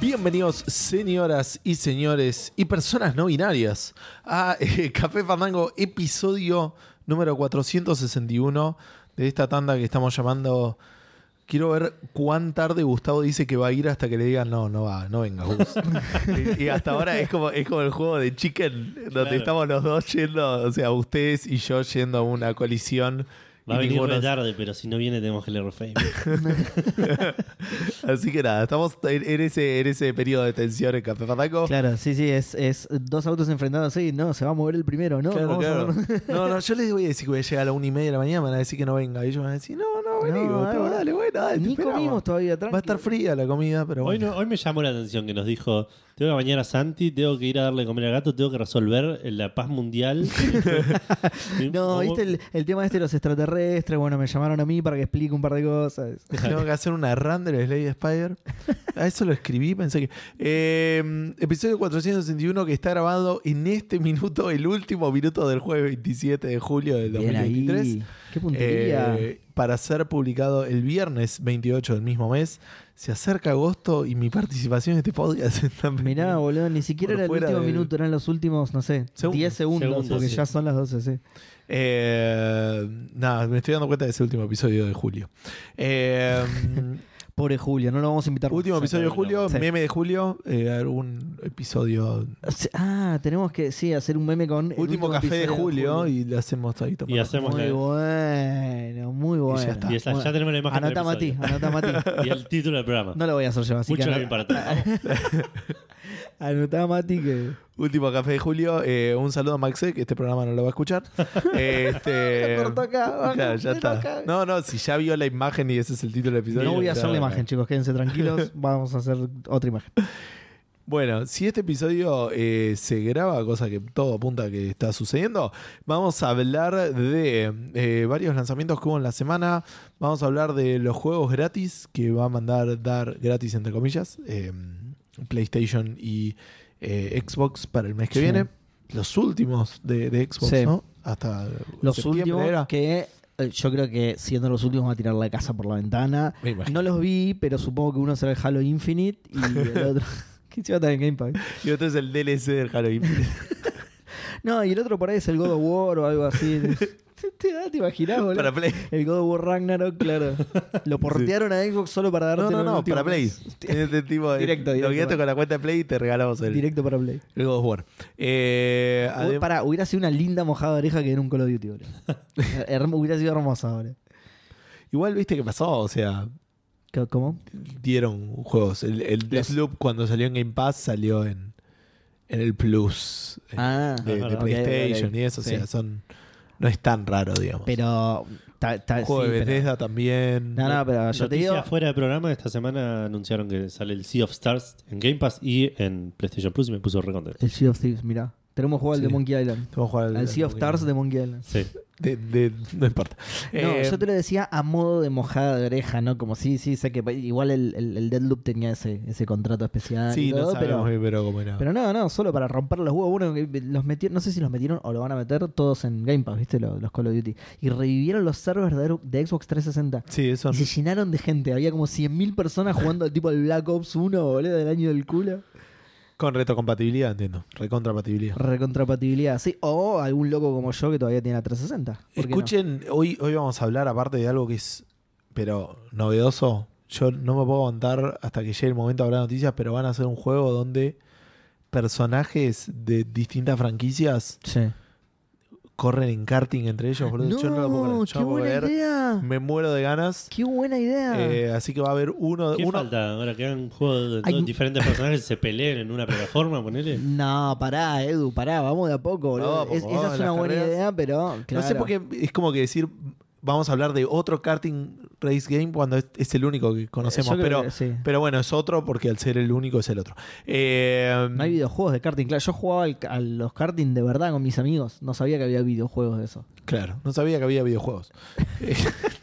Bienvenidos, señoras y señores y personas no binarias, a eh, Café Fandango, episodio número 461 de esta tanda que estamos llamando. Quiero ver cuán tarde Gustavo dice que va a ir hasta que le digan no, no va, no venga, Gus. y, y hasta ahora es como, es como el juego de Chicken, donde Claro. estamos los dos yendo, o sea, ustedes y yo yendo a una colisión. Va a y venir ninguno- re tarde, pero si no viene tenemos que leer Fame. Así que nada, estamos en, en ese, en ese periodo de tensión en Café Fandango. Claro, sí, sí, es, es dos autos enfrentados, sí, no, se va a mover el primero, ¿no? Claro, Vamos a claro. ver- No, no, yo les voy a decir que voy a llegar a la una y media de la mañana, me van a decir que no venga. Y ellos van a decir, no, no, vení, No, Gustavo, dale, dale, bueno, dale, te Ni esperamos. comimos todavía, tranqui. Va a estar fría la comida, pero Hoy, bueno. no- hoy me llamó la atención que nos dijo, tengo que bañar a Santi, tengo que ir a darle de comer al gato, tengo que resolver eh, la paz mundial. No, viste el, el tema este de los extraterrestres, bueno, me llamaron a mí para que explique un par de cosas. Tengo que hacer una run de la Slade Spider. A eso lo escribí, pensé que. Eh, episodio 461 que está grabado en este minuto, el último minuto del jueves 27 de julio del Bien 2023. ahí. Qué puntería. Eh, para ser publicado el viernes 28 del mismo mes. Se acerca agosto y mi participación en este podcast está Mirá, boludo, ni por siquiera era el fuera último del- minuto, eran los últimos, no sé, Segundos. 10 segundos, Segundos, porque sí. ya son las 12, sí. Eh, nada, me estoy dando cuenta de ese último episodio de julio. Eh, Pobre Julio, no lo vamos a invitar. más. último episodio de julio, Sí. meme de julio, eh, algún episodio. Ah, tenemos que, sí, hacer un meme con. el Último, café de episodio julio, y lo hacemos ahí tomando. Y hacemos Muy la- bueno, muy bueno. ya está. Y esa- ya Bueno. tenemos la imagen del Anota Mati, episodio. anota Mati. y el título del programa. No Ah, lo voy a hacer yo, así Mucho que bien para atrás. anotá Mati que... Último café de julio, eh, un saludo a Maxe, que este programa no lo va a escuchar. este, Cortó acá, baja, claro, ya cortó acá. está. No, no, si ya vio la imagen y ese es el título del episodio. No voy a hacer la ya- imagen, chicos, quédense tranquilos, vamos a hacer otra imagen. Bueno, si este episodio eh, se graba, cosa que todo apunta a que está sucediendo, vamos a hablar de eh, varios lanzamientos que hubo en la semana. Vamos a hablar de los juegos gratis que va a mandar dar gratis, entre comillas, eh, PlayStation y eh, Xbox para el mes que Sí. viene. Los últimos de, de Xbox, Sí. ¿no? Hasta Los septiembre últimos era. que eh, yo creo que siendo los últimos va a tirar la casa por la ventana. Me imagino. No los vi, pero supongo que uno será el Halo Infinite y el otro... ¿Qué se va a tener Game Pass? Y otro es el DLC del Halloween. No, y el otro por ahí es el God of War o algo así. ¿Te, te, te imaginás, boludo? para Play. El God of War Ragnarok, claro. Lo portearon a Xbox solo para darte No, no, no, para Play. Tiene este tipo de. Directo, Lo directo, guiaste para- con la cuenta de Play y te regalamos el. Directo para Play. El God of War. Eh, adem- para, hubiera sido una linda mojada de oreja que en un Call of Duty, boludo. Her- hubiera sido hermosa, boludo. Igual viste que pasó, o sea, ¿Qué- ¿Cómo? dieron juegos. El, el Deathloop cuando salió en Game Pass salió en, en el Plus eh, Ah, de, de ok, ok, PlayStation y eso, o sea, son no es tan raro, digamos. Pero. ta- ta- Un juego sí, de pero- Bethesda también. No, no, pero yo te Noticias digo. fuera de programa, esta semana anunciaron que sale el Sea of Stars en Game Pass y en PlayStation Plus y me puso recontento. El Sea of Thieves, mirá. Tenemos juego al Sí. de Monkey Island. Vamos a jugar al- Al Sea of Stars de Monkey Island. Sí. de- de- no importa. No, Eh, yo te lo decía a modo de mojada de oreja, ¿no? Como sí, sí, sé que igual el, el, el Deadloop tenía ese, ese contrato especial. y sí, no todo, sabemos pero, bien, pero cómo era. Pero no, no, solo para romper los huevos. Bueno, que los metieron, no sé si los metieron o lo van a meter todos en Game Pass, ¿viste? Lo- Los, Call of Duty. Y revivieron los servers de, de Xbox 360. sí, eso Y no- se llenaron de gente. Había como 100.000 personas jugando tipo al Black Ops 1, boludo, del año del culo. con retrocompatibilidad, entiendo. Recontrapatibilidad. Recontrapatibilidad, sí. O algún loco como yo que todavía tiene la 360. ¿Por qué no? Escuchen, hoy, hoy vamos a hablar aparte de algo que es, pero novedoso. Yo no me puedo aguantar hasta que llegue el momento de hablar de noticias, pero van a hacer un juego donde personajes de distintas franquicias Sí. corren en karting entre ellos. boludo. yo no lo puedo creer. Yo qué no puedo buena creer. idea. Me muero de ganas. Qué buena idea. Eh, así que va a haber uno. ¿Qué uno falta? Ahora que hagan juegos de Hay- dos diferentes personajes que se peleen en una plataforma, ponele. No, pará, Edu, pará, vamos de a poco, boludo. Vamos, Es- vamos, esa es las una buena carreras. idea, pero. No sé claro. por qué es como que decir. Vamos a hablar de otro karting race game cuando es, es el único que conocemos. Yo creo Pero, que sí. pero bueno, es otro porque al ser el único es el otro. Eh, No hay Mm. videojuegos de karting. Claro, yo jugaba al- a los karting de verdad con mis amigos. No sabía que había videojuegos de eso. Claro, no sabía que había videojuegos. Eh,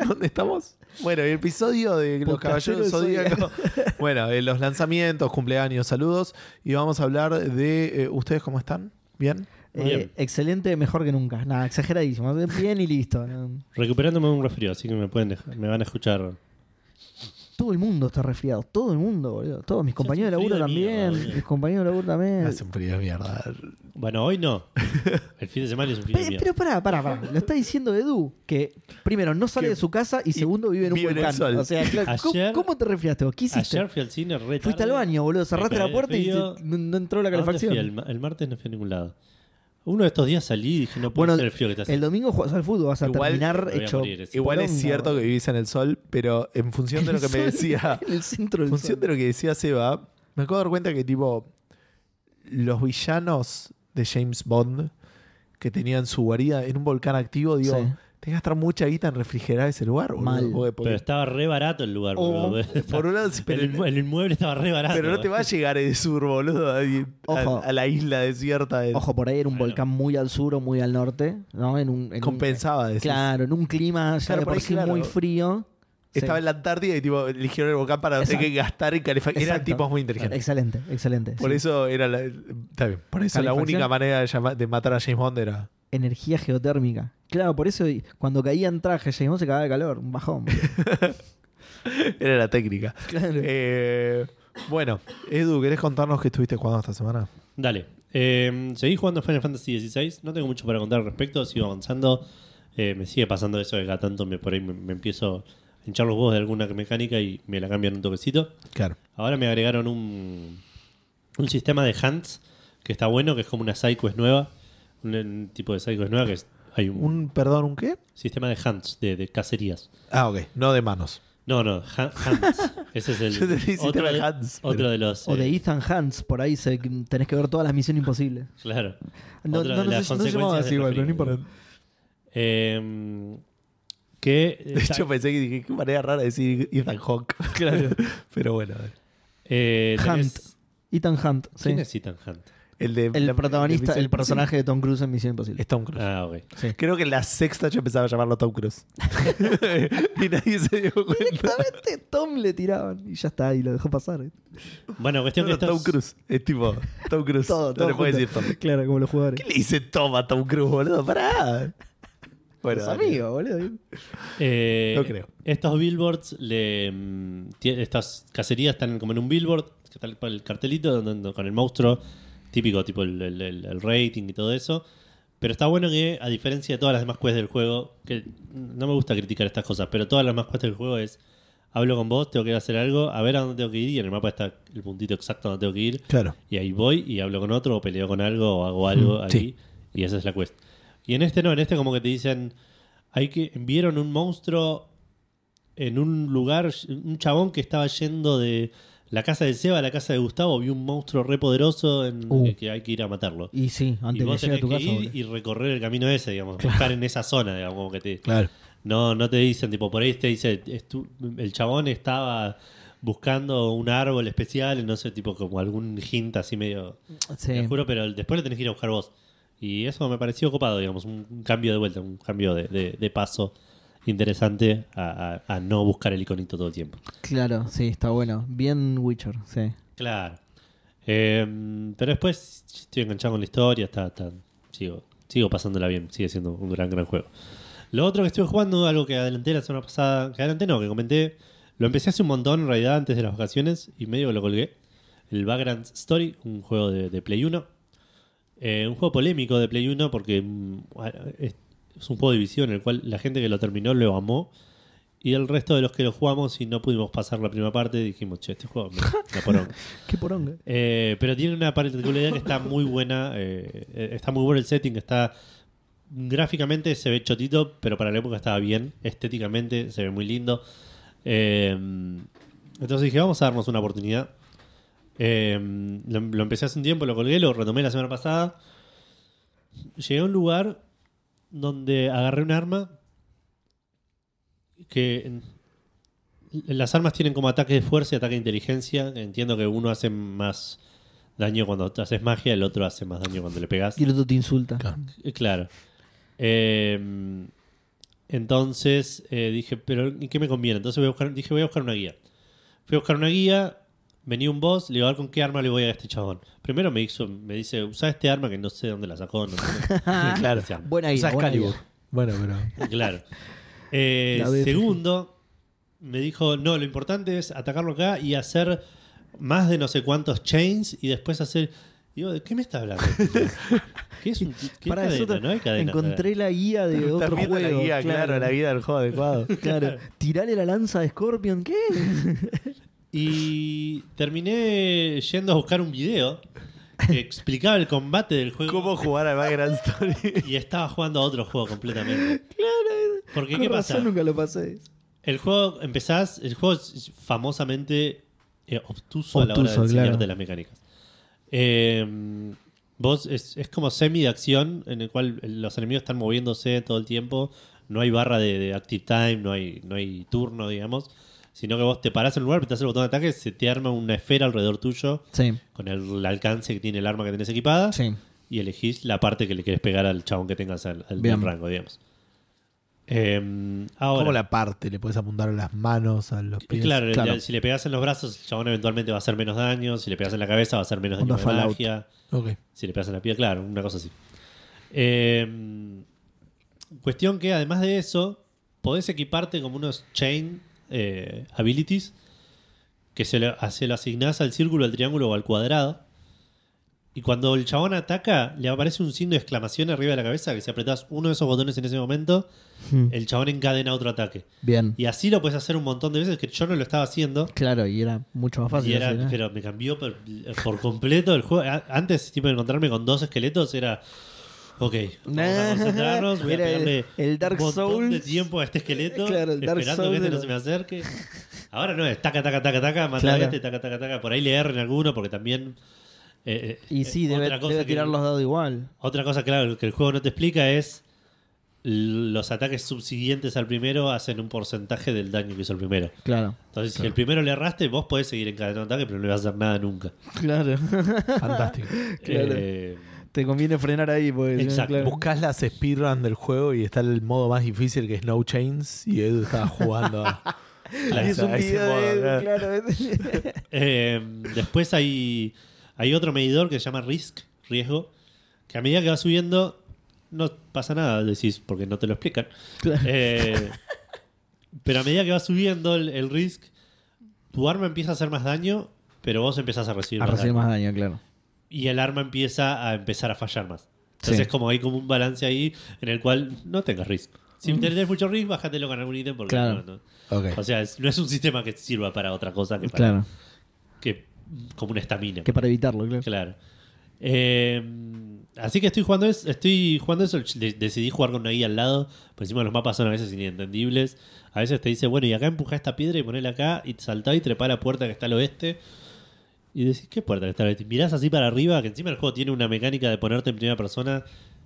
¿Dónde estamos? Bueno, el episodio de Los Podcast Caballeros del Zodíaco. Bueno, eh, los lanzamientos, cumpleaños, saludos. Y vamos a hablar de. eh, ¿Ustedes cómo están? ¿Bien? Eh, Bien. excelente, mejor que nunca. Nada, exageradísimo. Bien y listo. No. Recuperándome de un resfrío, así que me pueden dejar- me van a escuchar Todo el mundo está resfriado. Todo el mundo, boludo. Todos mis hace compañeros de un laburo frío de mierda, también. boludo. mis compañeros de laburo también. Hace un frío de mierda. Bueno, hoy no. El fin de semana es un fin de Pe- mierda. Pero pará, pará, pará. Lo está diciendo Edu, que primero no sale Que- de su casa y segundo vive en un vive en el volcán. sol. O sea, claro, ¿cómo- Ayer- ¿cómo, te resfriaste vos? ¿Qué hiciste? Ayer fui al cine re Fuiste al tarde. baño, boludo. Cerraste Me la cagué de puerta y frío. te- no, no entró la ¿A dónde fui? El, calefacción. ma- el martes no fui a ningún lado. Uno de estos días salí y dije, no puede Bueno, ser el frío que está El haciendo. domingo jugás al fútbol, vas a Igual- terminar Me voy a hecho. morir, es- Igual es poronga, cierto que boludo. vivís en el sol, pero en función de lo que me El sol, decía, en el centro en del función sol. de lo que decía Seba, me acabo de dar cuenta que tipo los villanos de James Bond que tenían su guarida en un volcán activo, digo, Sí. tenés que gastar mucha guita en refrigerar ese lugar, boludo, Mal. porque- porque- Pero estaba re barato el lugar, O, Oh, boludo. por un lado, sí, pero- el, inmue- el inmueble estaba re barato. pero no te va a llegar el sur, boludo, ahí a, Ojo. a la isla desierta. eh, de- Ojo, por ahí era un Bueno. volcán muy al sur o muy al norte, ¿no? En un, en un- compensaba, decís. claro, en un clima ya Claro, de por por ahí, sí claro. muy frío. Estaba Sí. en la Antártida y tipo, eligieron el volcán para no tener que Exacto. gastar en calefacción. Eran Exacto. tipos muy inteligentes. Excelente, excelente. Por sí. eso era la, está bien, por eso la Calefacción. única manera de, llama- de matar a James Bond era. Energía geotérmica. Claro, por eso y- cuando caían trajes, James Bond se cagaba de calor, un bajón. Era la técnica. claro. Eh, bueno, Edu, ¿querés contarnos qué estuviste jugando esta semana? Dale. Eh, seguí jugando Final Fantasy XVI. No tengo mucho para contar al respecto. Sigo avanzando. Eh, me sigue pasando eso de cada tanto me, por ahí me, me empiezo a hinchar los huevos de alguna mecánica y me la cambian un toquecito. Claro. Ahora me agregaron un, un sistema de hands que está bueno, que es como una sidequest nueva. Un, un tipo de sidequest nueva que es- hay un, Un, perdón, ¿un qué? sistema de hands, de, de cacerías. Ah, ok, no de manos. No, no, ha- hands. Ese es el Yo entendí otro, sistema de de, hands, otro pero- de los... O eh, de Ethan Hans, por ahí se- tenés que ver todas las misiones imposibles. Claro. No- Otra no- de no las se- no se llamaba consecuencias así de igual, pero no referirme. importa. Eh, que eh, De hecho, pensé que dije, qué manera rara de decir Ethan Hawk. Claro. Pero bueno, eh, tenés- Ethan Hunt, sí. ¿Quién es Ethan Hunt? el de. El la- protagonista, de- el personaje de Tom Cruise en Misión Imposible. Es Tom Cruise. Ah, ok. Sí. Creo que en la sexta yo empezaba a llamarlo Tom Cruise. y nadie se dio cuenta. Directamente Tom le tiraban y ya está, y lo dejó pasar. Bueno, cuestión No, que no, Tom estos, Cruise. Es tipo, Tom Cruise. Todo, no todo le puedes decir junto. Tom. Claro, como los jugadores. ¿Qué le dice Tom a Tom Cruise, boludo? Pará. Bueno, los dale. amigos, boludo. eh, No creo. Estos billboards, le, mm, tie- estas cacerías están como en un billboard, que tal cual el cartelito donde- donde- con el monstruo típico, tipo el, el- el- el rating y todo eso. Pero está bueno que, a diferencia de todas las demás quests del juego, que no me gusta criticar estas cosas, pero todas las demás quests del juego es, hablo con vos, tengo que ir a hacer algo, a ver a dónde tengo que ir, y en el mapa está el puntito exacto donde tengo que ir. Claro. Y ahí voy y hablo con otro, o peleo con algo, o hago algo Mm, ahí. sí. Y esa es la quest. Y en este no, en este como que te dicen, hay que vieron un monstruo en un lugar, un chabón que estaba yendo de la casa de Seba a la casa de Gustavo, vio un monstruo re poderoso en, Uh. que, que hay que ir a matarlo. Y sí, Y antes que vos llegue a tenés tu que casa. ir boludo. y recorrer el camino ese, digamos, buscar en esa zona, digamos, como que te, Claro. no, no te dicen, tipo, por ahí te dice, estu- el chabón estaba buscando un árbol especial, no sé, tipo, como algún hint así medio, Sí. te juro, pero después lo tenés que ir a buscar vos. Y eso me pareció copado, digamos, un, un cambio de vuelta, un cambio de, de- de paso interesante a, a- a no buscar el iconito todo el tiempo. Claro, sí, está bueno. Bien Witcher, sí. Claro. Eh, pero después estoy enganchado con la historia, está, está- sigo, sigo pasándola bien, sigue siendo un gran, gran juego. Lo otro que estuve jugando, algo que adelanté la semana pasada, que adelanté no, que comenté, lo empecé hace un montón en realidad antes de las vacaciones y medio que lo colgué. El Vagrant Story, un juego de, de Play 1. Eh, un juego polémico de Play 1 porque mm, es, es un juego de división en el cual la gente que lo terminó lo amó. Y el resto de los que lo jugamos y no pudimos pasar la primera parte, dijimos, che, este juego me, la poronga". Qué poronga. Eh, pero tiene una particularidad que está muy buena. eh, eh, está muy bueno el setting. Está gráficamente se ve chotito, pero para la época estaba bien. Estéticamente se ve muy lindo. Eh, entonces dije, vamos a darnos una oportunidad. Eh, lo, lo empecé hace un tiempo, lo colgué, lo retomé la semana pasada. Llegué a un lugar donde agarré un arma que las armas tienen como ataque de fuerza y ataque de inteligencia. Entiendo que uno hace más daño cuando haces magia, el otro hace más daño cuando le pegas. Y el otro te insulta. Eh, Claro. Eh, entonces eh, dije, pero ¿y qué me conviene? Entonces voy a buscar, dije, voy a buscar una guía. Fui a buscar una guía, venía un boss, le digo, a ver con qué arma le voy a este chabón. Primero me, hizo, me dice, usa este arma que no sé dónde la sacó. no sé". claro. Ese arma. Buena O guía. sea, buena Excalibur. guía. Bueno, pero. Claro. Eh, La veo segundo, me dijo, no, lo importante es atacarlo acá y hacer más de no sé cuántos chains y después hacer... Digo, ¿de qué me está hablando? ¿Qué es un, qué Pará, cadena? es otra- No hay cadena. encontré la guía de otro También juego. la guía, claro, la vida del juego adecuado. Claro, tirale la lanza de Scorpion, ¿qué? Y terminé yendo a buscar un video que explicaba el combate del juego ¿Cómo jugar al Background Story? y estaba jugando a otro juego completamente. claro, Porque, con ¿qué razón pasa? nunca lo pasé. El juego, empezás, el juego es famosamente eh, obtuso, a la hora de Obtuso, claro. enseñarte las mecánicas. Eh, vos es, es como semi de acción en el cual los enemigos están moviéndose todo el tiempo. No hay barra de, de active time, no hay, no hay turno, digamos. Sino que vos te parás en un lugar, apretás el botón de ataque, se te arma una esfera alrededor tuyo Sí, con el alcance que tiene el arma que tenés equipada sí. y elegís la parte que le querés pegar al chabón que tengas al, al- Bien. del rango, digamos. Eh, ahora, ¿Cómo la parte? ¿Le puedes apuntar a las manos, a los pies? Pues claro, Claro. si le pegas en los brazos, el chabón eventualmente va a hacer menos daño. Si le pegas en la cabeza, va a hacer menos Onda daño de Fallout. magia. Ok. Si le pegas en la piel, claro, una cosa así. Eh, cuestión que además de eso, podés equiparte como unos chain eh, abilities que se le, se le asignás al círculo, al triángulo o al cuadrado. Y cuando el chabón ataca, le aparece un signo de exclamación arriba de la cabeza que si apretás uno de esos botones en ese momento, el chabón encadena otro ataque. Hmm. Bien. Y así lo puedes hacer un montón de veces que yo no lo estaba haciendo. Claro, y era mucho más fácil. ¿eh? Y era- así, ¿no? Pero me cambió por, por completo el juego. A- Antes, tipo, de encontrarme con dos esqueletos era. Ok, vamos Nah. a concentrarnos. Voy Era a el- pegarle el Dark un montón de Souls. tiempo a este esqueleto. Claro, el Dark esperando Souls que este de no los- se me acerque. Ahora no, es taca, taca, taca, taca. Mata Claro. a este, taca, taca, taca. Por ahí le erren alguno porque también. eh, eh, Y eh, sí, debe, otra cosa debe que- tirar los dados igual. Otra cosa, claro, que el juego no te explica es. Los ataques subsiguientes al primero hacen un porcentaje del daño que hizo el primero. Claro. Entonces, si el primero le erraste, vos podés seguir encadenando ataques, pero no le vas a hacer nada nunca. Claro. Fantástico. Claro. Eh, Te conviene frenar ahí, pues. Exacto. Claro. Buscás las speedruns del juego y está el modo más difícil que es No Chains y Edu estaba jugando a, a Ahí es esa- un a ese video modo, de claro. él, claro. eh, después hay, hay otro medidor que se llama Risk, riesgo, que a medida que va subiendo no pasa nada, decís, porque no te lo explican. Claro. Eh, pero a medida que va subiendo el, el Risk, tu arma empieza a hacer más daño, pero vos empezás a recibir A más recibir daño. más daño, claro. y el arma empieza a empezar a fallar más. Sí. Entonces como hay como un balance ahí en el cual no tengas risk. Si tenés mucho risk, bájatelo con algún ítem porque Claro. no- no. Ok. O sea, es- no es un sistema que sirva para otra cosa que para Claro. que como una estamina. Que para evitarlo, claro. Claro. Eh, así que estoy jugando eso, estoy jugando eso, de- decidí jugar con una guía al lado, por encima los mapas son a veces inentendibles, a veces te dice, bueno, y acá empujá esta piedra y ponela acá, y saltá y trepá a la puerta que está al oeste, y decís, ¿qué puerta que está al oeste? Y mirás así para arriba, que encima el juego tiene una mecánica de ponerte en primera persona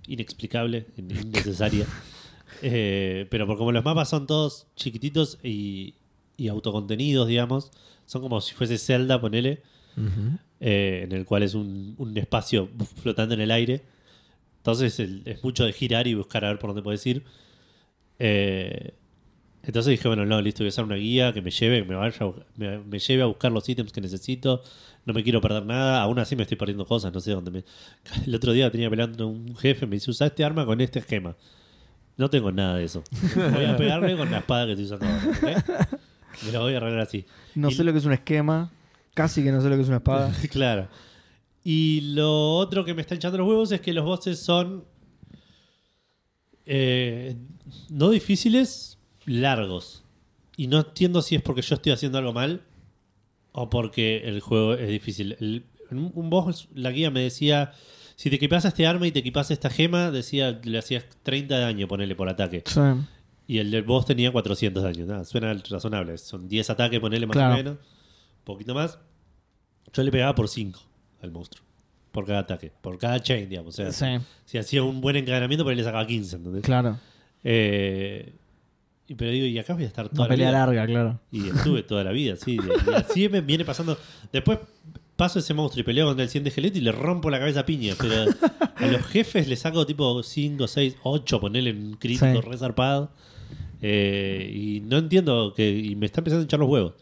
inexplicable, in- innecesaria. Eh, pero por como los mapas son todos chiquititos y, y autocontenidos, digamos, son como si fuese Zelda, ponele Ujú. eh, en el cual es un, un espacio flotando en el aire. Entonces el- es mucho de girar y buscar a ver por dónde puedes ir. Eh, entonces dije, bueno, no, listo, voy a hacer una guía que me lleve, que me, vaya, a bu- me, me lleve a buscar los ítems que necesito. No me quiero perder nada. Aún así me estoy perdiendo cosas, no sé dónde me... El otro día tenía peleando un jefe, me dice, usa este arma con este esquema. No tengo nada de eso. Voy a pegarle con la espada que estoy usando ahora, ¿ok? Me lo voy a arreglar así. No Y- sé lo que es un esquema. Casi que no sé lo que es una espada. claro. Y lo otro que me está hinchando los huevos es que los bosses son. eh, no difíciles, largos. Y no entiendo si es porque yo estoy haciendo algo mal o porque el juego es difícil. El- en un boss, la guía me decía: si te equipas a este arma y te equipas a esta gema, decía le hacías 30 de daño, ponele por ataque. Sí. Y el del boss tenía 400 daños. Nada, suena razonable. Son 10 ataques, ponele más Claro. o menos. Un poquito más. Yo le pegaba por 5 al monstruo. Por cada ataque. Por cada chain, digamos. O sea, Sí, si hacía un buen encadenamiento, por ahí le sacaba 15, ¿entendés? claro. Eh, y- pero digo, y acá voy a estar toda Una la pelea vida. larga, claro. Y estuve toda la vida, sí. Y así me viene pasando. Después paso ese monstruo y peleo contra el siguiente esqueleto y le rompo la cabeza a piña. Pero a los jefes le saco tipo 5, 6, 8, ponerle un crítico Sí. re zarpado. Eh, y no entiendo que. Y me está empezando a hinchar los huevos.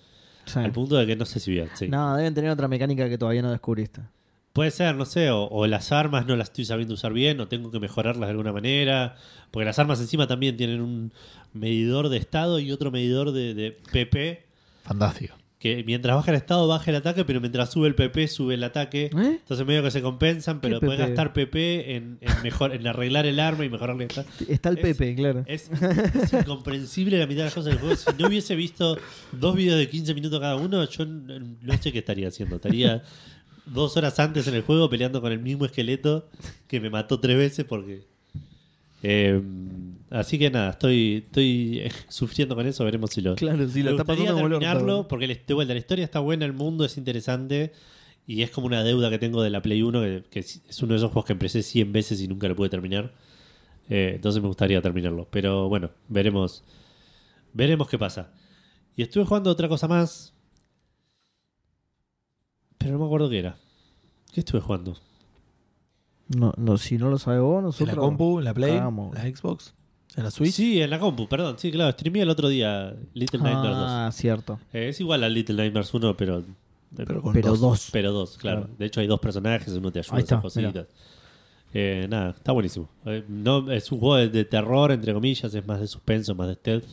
Sí. Al punto de que no sé si voy a. sí. No, deben tener otra mecánica que todavía no descubriste. Puede ser, no sé, o, o las armas no las estoy sabiendo usar bien, o tengo que mejorarlas de alguna manera. Porque las armas encima también tienen un medidor de estado y otro medidor de, de PP. Fantástico. Que mientras baja el estado, baja el ataque, pero mientras sube el PP, sube el ataque. ¿Eh? Entonces medio que se compensan, pero PP? puedes gastar PP en, en mejor, en arreglar el arma y mejorarle el estado. Está el Es- Pepe, claro. Es, es incomprensible la mitad de las cosas del juego. Si no hubiese visto dos videos de 15 minutos cada uno, yo n- no sé qué estaría haciendo. Estaría dos horas antes en el juego peleando con el mismo esqueleto que me mató tres veces porque... Eh, así que nada, estoy, estoy eh, sufriendo con eso, veremos si lo... Claro, sí, me lo está gustaría pasando como el orto. terminarlo porque la- de vuelta, la historia está buena, el mundo es interesante y es como una deuda que tengo de la Play 1, que, que es es uno de esos juegos que empecé 100 veces y nunca lo pude terminar. Eh, entonces me gustaría terminarlo. Pero bueno, veremos. Veremos qué pasa. Y estuve jugando otra cosa más. Pero no me acuerdo qué era. ¿Qué estuve jugando? No, no, si no lo sabe vos, En la nosotros. compu, en la Play, Vamos. la Xbox, en la Switch. Sí, en la compu, perdón. Sí, claro, streamé el otro día Little Nightmares 2. Ah, cierto. Eh, es igual al Little Nightmares 1, pero. eh, Pero con Pero dos. dos. Pero dos, claro. Claro. De hecho, hay dos personajes, uno te ayuda Ahí a hacer está, cositas. Eh, nada, está buenísimo. Eh, no, es un juego de, de terror, entre comillas, es más de suspenso, más de stealth.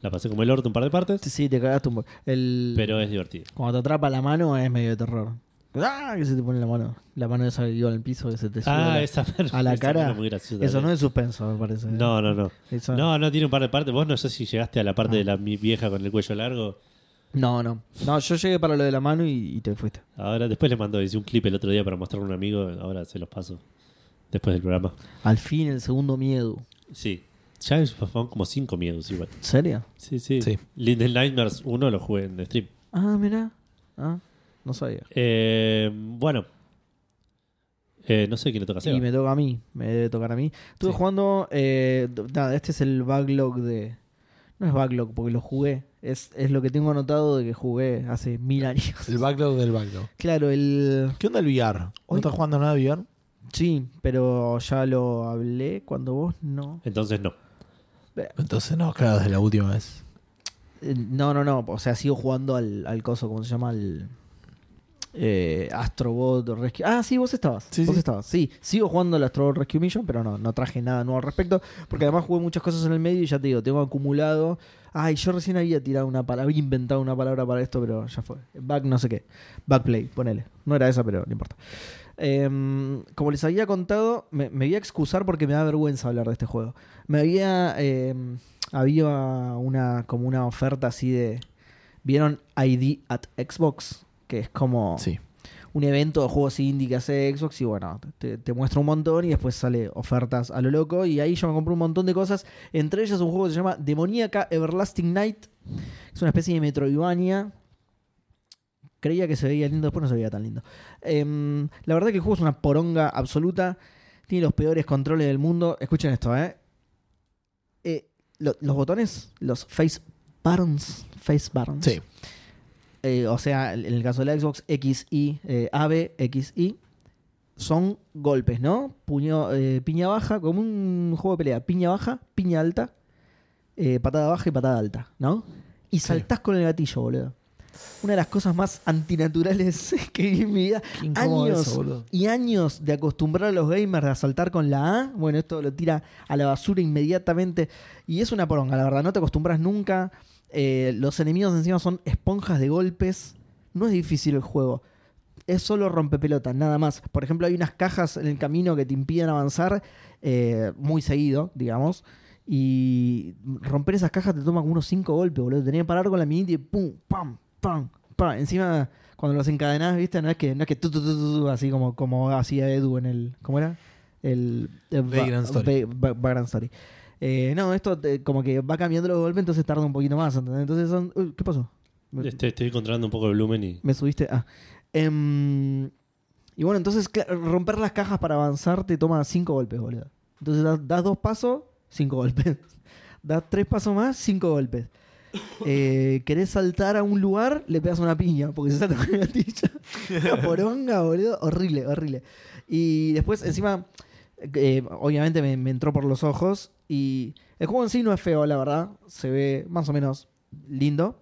La pasé como el orto un par de partes, Sí, Eh, te cagaste un poco. El... pero es divertido. Cuando te atrapa la mano es medio de terror. ¡Ah! Que se te pone la mano. La mano esa que iba al piso que se te sube Ah, la- esa a la esa cara. era muy graciosa Eso no también. es suspenso, me parece. No, no, no. Eso- No, no tiene un par de partes. Vos no sé si llegaste a la parte Ah. de la mi- vieja con el cuello largo. no, no. No, yo llegué para lo de la mano y, y te fuiste. Ahora, después le mando, hice un clip el otro día para mostrarle a un amigo. Ahora se los paso. Después del programa. Al fin, el segundo miedo. Sí. Ya es- fueron como cinco miedos igual. ¿En serio? Sí, sí. Sí. Little Nightmares 1 lo jugué en stream. Ah, mirá. Ah, no sabía. Eh, bueno. Eh, no sé quién le toca hacer. Y me toca a mí. Me debe tocar a mí. Estuve Sí. jugando. eh, d- nada, este es el backlog de. No es backlog porque lo jugué. Es, es lo que tengo anotado de que jugué hace mil años. El backlog del backlog. Claro, el. ¿Qué onda el VR? ¿No Hoy- estás jugando nada de VR? Sí, pero ya lo hablé cuando vos no. Entonces no. Entonces no, claro, desde la última vez. Eh, No, no, no. O sea, sigo jugando al, al coso, ¿cómo se llama? Al eh, Astrobot Rescue. Ah, sí, vos estabas. Sí, vos sí. estabas. Sí, sigo jugando al Astrobot Rescue Mission, pero no, no traje nada nuevo al respecto. Porque además jugué muchas cosas en el medio y ya te digo, tengo acumulado. Ay, yo recién había tirado una palabra, había inventado una palabra para esto, pero ya fue. Back no sé qué. Backplay, ponele. No era esa, pero no importa. Em, como les había contado, me, me voy a excusar porque me da vergüenza hablar de este juego. Me había. em, había una. como una oferta así de. ¿Vieron ID at Xbox? Que es como Sí. un evento de juegos indie que hace Xbox y bueno, te, te muestra un montón y después sale ofertas a lo loco y ahí yo me compré un montón de cosas, entre ellas un juego que se llama Demoníaca Everlasting Night, es una especie de Metroidvania. Creía que se veía lindo, después no se veía tan lindo. Em, la verdad que el juego es una poronga absoluta, tiene los peores controles del mundo. Escuchen esto, ¿eh? Eh, lo- los botones, los face buttons, face buttons. Sí. Eh, o sea, en el caso de la Xbox, X, Y, eh, AB, X, Y, son golpes, ¿no? Puño, eh, piña baja, como un juego de pelea. Piña baja, piña alta, eh, patada baja y patada alta, ¿no? Y saltás con el gatillo, boludo. Una de las cosas más antinaturales que vi en mi vida. Qué incómodo Años eso, boludo. y años de acostumbrar a los gamers a saltar con la A. Bueno, esto lo tira a la basura inmediatamente. Y es una poronga, la verdad. No te acostumbras nunca. Eh, los enemigos encima son esponjas de golpes. No es difícil el juego. Es solo rompepelotas, nada más. Por ejemplo, hay unas cajas en el camino que te impiden avanzar eh, muy seguido, digamos. Y romper esas cajas te toma como unos 5 golpes, boludo. Tenés que parar con la minita y pum, pam, pam, pam. Encima, cuando los encadenás, viste, no es que, no es que tu, tu, tu, tu, tu, así como, como hacía Edu en el. ¿Cómo era? El. eh, Va- Vagrant Story. Va- Va- Vagrant Story. Eh, no, esto te- como que va cambiando los golpes, entonces tarda un poquito más. ¿entendés? Entonces son. Uy, ¿Qué pasó? Me- Este, estoy controlando un poco el volumen y. me subiste. Ah. Em, y bueno, entonces cla- romper las cajas para avanzar te toma cinco golpes, boludo. Entonces das, das dos pasos, cinco golpes. Das tres pasos más, cinco golpes. Eh, querés saltar a un lugar, le pegas una piña, porque se salta con el gatillo. Una poronga, boludo. Horrible, horrible. Y después, encima, eh, obviamente me, me entró por los ojos. Y el juego en sí no es feo, la verdad. Se ve más o menos lindo.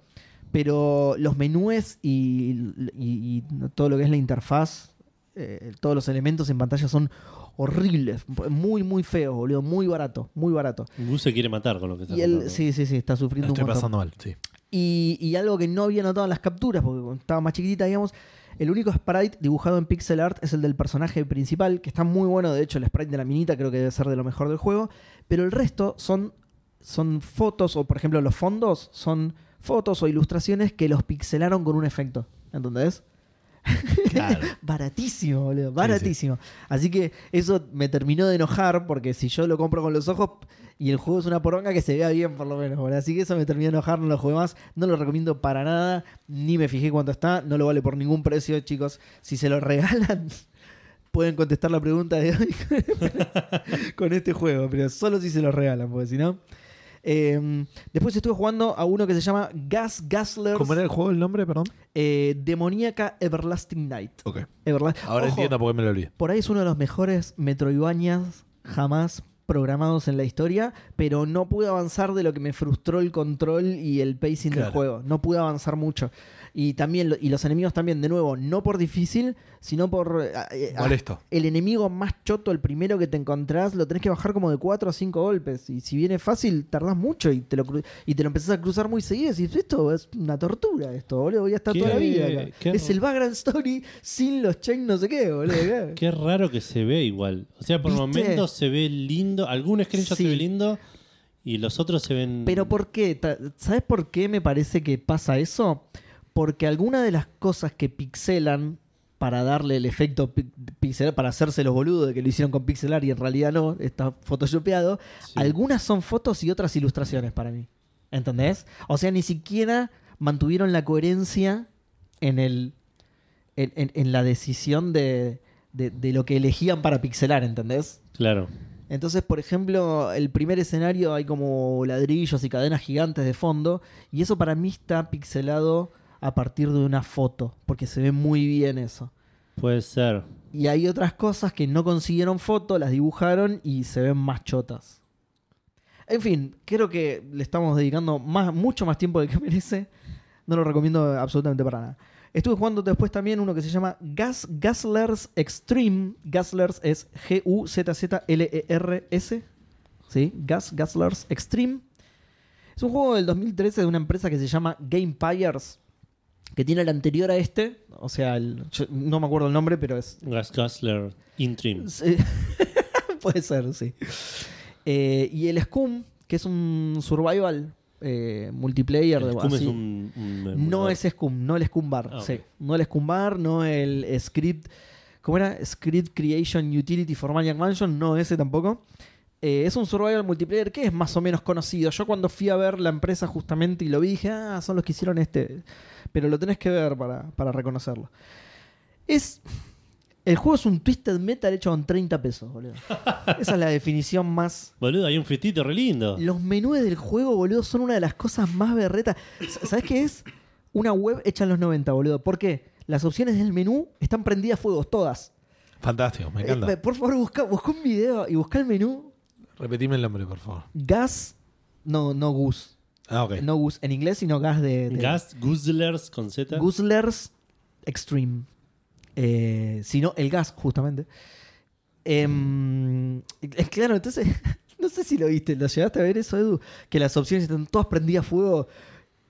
Pero los menúes y, y- y todo lo que es la interfaz eh, todos los elementos en pantalla son horribles, muy, muy feos, boludo, muy barato, muy barato. Gus se quiere matar con lo que está Y él, contando. sí, sí, sí, está La sufriendo estoy un montón. pasando mal, sí. Y, y algo que no había notado en las capturas, porque cuando estaba más chiquitita, digamos, el único sprite dibujado en pixel art es el del personaje principal, que está muy bueno, de hecho el sprite de la minita creo que debe ser de lo mejor del juego, pero el resto son, son fotos, o por ejemplo los fondos son fotos o ilustraciones que los pixelaron con un efecto, ¿entendés? Claro. Baratísimo, boludo, baratísimo. Así que eso me terminó de enojar porque si yo lo compro con los ojos y el juego es una poronga que se vea bien por lo menos, boludo. Así que eso me terminó de enojar, no lo jugué más, no lo recomiendo para nada, ni me fijé cuánto está, no lo vale por ningún precio, chicos. Si se lo regalan, pueden contestar la pregunta de hoy con este juego, pero solo si se lo regalan, porque si no... Eh, después estuve jugando a uno que se llama Gas Gasler ¿Cómo era el juego el nombre, perdón? Demoníaca Everlasting Night. Ok. Everla- Ahora Ojo, entiendo por qué me lo olvidé. Por ahí es uno de los mejores Metroidvanias jamás programados en la historia, pero no pude avanzar de lo que me frustró el control y el pacing del Claro. juego. No pude avanzar mucho. Y también lo- y los enemigos también, de nuevo, no por difícil, sino por eh, eh, ah, Molesto. el enemigo más choto, el primero que te encontrás, lo tenés que bajar como de 4 o 5 golpes. Y si viene fácil, tardás mucho y te lo, cru- y te lo empezás a cruzar muy seguido. Y decís, esto es una tortura, esto, boludo. Voy a estar Qué- toda la vida. acá". qué- Es el background story sin los check no sé qué, boludo. acá. Qué raro que se ve igual. O sea, por ¿Viste? momentos se ve lindo. Algún screenshot Sí. se ve lindo y los otros se ven. Pero ¿por qué? Ta- ¿Sabes por qué me parece que pasa eso? Porque alguna de las cosas que pixelan para darle el efecto pi- pixelar, para hacerse los boludos de que lo hicieron con pixelar y en realidad no, está photoshopeado, Sí. algunas son fotos y otras ilustraciones para mí. ¿Entendés? O sea, ni siquiera mantuvieron la coherencia en el en, en- en la decisión de, de- de lo que elegían para pixelar, ¿entendés? Claro. Entonces, por ejemplo, el primer escenario hay como ladrillos y cadenas gigantes de fondo, y eso para mí está pixelado a partir de una foto, porque se ve muy bien eso. Puede ser. Y hay otras cosas que no consiguieron foto, las dibujaron y se ven más chotas. En fin, creo que le estamos dedicando más, mucho más tiempo del que merece. No lo recomiendo absolutamente para nada. Estuve jugando después también uno que se llama Gas, Gaslers Extreme. Gaslers es G-U-Z-Z-L-E-R-S. E ¿Sí? Gas, Gaslers Extreme. Es un juego del 2013 de una empresa que se llama Gamepires, que tiene el anterior a este. O sea, el- yo no me acuerdo el nombre, pero es Gas Guzzler Intrim. Sí. Puede ser, sí. Eh, y el Scum, que es un survival eh, multiplayer. El de- Scum es así. un- un No emulador. es Scum, no el Scum Bar. Ah, ok. sí. No el Scum Bar, no el Script. ¿Cómo era? Script Creation Utility for Maniac Mansion, no ese tampoco. Eh, es un survival multiplayer que es más o menos conocido. Yo cuando fui a ver la empresa justamente y lo vi, dije, ah, son los que hicieron este. Pero lo tenés que ver para, para reconocerlo. Es. El juego es un Twisted Metal hecho con 30 pesos, boludo. Esa es la definición más. Boludo, hay un fritito re lindo. Los menús del juego, boludo, son una de las cosas más berretas. S- ¿Sabés qué es? Una web hecha en los 90, boludo. ¿Por qué? Las opciones del menú están prendidas a fuego, todas. Fantástico, me Eh, encanta. por favor, busca, busca un video y busca el menú Repetime el nombre, por favor. gas. No, no gus. Ah, ok. No gus en inglés, sino gas de. de- Gas Guzzlers con Z. Guzzlers Extreme. Eh, sino el gas, justamente. Em, eh, claro, entonces, no sé si lo viste, lo llegaste a ver eso, Edu, que las opciones están todas prendidas a fuego.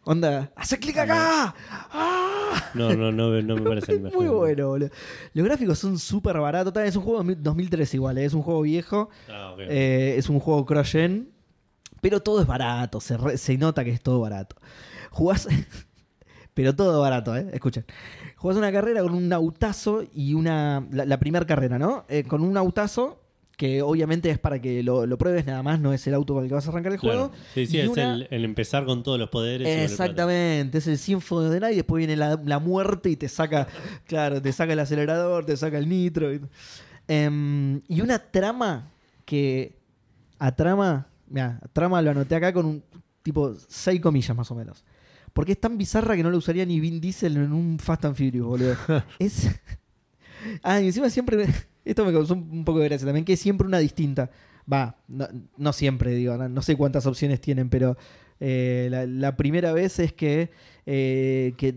Onda, hace clic acá. ¡Ah! No, no, no, no me parece el mejor. Muy bueno, boludo. Los gráficos son súper baratos. Tal, Es un juego de 2003 igual, eh, es un juego viejo. Ah, ok. Eh, es un juego cross-gen, pero todo es barato, se, re- se nota que es todo barato. Jugás, pero todo barato, ¿eh? Escuchen. Jugás una carrera con un autazo y una... La, la primera carrera, ¿no? Eh, con un autazo, que obviamente es para que lo, lo pruebes nada más, no es el auto con el que vas a arrancar el Claro. juego. Sí, sí, Y es una- el, el empezar con todos los poderes. sobre el plato. Exactamente, es el Symphony de Night, después viene la, la muerte y te saca, claro, te saca el acelerador, te saca el nitro. Y, Em, y una trama que a trama, mira, trama lo anoté acá con un tipo seis comillas más o menos. Porque es tan bizarra que no lo usaría ni Vin Diesel en un Fast and Furious, boludo. es Ah, y encima siempre. Esto me causó un poco de gracia también, que es siempre una distinta. Va, no, no siempre, digo, no, no sé cuántas opciones tienen, pero eh, la, la primera vez es que, eh, que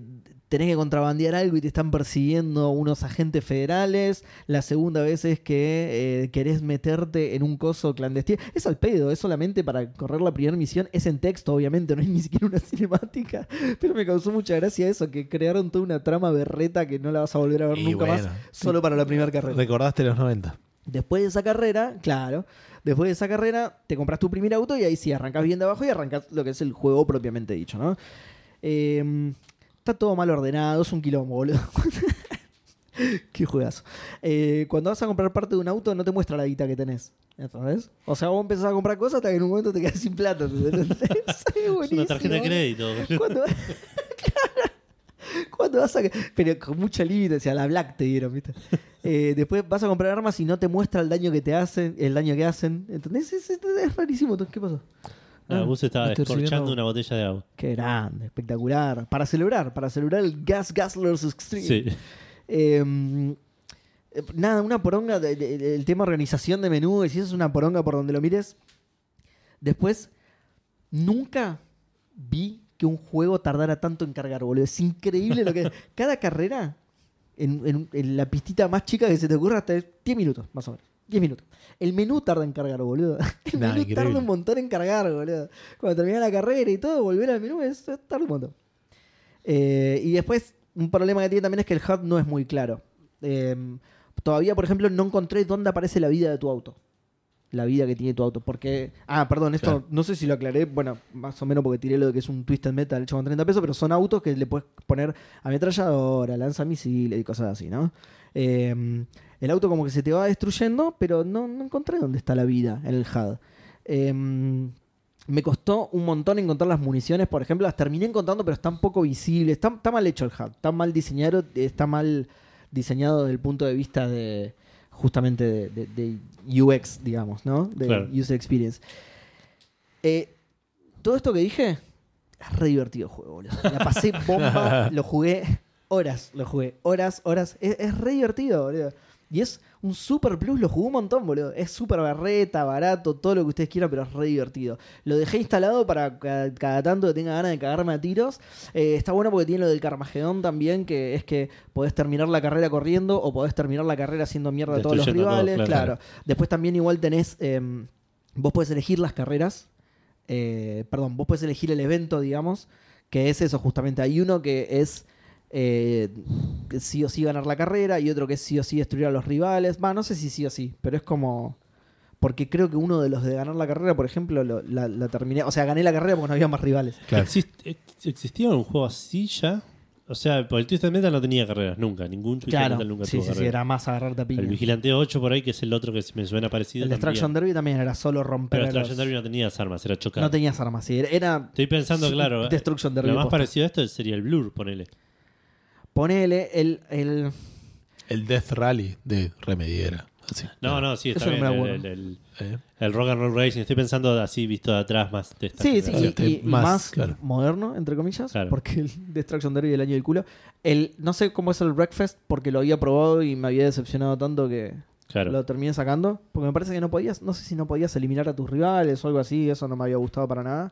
tenés que contrabandear algo y te están persiguiendo unos agentes federales. La segunda vez es que eh, querés meterte en un coso clandestino. Es al pedo, es solamente para correr la primera misión. Es en texto, obviamente, no es ni siquiera una cinemática. Pero me causó mucha gracia eso, que crearon toda una trama berreta que no la vas a volver a ver Y nunca bueno. más, solo para la primera carrera. Recordaste los 90. Después de esa carrera, claro, después de esa carrera te compras tu primer auto y ahí sí arrancas bien de abajo y arrancas lo que es el juego propiamente dicho, ¿no? Eh, está todo mal ordenado, es un quilombo, boludo. Qué juegazo. Eh, cuando vas a comprar parte de un auto, no te muestra la guita que tenés. ¿Entendés? O sea, vos empezás a comprar cosas hasta que en un momento te quedas sin plata. ¿entendés? Es una tarjeta de crédito. ¿Cuándo, va- Claro. ¿Cuándo vas a.? Pero con mucho límite, o sea, la Black te dieron, ¿viste? Eh, después vas a comprar armas y no te muestra el daño que te hacen, el daño que hacen. ¿Entendés? Es, es- es rarísimo. ¿Qué pasó? Ah, Gus estaba estoy descorchando recibiendo- una botella de agua. Qué grande, espectacular. Para celebrar, para celebrar el Gas Gaslers Extreme. Sí. Eh, eh, nada, una poronga. de- de- de- el tema organización de menú, si eso es una poronga por donde lo mires. Después, nunca vi que un juego tardara tanto en cargar, boludo. Es increíble lo que. Cada carrera, en, en- en la pistita más chica que se te ocurra, hasta es 10 minutos, más o menos. 10 minutos. El menú tarda en cargar, boludo. El Nah, menú increíble. tarda un montón en cargar, boludo. Cuando termina la carrera y todo, volver al menú es, es- tarda un montón. Eh, y después, un problema que tiene también es que el HUD no es muy claro. Eh, todavía, por ejemplo, no encontré dónde aparece la vida de tu auto. La vida que tiene tu auto. Porque. Ah, perdón, esto Claro. no sé si lo aclaré. Bueno, más o menos porque tiré lo de que es un Twisted Metal hecho con 30 pesos, pero son autos que le puedes poner ametralladora, lanzamisiles y cosas así, ¿no? Eh, el auto como que se te va destruyendo, pero no, no encontré dónde está la vida en el HUD. Eh, me costó un montón encontrar las municiones, por ejemplo, las terminé encontrando, pero están poco visibles. Está, está mal hecho el HUD, está mal diseñado, está mal diseñado desde el punto de vista de justamente de, de- de UX, digamos, ¿no? De Claro. User Experience. Eh, todo esto que dije es re divertido el juego, boludo. La pasé bomba, lo jugué horas, lo jugué horas, horas. Es, es re divertido, boludo. Y es un super plus, lo jugué un montón, boludo. Es súper barreta, barato, todo lo que ustedes quieran, pero es re divertido. Lo dejé instalado para cada, cada tanto que tenga ganas de cagarme a tiros. Eh, está bueno porque tiene lo del Carmagedón también, que es que podés terminar la carrera corriendo o podés terminar la carrera haciendo mierda a todos los Destruyendo a todos, rivales. claro. claro. Después también igual tenés. em, vos podés elegir las carreras. eh, perdón, vos podés elegir el evento, digamos. Que es eso, justamente. Hay uno que es. eh, que sí o sí ganar la carrera. Y otro que es sí o sí destruir a los rivales. Va, no sé si sí o sí, pero es como. Porque creo que uno de los de ganar la carrera, por ejemplo, lo- la, la terminé. O sea, gané la carrera porque no había más rivales. Claro. Exist- ex- ¿Existía un juego así ya? O sea, porque el Twisted Metal no tenía carreras nunca. Ningún Twisted Claro, Metal nunca sí, tuvo sí, sí, carreras. era más agarrarte a piña. el Vigilante 8 por ahí, que es el otro que me suena parecido. El también. Destruction Derby también era solo romper. Pero a los- Destruction Derby no tenías armas, era chocar. No tenías armas, sí. era- Era. Estoy pensando, claro. eh, Destruction Derby. Lo más posta. parecido a esto sería el Blur, ponele. Ponele el. el- El Death Rally de Remediera. Así. No, no, sí, está Eso no bien. me El, la el, acuerdo. el- Eh, el Rock and Roll Racing. Estoy pensando así, visto de atrás más de esta Sí, sí, generación. y- y, Este, y más, más, claro. moderno, entre comillas, Claro. porque el Destruction Derby del año del culo. El, no sé cómo es el Breakfast, porque lo había probado y me había decepcionado tanto que Claro. lo terminé sacando. Porque me parece que no podías, no sé si no podías eliminar a tus rivales o algo así, eso no me había gustado para nada.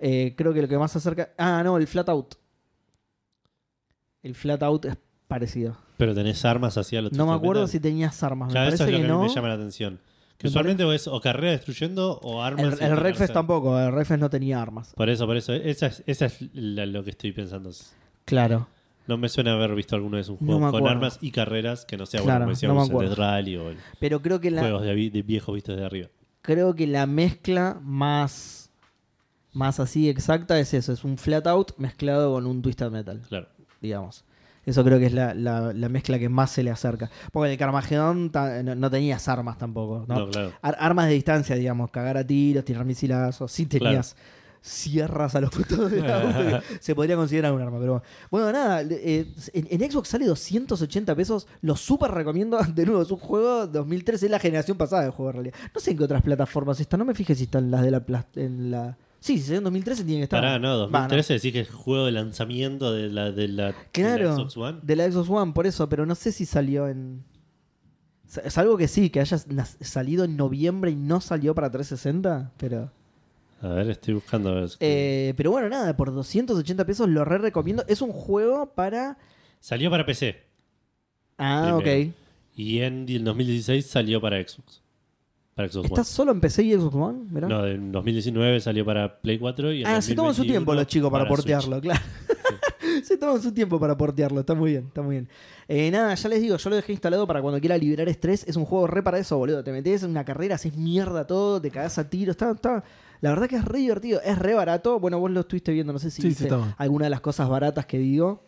Eh, creo que lo que más se acerca. Ah, no, el Flat Out. El Flat Out es parecido. Pero tenés armas hacia los No me acuerdo si Twisted tenías armas. Metal. Claro, Me eso parece es lo que que, a mí no. me llama la atención. Que Me usualmente es o carrera destruyendo o armas. El, y- el Redfest o sea, tampoco. El Redfest no tenía armas. Por eso, por eso. Esa es, esa es la- lo que estoy pensando. Claro. No me suena haber visto alguno de esos No juegos me con acuerdo. armas y carreras que no sea bueno, como Claro, no me decíamos, el acuerdo. Death Rally o el- Pero creo que la, juegos de, vi- de viejos vistos de arriba. creo que la mezcla más, más así exacta es eso. Es un flat out mezclado con un twisted metal, Claro. digamos. Eso creo que es la, la- la mezcla que más se le acerca. Porque en el Carmageddon ta- no, no tenías armas tampoco. ¿no? No, claro. Ar- armas de distancia, digamos. Cagar a tiros, tirar misilazos. Sí tenías sierras a los putos de la auto que Se podría considerar un arma, pero bueno. Bueno, nada. eh, en, en Xbox sale 280 pesos. Lo súper recomiendo. De nuevo, es un juego 2013. Es la generación pasada de juego en realidad. No sé en qué otras plataformas está. No me fijé si están las de la... plas- En la... Sí, si salió en 2013 tiene que estar. Pará, no, Va, 2013 decís que es juego de lanzamiento de la, de la, de la Claro. Xbox One. De la Xbox One, por eso, pero no sé si salió en. Sa- Es algo que sí, que haya nas- salido en noviembre y no salió para 360, pero. A ver, estoy buscando. A ver. Eh, pero bueno, nada, por 280 pesos lo re recomiendo. Es un juego para. Salió para PC. Ah, Primero. ok. Y en el 2016 salió para Xbox. Para Xbox ¿Estás solo en PC y Xbox One? Mirá. One. No, en 2019 salió para Play 4 y en ah, se toman su 2021 tiempo los chicos para, Switch. portearlo, claro. se toman su tiempo para portearlo, está muy bien, está muy bien. Eh, nada, ya les digo, yo lo dejé instalado para cuando quiera liberar estrés. Es un juego re para eso, boludo. Te metes en una carrera, haces mierda todo, te cagás a tiro, está, está. La verdad que es re divertido, es re barato. Bueno, vos lo estuviste viendo, no sé si Sí, sí, viste estaba. alguna de las cosas baratas que digo.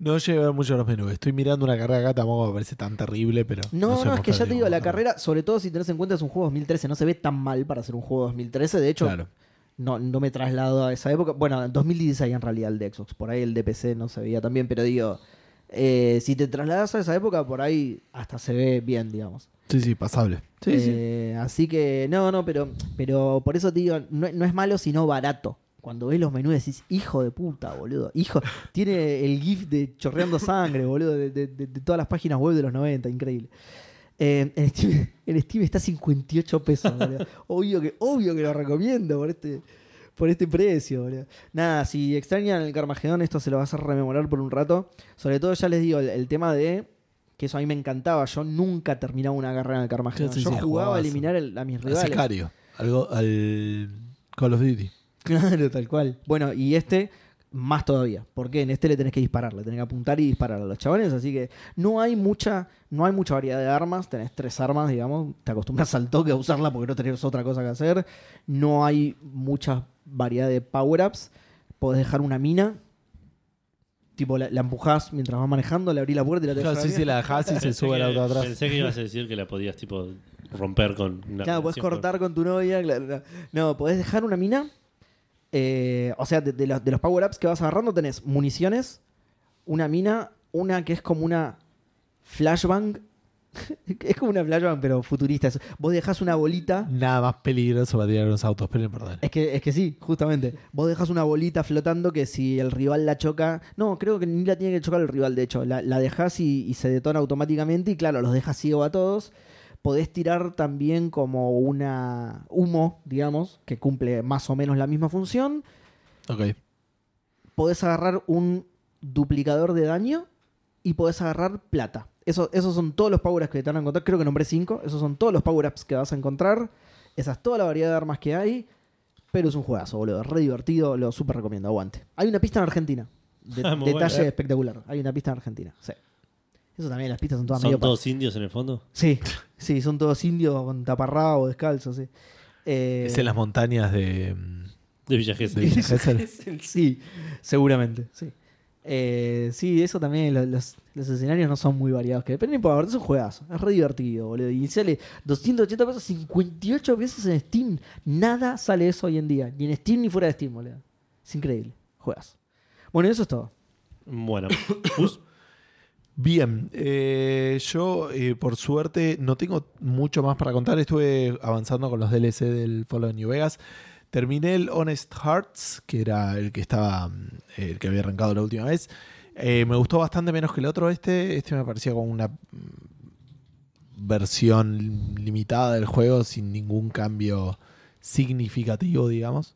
No llegué a ver mucho los menús. Estoy mirando una carrera acá, tampoco me parece tan terrible, pero. No, no, sé es cómo que ya está, te digo, la no. carrera, sobre todo si tenés en cuenta es un juego 2013, no se ve tan mal para ser un juego 2013. De hecho, Claro. no, no me traslado a esa época. Bueno, en 2016 en realidad el de Xbox, por ahí el de PC no se veía tan bien, pero digo, eh, si te trasladas a esa época, por ahí hasta se ve bien, digamos. Sí, sí, pasable. Sí, sí. Eh, Así que, no, no, pero, pero por eso te digo, no, no es malo, sino barato. Cuando ves los menús decís, hijo de puta, boludo. Hijo, tiene el GIF de chorreando sangre, boludo, de, de- de- de todas las páginas web de los 90, increíble. Eh, en, Steam, en Steam está 58 pesos, boludo. Obvio que, obvio que lo recomiendo por este, por este precio, boludo. Nada, si extrañan el Carmagedón, esto se lo vas a rememorar por un rato. Sobre todo, ya les digo, el, el tema de. Que eso a mí me encantaba. Yo nunca terminaba una carrera en el Carmagedón. Sí, sí, Yo sí, jugaba a jugabas. eliminar el- a mis Al rivales. sicario. Algo al Call of Duty. Claro, tal cual. Bueno, y este más todavía, porque en este le tenés que disparar, le tenés que apuntar y disparar a los chavales, así que no hay mucha no hay mucha variedad de armas, tenés tres armas, digamos, te acostumbras al toque a usarla porque no tenés otra cosa que hacer, no hay mucha variedad de power-ups, podés dejar una mina, tipo la, la empujás mientras vas manejando, le abrís la puerta y la te Claro, dejas sí, la sí, mina. la dejás y se Pensé sube el que- auto atrás. Pensé que ibas a decir que la podías, tipo, romper con una. Claro, podés relación con- cortar con tu novia. claro, no. No, podés dejar una mina. eh, o sea, de, de los, de los power-ups que vas agarrando tenés municiones, una mina, una que es como una flashbang. es como una flashbang, pero futurista. Es- Vos dejás una bolita. Nada más peligroso para tirar los autos, pero perdón. Es que, es que sí, justamente. Vos dejas una bolita flotando que si el rival la choca. No, creo que ni la tiene que chocar el rival, de hecho. La, la dejas y, y se detona automáticamente. Y claro, los dejas ciego a todos. Podés tirar también como una humo, digamos, que cumple más o menos la misma función. Ok. Podés agarrar un duplicador de daño y podés agarrar plata. Eso- esos son todos los power-ups que te van a encontrar. Creo que nombré 5. Esos son todos los power-ups que vas a encontrar. Esa es toda la variedad de armas que hay. Pero es un juegazo, boludo. Re divertido. Lo súper recomiendo. Aguante. Hay una pista en Argentina. De- Ah, detalle muy bueno. espectacular. Hay una pista en Argentina. Sí. Eso también, las pistas son todas medio ¿Son pa- todos indios en el fondo? Sí, sí, son todos indios con taparrabo, descalzos. Sí. Eh, Es en las montañas de. mm, De Villa Gesell. de Villa Gesell. Es el- sí, seguramente, sí. Eh, sí, eso también, lo- los, los escenarios no son muy variados. Que, pero no importa, es un juegazo, es re divertido, boludo. Y sale 280 pesos, 58 veces en Steam. Nada sale eso hoy en día, ni en Steam ni fuera de Steam, boludo. Es increíble, juegazo. Bueno, eso es todo. Bueno, Gus, Bien, eh, yo eh, por suerte no tengo mucho más para contar. Estuve avanzando con los DLC del Fallout New Vegas. Terminé el Honest Hearts, que era el que estaba, mm, el que había arrancado la última vez. Eh, me gustó bastante menos que el otro este. Este me parecía como una mm, versión limitada del juego sin ningún cambio significativo, digamos.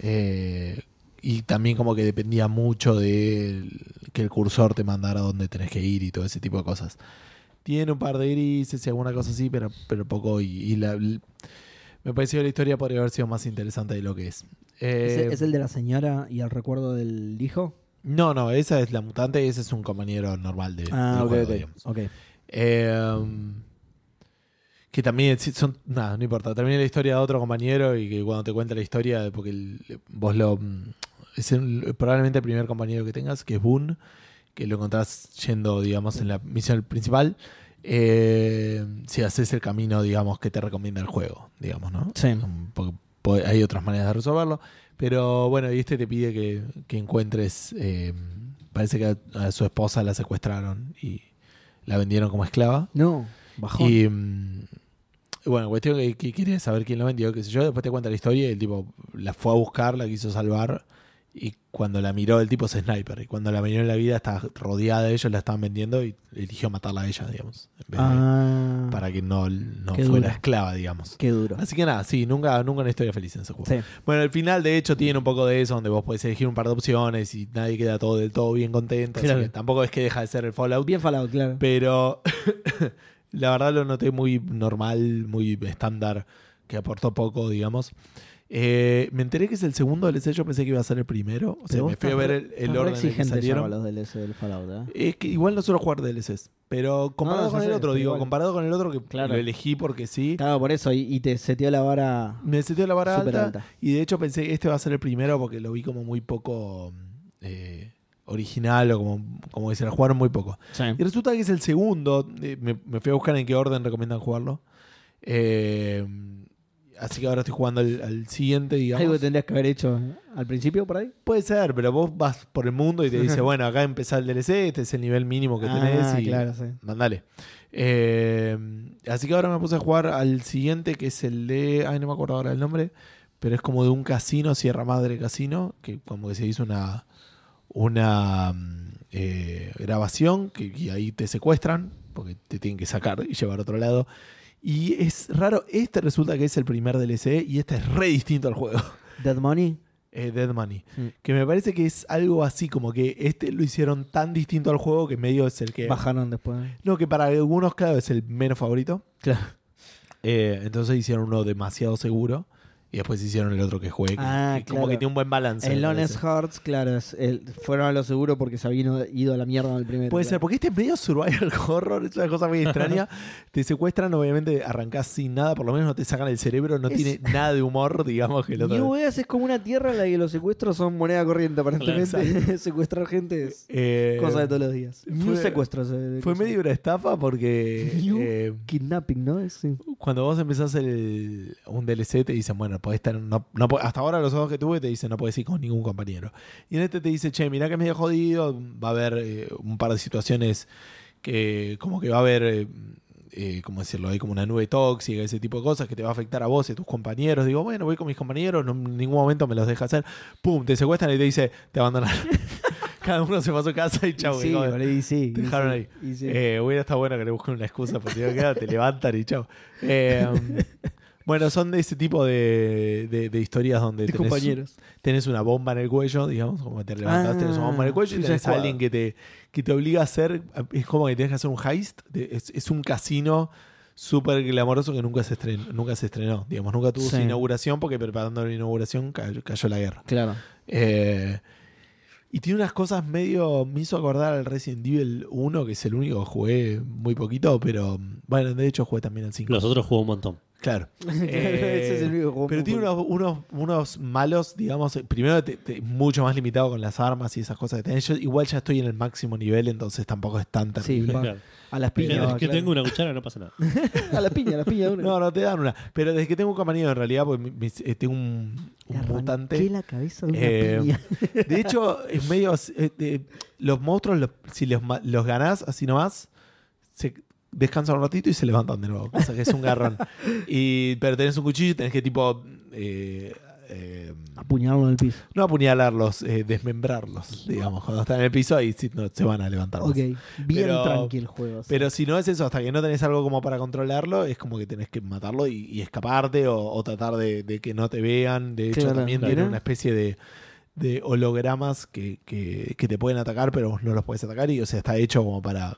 Eh, y también como que dependía mucho de el- que el cursor te mandara dónde tenés que ir y todo ese tipo de cosas. Tiene un par de grises y alguna cosa así, pero, pero poco. Y, y la- l- me pareció que la historia podría haber sido más interesante de lo que es. ¿Es, Eh, el- es el de la señora y el recuerdo del hijo? No, no, esa es la mutante y ese es un compañero normal de, Ah, del ok, juego, ok, digamos. ok. Eh, que también si- son. Nada, no importa. Termina la historia de otro compañero y que cuando te cuenta la historia, porque el- vos lo. mm, Es el- probablemente el primer compañero que tengas, que es Boone, que lo encontrás yendo, digamos, en la misión principal. eh, si haces el camino, digamos, que te recomienda el juego, digamos, ¿no? Sí. Un po- po- hay otras maneras de resolverlo. Pero bueno, y este te pide que, que encuentres. eh, parece que a- a su esposa la secuestraron y la vendieron como esclava. No, bajón. Y mm, bueno, cuestión que, que quiere saber quién lo vendió, qué sé yo. Después te cuenta la historia y el tipo la fue a buscar, la quiso salvar Y cuando la miró, el tipo es sniper. Y cuando la miró en la vida, está rodeada de ellos, la estaban vendiendo y eligió matarla a ella, digamos. en vez de- Ah, para que no, no Qué fuera duro. esclava, digamos. qué duro. Así que nada, sí, nunca, nunca una historia feliz en ese juego. Sí. Bueno, el final de hecho tiene un poco de eso, donde vos podés elegir un par de opciones y nadie queda todo del todo bien contento. así Claro. que tampoco es que deja de ser el Fallout. Bien Fallout, claro. Pero la verdad lo noté muy normal, muy estándar, que aportó poco, digamos. Eh, me enteré que es el segundo DLC, yo pensé que iba a ser el primero. O sea, Pero vos me fui a estás ver re- el, el estás re orden en el que exigente ya salieron. con los DLC del Fallout, ¿eh? Es que igual no suelo jugar DLCs, pero comparado No, ya con el sé, otro, pero digo, igual. comparado con el otro que Claro. lo elegí porque sí, Claro, por eso. Y, y te seteó la vara. me setió la vara Súper alta, alta. y de hecho pensé que este va a ser el primero porque lo vi como muy poco eh, original o como, como que se la jugaron muy poco. Y resulta que es el segundo, eh, me, me fui a buscar en qué orden recomiendan jugarlo. Eh, así que ahora estoy jugando al, al siguiente, Algo que digamos. tendrías que haber hecho ¿eh? al principio por ahí. Puede ser, pero vos vas por el mundo y te dice, bueno, acá empezá el DLC, este es el nivel mínimo que ah, tenés y claro, sí. Mandale. Eh, así que ahora me puse a jugar al siguiente, que es el de. Ay, no me acuerdo ahora el nombre. Pero es como de un casino, Sierra Madre Casino, que como que se hizo una. Una mm, eh, grabación que, y ahí te secuestran porque te tienen que sacar y llevar a otro lado. Y es raro, este resulta que es el primer DLC y este es re distinto al juego. Dead Money. eh, Dead Money. Mm. Que me parece que es algo así, como que este lo hicieron tan distinto al juego que medio es el que Bajaron después. no, que para algunos, claro, es el menos favorito. Claro. Eh, entonces hicieron uno demasiado seguro. Y después hicieron el otro que juegue. que- Ah, que Como claro. que tiene un buen balance. el me parece. Honest Hearts, claro, es el- fueron a lo seguro porque se habían ido a la mierda del primero. Puede ser, claro. porque este es medio survival horror, es una cosa muy extraña. te secuestran, obviamente arrancás sin nada, por lo menos no te sacan el cerebro, no Es- tiene nada de humor, digamos que el otro. New Vegas es como una tierra en la que los secuestros son moneda corriente, aparentemente. Claro. Secuestrar gente es Eh, cosa de todos los días. fue- New secuestros. eh, Fue cosa. medio una estafa porque New- eh, Kidnapping, ¿no? Es, sí. cuando vos empezás el, un DLC te dicen, bueno, podés estar, no, no po- hasta ahora los ojos que tuve te dicen, no podés ir con ningún compañero. Y en este te dice, che, mirá que es medio jodido, va a haber eh, un par de situaciones que como que va a haber, eh, eh, ¿cómo decirlo? Hay como una nube tóxica, ese tipo de cosas que te va a afectar a vos y a tus compañeros. Digo, bueno, voy con mis compañeros, no- en ningún momento me los deja hacer. Pum, te secuestran y te dice, te abandonan. Cada uno se va a su casa y chau. sí, y como- boludo, y sí, te y dejaron sí, ahí. y sí. eh, hubiera estado bueno que le busquen una excusa, porque si no queda, te levantan y chao. Eh, bueno, son de ese tipo de, de- de historias donde De tenés, compañeros. tenés una bomba en el cuello, digamos, como te levantás, Ah, tenés una bomba en el cuello y Suicide tenés a Squad. alguien que te, que te obliga a hacer, es como que tenés que hacer un heist, de- es, es un casino súper glamoroso que nunca se estrenó, nunca se estrenó, digamos, nunca tuvo su Sí. inauguración, porque preparando la inauguración cayó- cayó la guerra. Claro. Eh, y tiene unas cosas medio. Me hizo acordar al Resident Evil 1, que es el único que jugué muy poquito, pero. mm, Bueno, de hecho jugué también al 5. Los otros jugó un montón. Claro. Eh, Ese es el único juego pero muy tiene unos, unos, unos malos, digamos. eh, Primero, te- te- mucho más limitado con las armas y esas cosas que tenés. Yo igual ya estoy en el máximo nivel, entonces tampoco es tan Sí, terrible. va. Claro. a las Pero piñas. es va, que claro. tengo una cuchara, no pasa nada. A la piña, a la piña. de una. No, no te dan una. Pero desde que tengo un compañero, en realidad, porque mi- mis- eh, tengo un, un Le arranqué mutante. la cabeza de una Eh, piña. De hecho, es medio. eh, eh, los monstruos, los- si los, ma- los ganás así nomás, se descansan un ratito y se levantan de nuevo. Cosa que es un garrón. Y, pero tenés un cuchillo y tenés que, tipo. eh, eh, Apuñalarlo en el piso. no apuñalarlos, eh, desmembrarlos, digamos. Cuando están en el piso, ahí sí, no, se van a levantar. más. Ok. Bien Pero- tranqui el juego. sí. Pero si no es eso, hasta que no tenés algo como para controlarlo, es como que tenés que matarlo y, y escaparte o, o tratar de, de que no te vean. De hecho, Claro, también claro. tiene una especie de, de hologramas que, que- que te pueden atacar, pero vos no los puedes atacar. Y o sea, está hecho como para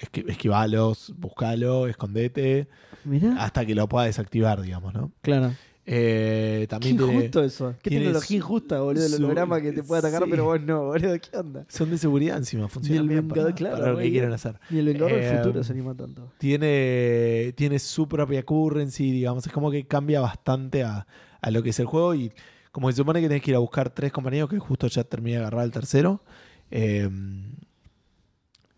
esqui- esquivalos, buscalo, escondete, Mirá. hasta que lo puedas desactivar, digamos, ¿no? Ah, claro. Eh, Qué también tiene- injusto eso. Qué tiene tecnología su- injusta, boludo. El su- holograma que te puede atacar, sí. pero vos no, boludo. ¿Qué onda? son de seguridad encima, funcionan Del bien para, Vengador, claro, para lo muy que bien. quieren hacer. Ni el Vengador del Eh, futuro se anima tanto. tiene, tiene su propia currency, digamos. Es como que cambia bastante a, a lo que es el juego. Y como se supone que tenés que ir a buscar tres compañeros, que justo ya terminé de agarrar el em, tercero. eh,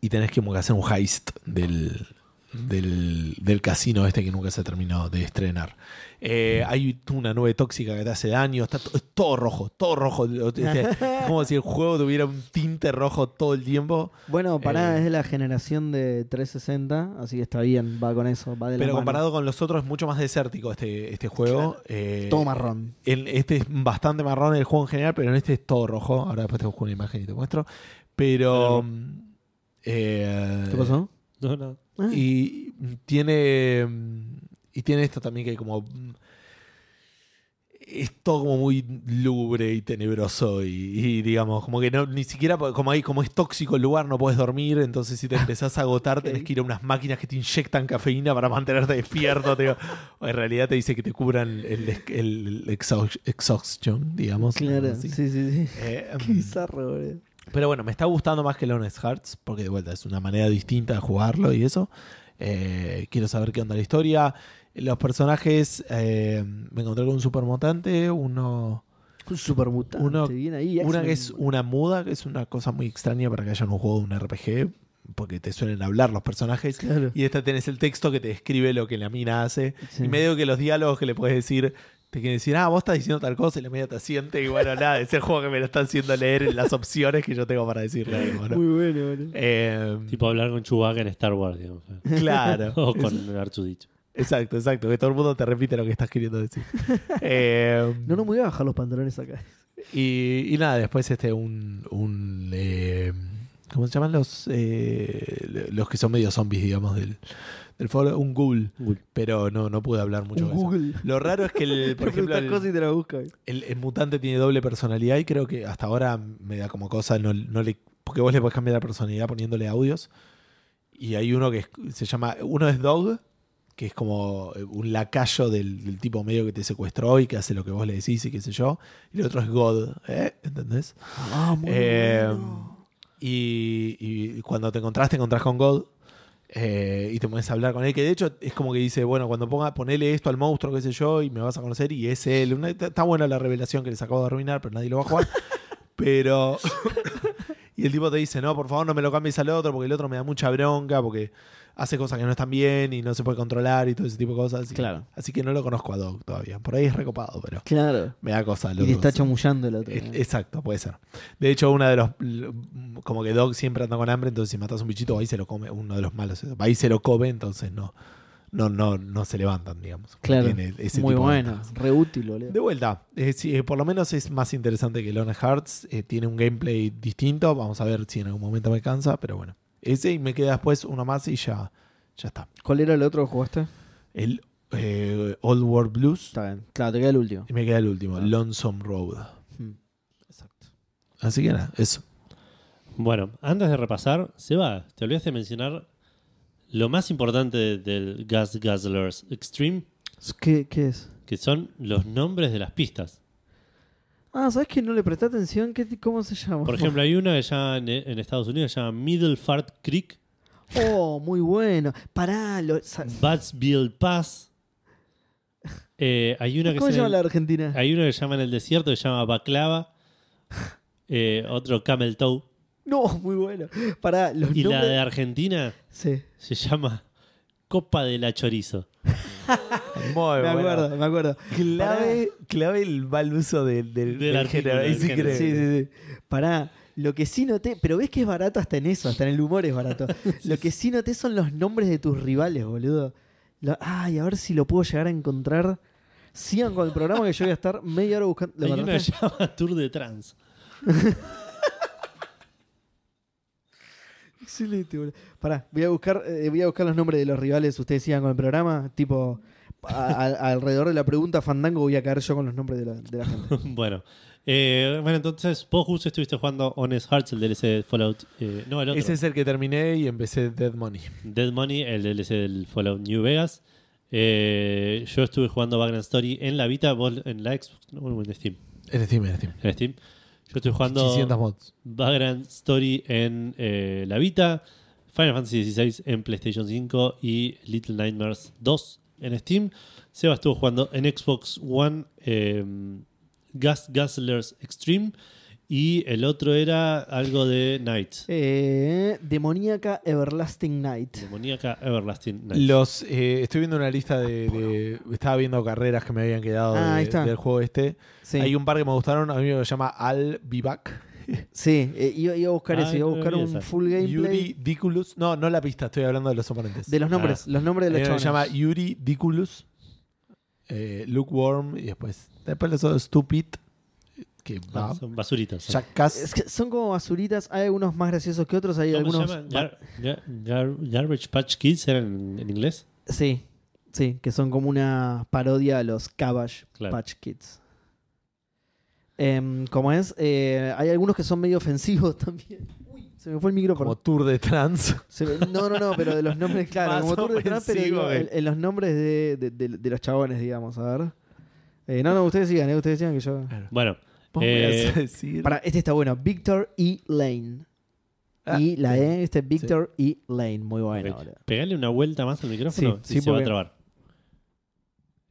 y tenés que como que hacer un heist del, del, del casino este que nunca se terminó de estrenar. Eh, hay una nube tóxica que te hace daño, está to- es todo rojo, todo rojo. O sea, Es como si el juego tuviera un tinte rojo todo el tiempo. Bueno, pará, Eh. es de la generación de 360, así que está bien, va con eso, va de la Pero mano. comparado con los otros es mucho más desértico este, este juego. Eh, Todo marrón. el- este es bastante marrón el juego en general, pero en este es todo rojo. Ahora después te busco una imagen y te muestro. Pero... mm, eh, ¿Qué pasó? No, no. Ah. Y tiene. mm, Y tiene esto también que como. mm, Es todo como muy lúgubre y tenebroso. Y, y, digamos, como que no, ni siquiera. po- Como hay, como es tóxico el lugar, no puedes dormir. Entonces, si te empezás a agotar, Ok. tenés que ir a unas máquinas que te inyectan cafeína para mantenerte despierto. te digo. O en realidad te dice que te cubran el, des- el, el exhaust- exhaustion, digamos. Claro, algo así. sí, sí, sí. Eh, Qué bizarro, boludo. pero bueno, me está gustando más que Lones Hearts, porque de vuelta es una manera distinta de jugarlo y eso. Eh, quiero saber qué onda la historia. Los personajes, eh, me encontré con un supermutante, uno, Un supermutante. Uno- bien ahí, una que X-Men. es una muda, que es una cosa muy extraña para que haya en un juego de un RPG, porque te suelen hablar los personajes. Claro. Y esta tenés el texto que te describe lo que la mina hace. Sí. Y medio que los diálogos que le puedes decir, te quieren decir, ah, vos estás diciendo tal cosa, y la media te asiente. Y bueno, nada, es el juego que me lo está haciendo leer en las opciones que yo tengo para decirle. digamos, ¿no? Muy bueno, boludo. Eh, Tipo hablar con Chewbacca en Star Wars, digamos. claro. o con Archudito. Exacto, exacto. Que todo el mundo te repite lo que estás queriendo decir. Eh, No, no me voy a bajar los pantalones acá. y, y nada, después este un... un eh, ¿Cómo se llaman los eh, los que son medio zombies, digamos, del, del foro? Un ghoul. Pero no, no pude hablar mucho Un de eso. Google. Lo raro es que, el, por Te ejemplo, preguntas el- cosas y te la busca. El, el mutante tiene doble personalidad y creo que hasta ahora me da como cosa, no, no le, porque vos le podés cambiar la personalidad poniéndole audios. Y hay uno que es- se llama, uno es Dog, que es como eh, un lacayo del, del tipo medio que te secuestró y que hace lo que vos le decís y qué sé yo. Y el otro es God, ¿eh? ¿entendés? Ah, muy Eh, bueno. Y, y cuando te encontrás, te encontrás con God. eh, y te pones a hablar con él, que de hecho es como que dice, bueno, cuando ponga, ponele esto al monstruo, qué sé yo, y me vas a conocer, y es él. Una- está, está buena la revelación que les acabo de arruinar, pero nadie lo va a jugar. pero... y el tipo te dice, no, por favor no me lo cambies al otro, porque el otro me da mucha bronca, porque hace cosas que no están bien y no se puede controlar y todo ese tipo de cosas. Así, Claro. así que no lo conozco a Doc todavía. Por ahí es recopado, pero Claro. me da cosa. Y loco, te está así. chamullando el otro. Es- Eh, Exacto, puede ser. De hecho, una de los. l- Como que Dog siempre anda con hambre, entonces si matas un bichito, va y se lo come. Uno de los malos. Va y se lo come, entonces no. No, no, no se levantan, digamos. Claro. Tiene ese Muy tipo de bueno. ventajas. Re útil, boludo. De vuelta, eh, sí, eh, por lo menos es más interesante que Lone Hearts. eh, tiene un gameplay distinto. Vamos a ver si en algún momento me cansa, pero bueno. Ese y me queda después uno más y ya, ya está. ¿Cuál era el otro que jugaste? El eh, Old World Blues. Está bien. Claro, te queda el último. Y me queda el último, Ah. Lonesome Road. Mm. Exacto. Así que nada, eso. Bueno, antes de repasar, Seba, te olvidaste de mencionar lo más importante del Gas Guzzlers Extreme, ¿Qué, qué es? que son los nombres de las pistas. Ah, ¿sabes que no le presté atención? ¿Qué, ¿Cómo se llama? Por ejemplo, hay una que ya en, en Estados Unidos se llama Middle Fart Creek, Oh, muy bueno. Pará, lo, sa- Batsville Pass. Eh, hay una que ¿cómo se en llama el- la Argentina? Hay uno que se llama en el desierto, que se llama Baclava. Eh, otro Camel Toe. No, muy bueno. Pará, los Y la nombres. de Argentina Sí, se llama Copa de la Chorizo. Muy me bueno. acuerdo, me acuerdo. Clave, clave el mal uso del, del, Del del artículo, género. del Es increíble. género. Pará, sí, sí, sí. Pará, lo que sí noté, pero ves que es barato hasta en eso, hasta en el humor es barato. lo que sí noté son los nombres de tus rivales, boludo. Lo- ay, a ver si lo puedo llegar a encontrar. Sigan con el programa que yo voy a estar media hora buscando. ¿Lo Hay una que encontraste? se llama Tour de Trans. Excelente, boludo. Pará, voy a buscar, eh, voy a buscar los nombres de los rivales. Ustedes sigan con el programa. Tipo, a- a- alrededor de la pregunta Fandango voy a caer yo con los nombres de la, de la gente. bueno. Eh, bueno, entonces vos justo estuviste jugando Honest Hearts, el DLC de Fallout. eh, no, el otro. Ese es el que terminé y empecé Dead Money. Dead Money, el DLC del Fallout New Vegas. Eh, yo estuve jugando Vagrant Story en la Vita, vos en la Xbox, no, en Steam. En Steam, en Steam. En Steam. Yo estuve jugando. 600 mods. Vagrant Story en eh, la Vita, Final Fantasy XVI en PlayStation 5 y Little Nightmares 2 en Steam. Seba estuvo jugando en Xbox One eh, Gas Guzzlers em, Extreme Y el otro era algo de Knights. Eh, Demoníaca Everlasting Night. Demoníaca Everlasting Knights. Los, eh, estoy viendo una lista de, de- Estaba viendo carreras que me habían quedado Ah, de- ahí está. del juego este. Sí, Hay un par que me gustaron. A mí me llama Al Vivac. sí eh, iba, iba a buscar Ah, eso, iba a no buscar vi un esa. full gameplay Yuri Diculus. No, no la pista, estoy hablando de los oponentes. de los nombres, los nombres Hay de los uno que chavales. se llama Yuri Diculus. Eh, Lukewarm. Y después. Después los otros Stupid. Que va. Ah, son basuritas. son. Jackass. Es que son como basuritas, hay algunos más graciosos que otros, hay ¿Cómo algunos... se llaman? Gar- gar- gar- garbage Patch Kids eran en, en inglés. Sí, sí, que son como una parodia a los Cabbage Claro. Patch Kids. Em, como es, Eh, hay algunos que son medio ofensivos también. Uy, se me fue el micrófono. Como Tour de Trans. Se me- no, no, no, pero de los nombres, claro, Más como Tour de Trump, pero digo, ofensivo, en, eh. en los nombres de, de- de- de los chabones, digamos, a ver. Eh, no, no, ustedes sigan, eh, ustedes sigan que yo... Bueno, ¿Vos Eh, me vas a decir? Para, este está bueno, Victor E. Lane. Ah, y la E, este es Victor E. Lane, muy bueno. boludo. pegarle una vuelta más al micrófono Sí, y se sí, va porque- a trabar.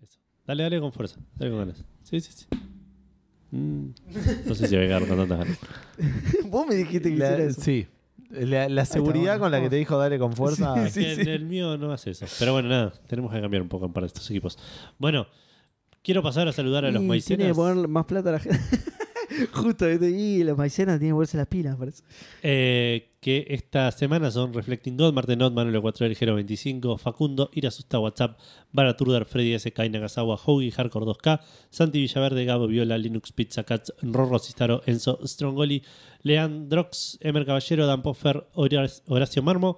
Eso. Dale, dale con fuerza. Dale con ganas. Sí, sí, sí. Mm, no sé si voy a quedar con tantas ganas. Vos me dijiste que La- hiciera eso. Sí. La, la seguridad bueno, con la que vamos. te dijo dale con fuerza. Sí, en sí. Ah, el mío no hace eso. Pero bueno, nada, tenemos que cambiar un poco para estos equipos. Bueno, quiero pasar a saludar a los Y Tiene que maicenas. poner más plata a la gente. Justo, ¿viste? y los maicenas tienen que ponerse las pilas, parece. eh, que esta semana son Reflecting God, Marten Not, Manuel 4 Ligero 25, Facundo, Irasusta WhatsApp, Baraturder, Freddy S. Kai Nagasawa, Hogi, Hardcore 2K, Santi Villaverde, Gabo Viola, Linux Pizza Cats, Rorro Cistaro, Enzo Strongoli, Leandrox, Emer Caballero, Dan Poffer, Horas- Horacio Marmo,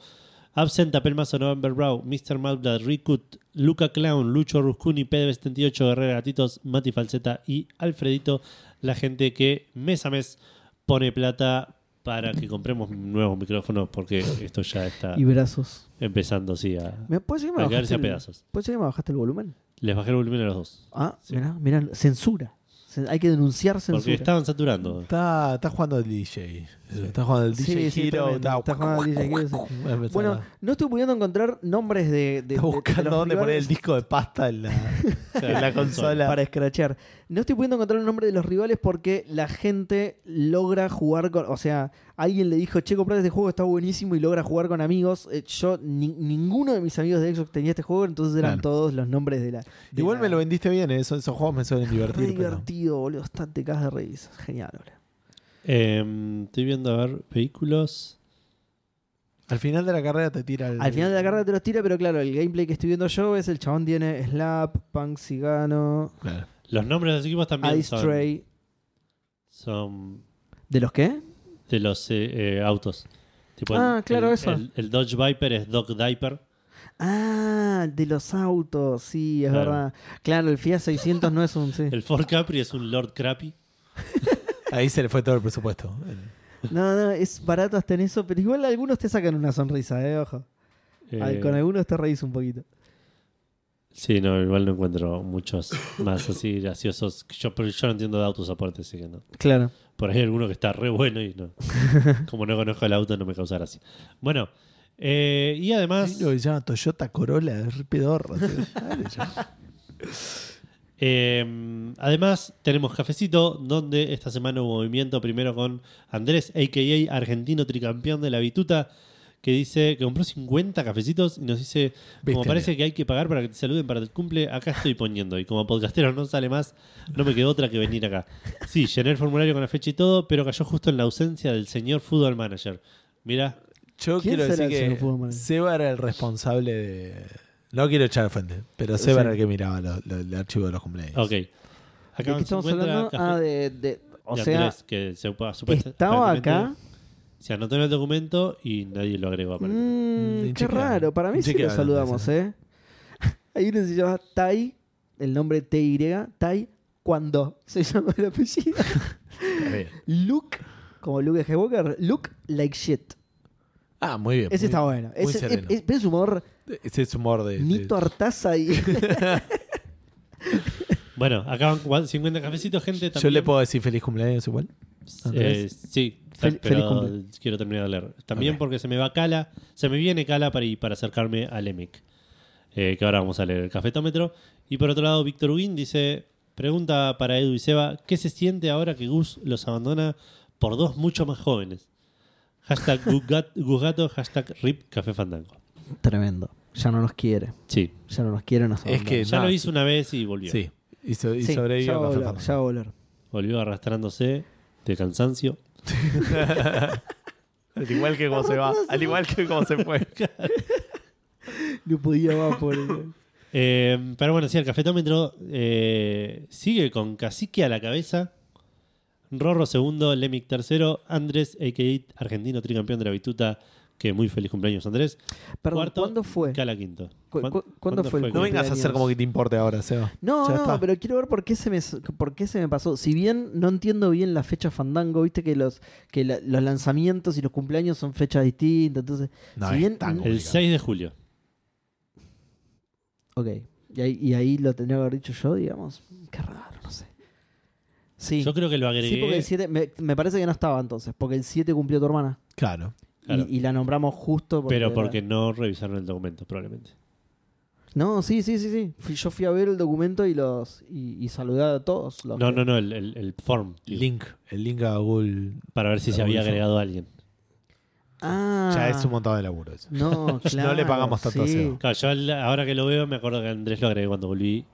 Absenta, Pelmazo, November Brow, Mr. Madblad, Rikut, Luca Clown, Lucho Ruscuni, PD78, Guerrera Gatitos, Mati Falseta y Alfredito, la gente que mes a mes pone plata para que compremos nuevos micrófonos porque esto ya está Y brazos. empezando así a... ¿Me, ¿Puede ser que me A Ah. quedarse bajaste a el- pedazos. ¿Puede ser que me bajaste el volumen? Les bajé el volumen a los dos. Ah, Sí. mirá, mirá, censura. Cen- Hay que denunciar censura. Porque estaban saturando. Está, está jugando el DJ. Está jugando el Sí, DJ sí, Hero. tremendo. Está, Está jugando el DJ Hero, sí. Va a empezar Bueno, a- no estoy pudiendo encontrar nombres de. de- de- de está los buscando dónde poner rivales el disco de pasta en la, O sea, en la consola. Para escrachar. No estoy pudiendo encontrar el nombre de los rivales porque la gente logra jugar con. O sea, alguien le dijo, che, comprate este juego, está buenísimo y logra jugar con amigos. Eh, yo, ni- ninguno de mis amigos de Xbox tenía este juego, entonces eran Claro. todos los nombres de la. de Igual la- me lo vendiste bien, eh, esos, esos juegos me suelen Re divertir. pero- divertido, boludo. Estante cajas de revistas. Genial, Eh, boludo. Em, estoy viendo a ver vehículos. Al final de la carrera te tira el. Al final de eh. la carrera te los tira, pero claro, el gameplay que estoy viendo yo es el chabón tiene Slap, Punk Cigano, Claro. Los nombres de los equipos también Ice son, Tray. son ¿De los qué? de los eh, eh, autos. Tipo el- Ah, claro, el, eso. El, el Dodge Viper es Dog Diaper. Ah, de los autos, sí, es Claro. verdad. Claro, el Fiat 600 no es un... sí. El Ford Capri es un Lord Crappy. Ahí se le fue todo el presupuesto. No, no, es barato hasta en eso, pero igual algunos te sacan una sonrisa, eh, ojo. Al- Eh, Con algunos te reís un poquito. Sí, no, igual no encuentro muchos más así graciosos. Yo, pero yo no entiendo de autos aparte, así que no. Claro. Por ahí hay alguno que está re bueno y no. Como no conozco el auto, no me causa gracia. Bueno, eh, y además. Lo que se llama Toyota Corolla, es re pedorro. tío. Dale, ya. Eh, además, tenemos cafecito, donde esta semana hubo movimiento primero con Andrés, a.k.a. argentino tricampeón de la bituta, que dice que compró 50 cafecitos y nos dice, como Bestia. parece que hay que pagar para que te saluden para el cumple, acá estoy poniendo. Y como podcastero no sale más, no me quedó otra que venir acá. Sí, llené el formulario con la fecha y todo, pero cayó justo en la ausencia del señor fútbol manager. Mira, Yo ¿Quién quiero será decir el señor Fútbol que Manager? Seba era el responsable de. No quiero echar al frente, pero Seba Sí. era el que miraba lo- lo- el archivo de los cumpleaños. ok. ¿De Acá qué estamos hablando? Ah, de... de- o sea, Andrés, que se, supuesta- estaba aparentemente- acá... Se anotó en el documento y nadie lo agregó. aparentemente. Mm, qué Inchequeable. raro, para mí sí lo Inchequeable, saludamos, ¿eh? Hay uno que se llama Tai, el nombre TY, Tai cuando se llama el apellido. Está bien. Luke, como Luke de Skywalker, Luke like shit. Ah, muy bien. Ese muy- está bueno. muy Ese es, sereno. es- es humor Ese es humor de. de- Nito Artaza y Bueno, acá van cua- 50 cafecitos, gente. También, Yo le puedo decir feliz cumpleaños igual. Eh, Andrés. sí, Fel- feliz pero cumple. quiero terminar de leer. También Ok. porque se me va Cala, se me viene Cala para, y para acercarme al EMIC. eh, que ahora vamos a leer el cafetómetro. Y por otro lado, Víctor Huguín dice: Pregunta para Edu y Seba: ¿Qué se siente ahora que Gus los abandona por dos mucho más jóvenes. Hashtag Gugat- Gugato, hashtag RIP Café Fandango. Tremendo. Ya no nos quiere. Sí. Ya no nos quiere. Nos Es que- abandona. Ya no, lo hizo sí. una vez y volvió. Sí. Y, so- y Sí, sobrevivió ya a va a Café volver, Fandango. ya va a volver. Volvió arrastrándose de cansancio. Al igual que como se va. Al igual que como se fue. No podía más, pobre. Eh, pero bueno, sí, el cafetómetro eh, sigue con Cacique a la cabeza. Rorro segundo, Lemic tercero, Andrés, a.k.a. argentino tricampeón de la bituta, que muy feliz cumpleaños Andrés. Perdón, Cuarto, ¿cuándo fue? Cala quinto. ¿Cu- ¿Cuán- cu- cuándo fue el No vengas a hacer Cumpleaños. como que te importe ahora, Seba. No, Ya no, está. pero quiero ver por qué se me por qué se me pasó. Si bien no entiendo bien la fecha fandango, viste que los que la- los lanzamientos y los cumpleaños son fechas distintas, entonces No, si es bien tan mm, El Complicado. 6 de julio. Ok. Y ahí, y ahí lo tendría que haber dicho yo, digamos. Qué raro, no sé. Sí. Yo creo que lo agregué. Sí, porque el 7 me, me parece que no estaba entonces, porque el 7 cumplió tu hermana Claro. Claro. y, y la nombramos justo porque pero porque no revisaron el documento, probablemente. No, sí, sí, sí, sí. Fui- yo fui a ver el documento y los y, y saludé a todos los No, que- no, no, el, el- el form. digo, Link. El link a Google. para ver si se Algún había form. agregado alguien. Ah. Ya es un montón de laburo eso. No, claro. No le pagamos tanto a sí. Seba. Claro, yo al- ahora que lo veo me acuerdo que Andrés lo agregué cuando volví.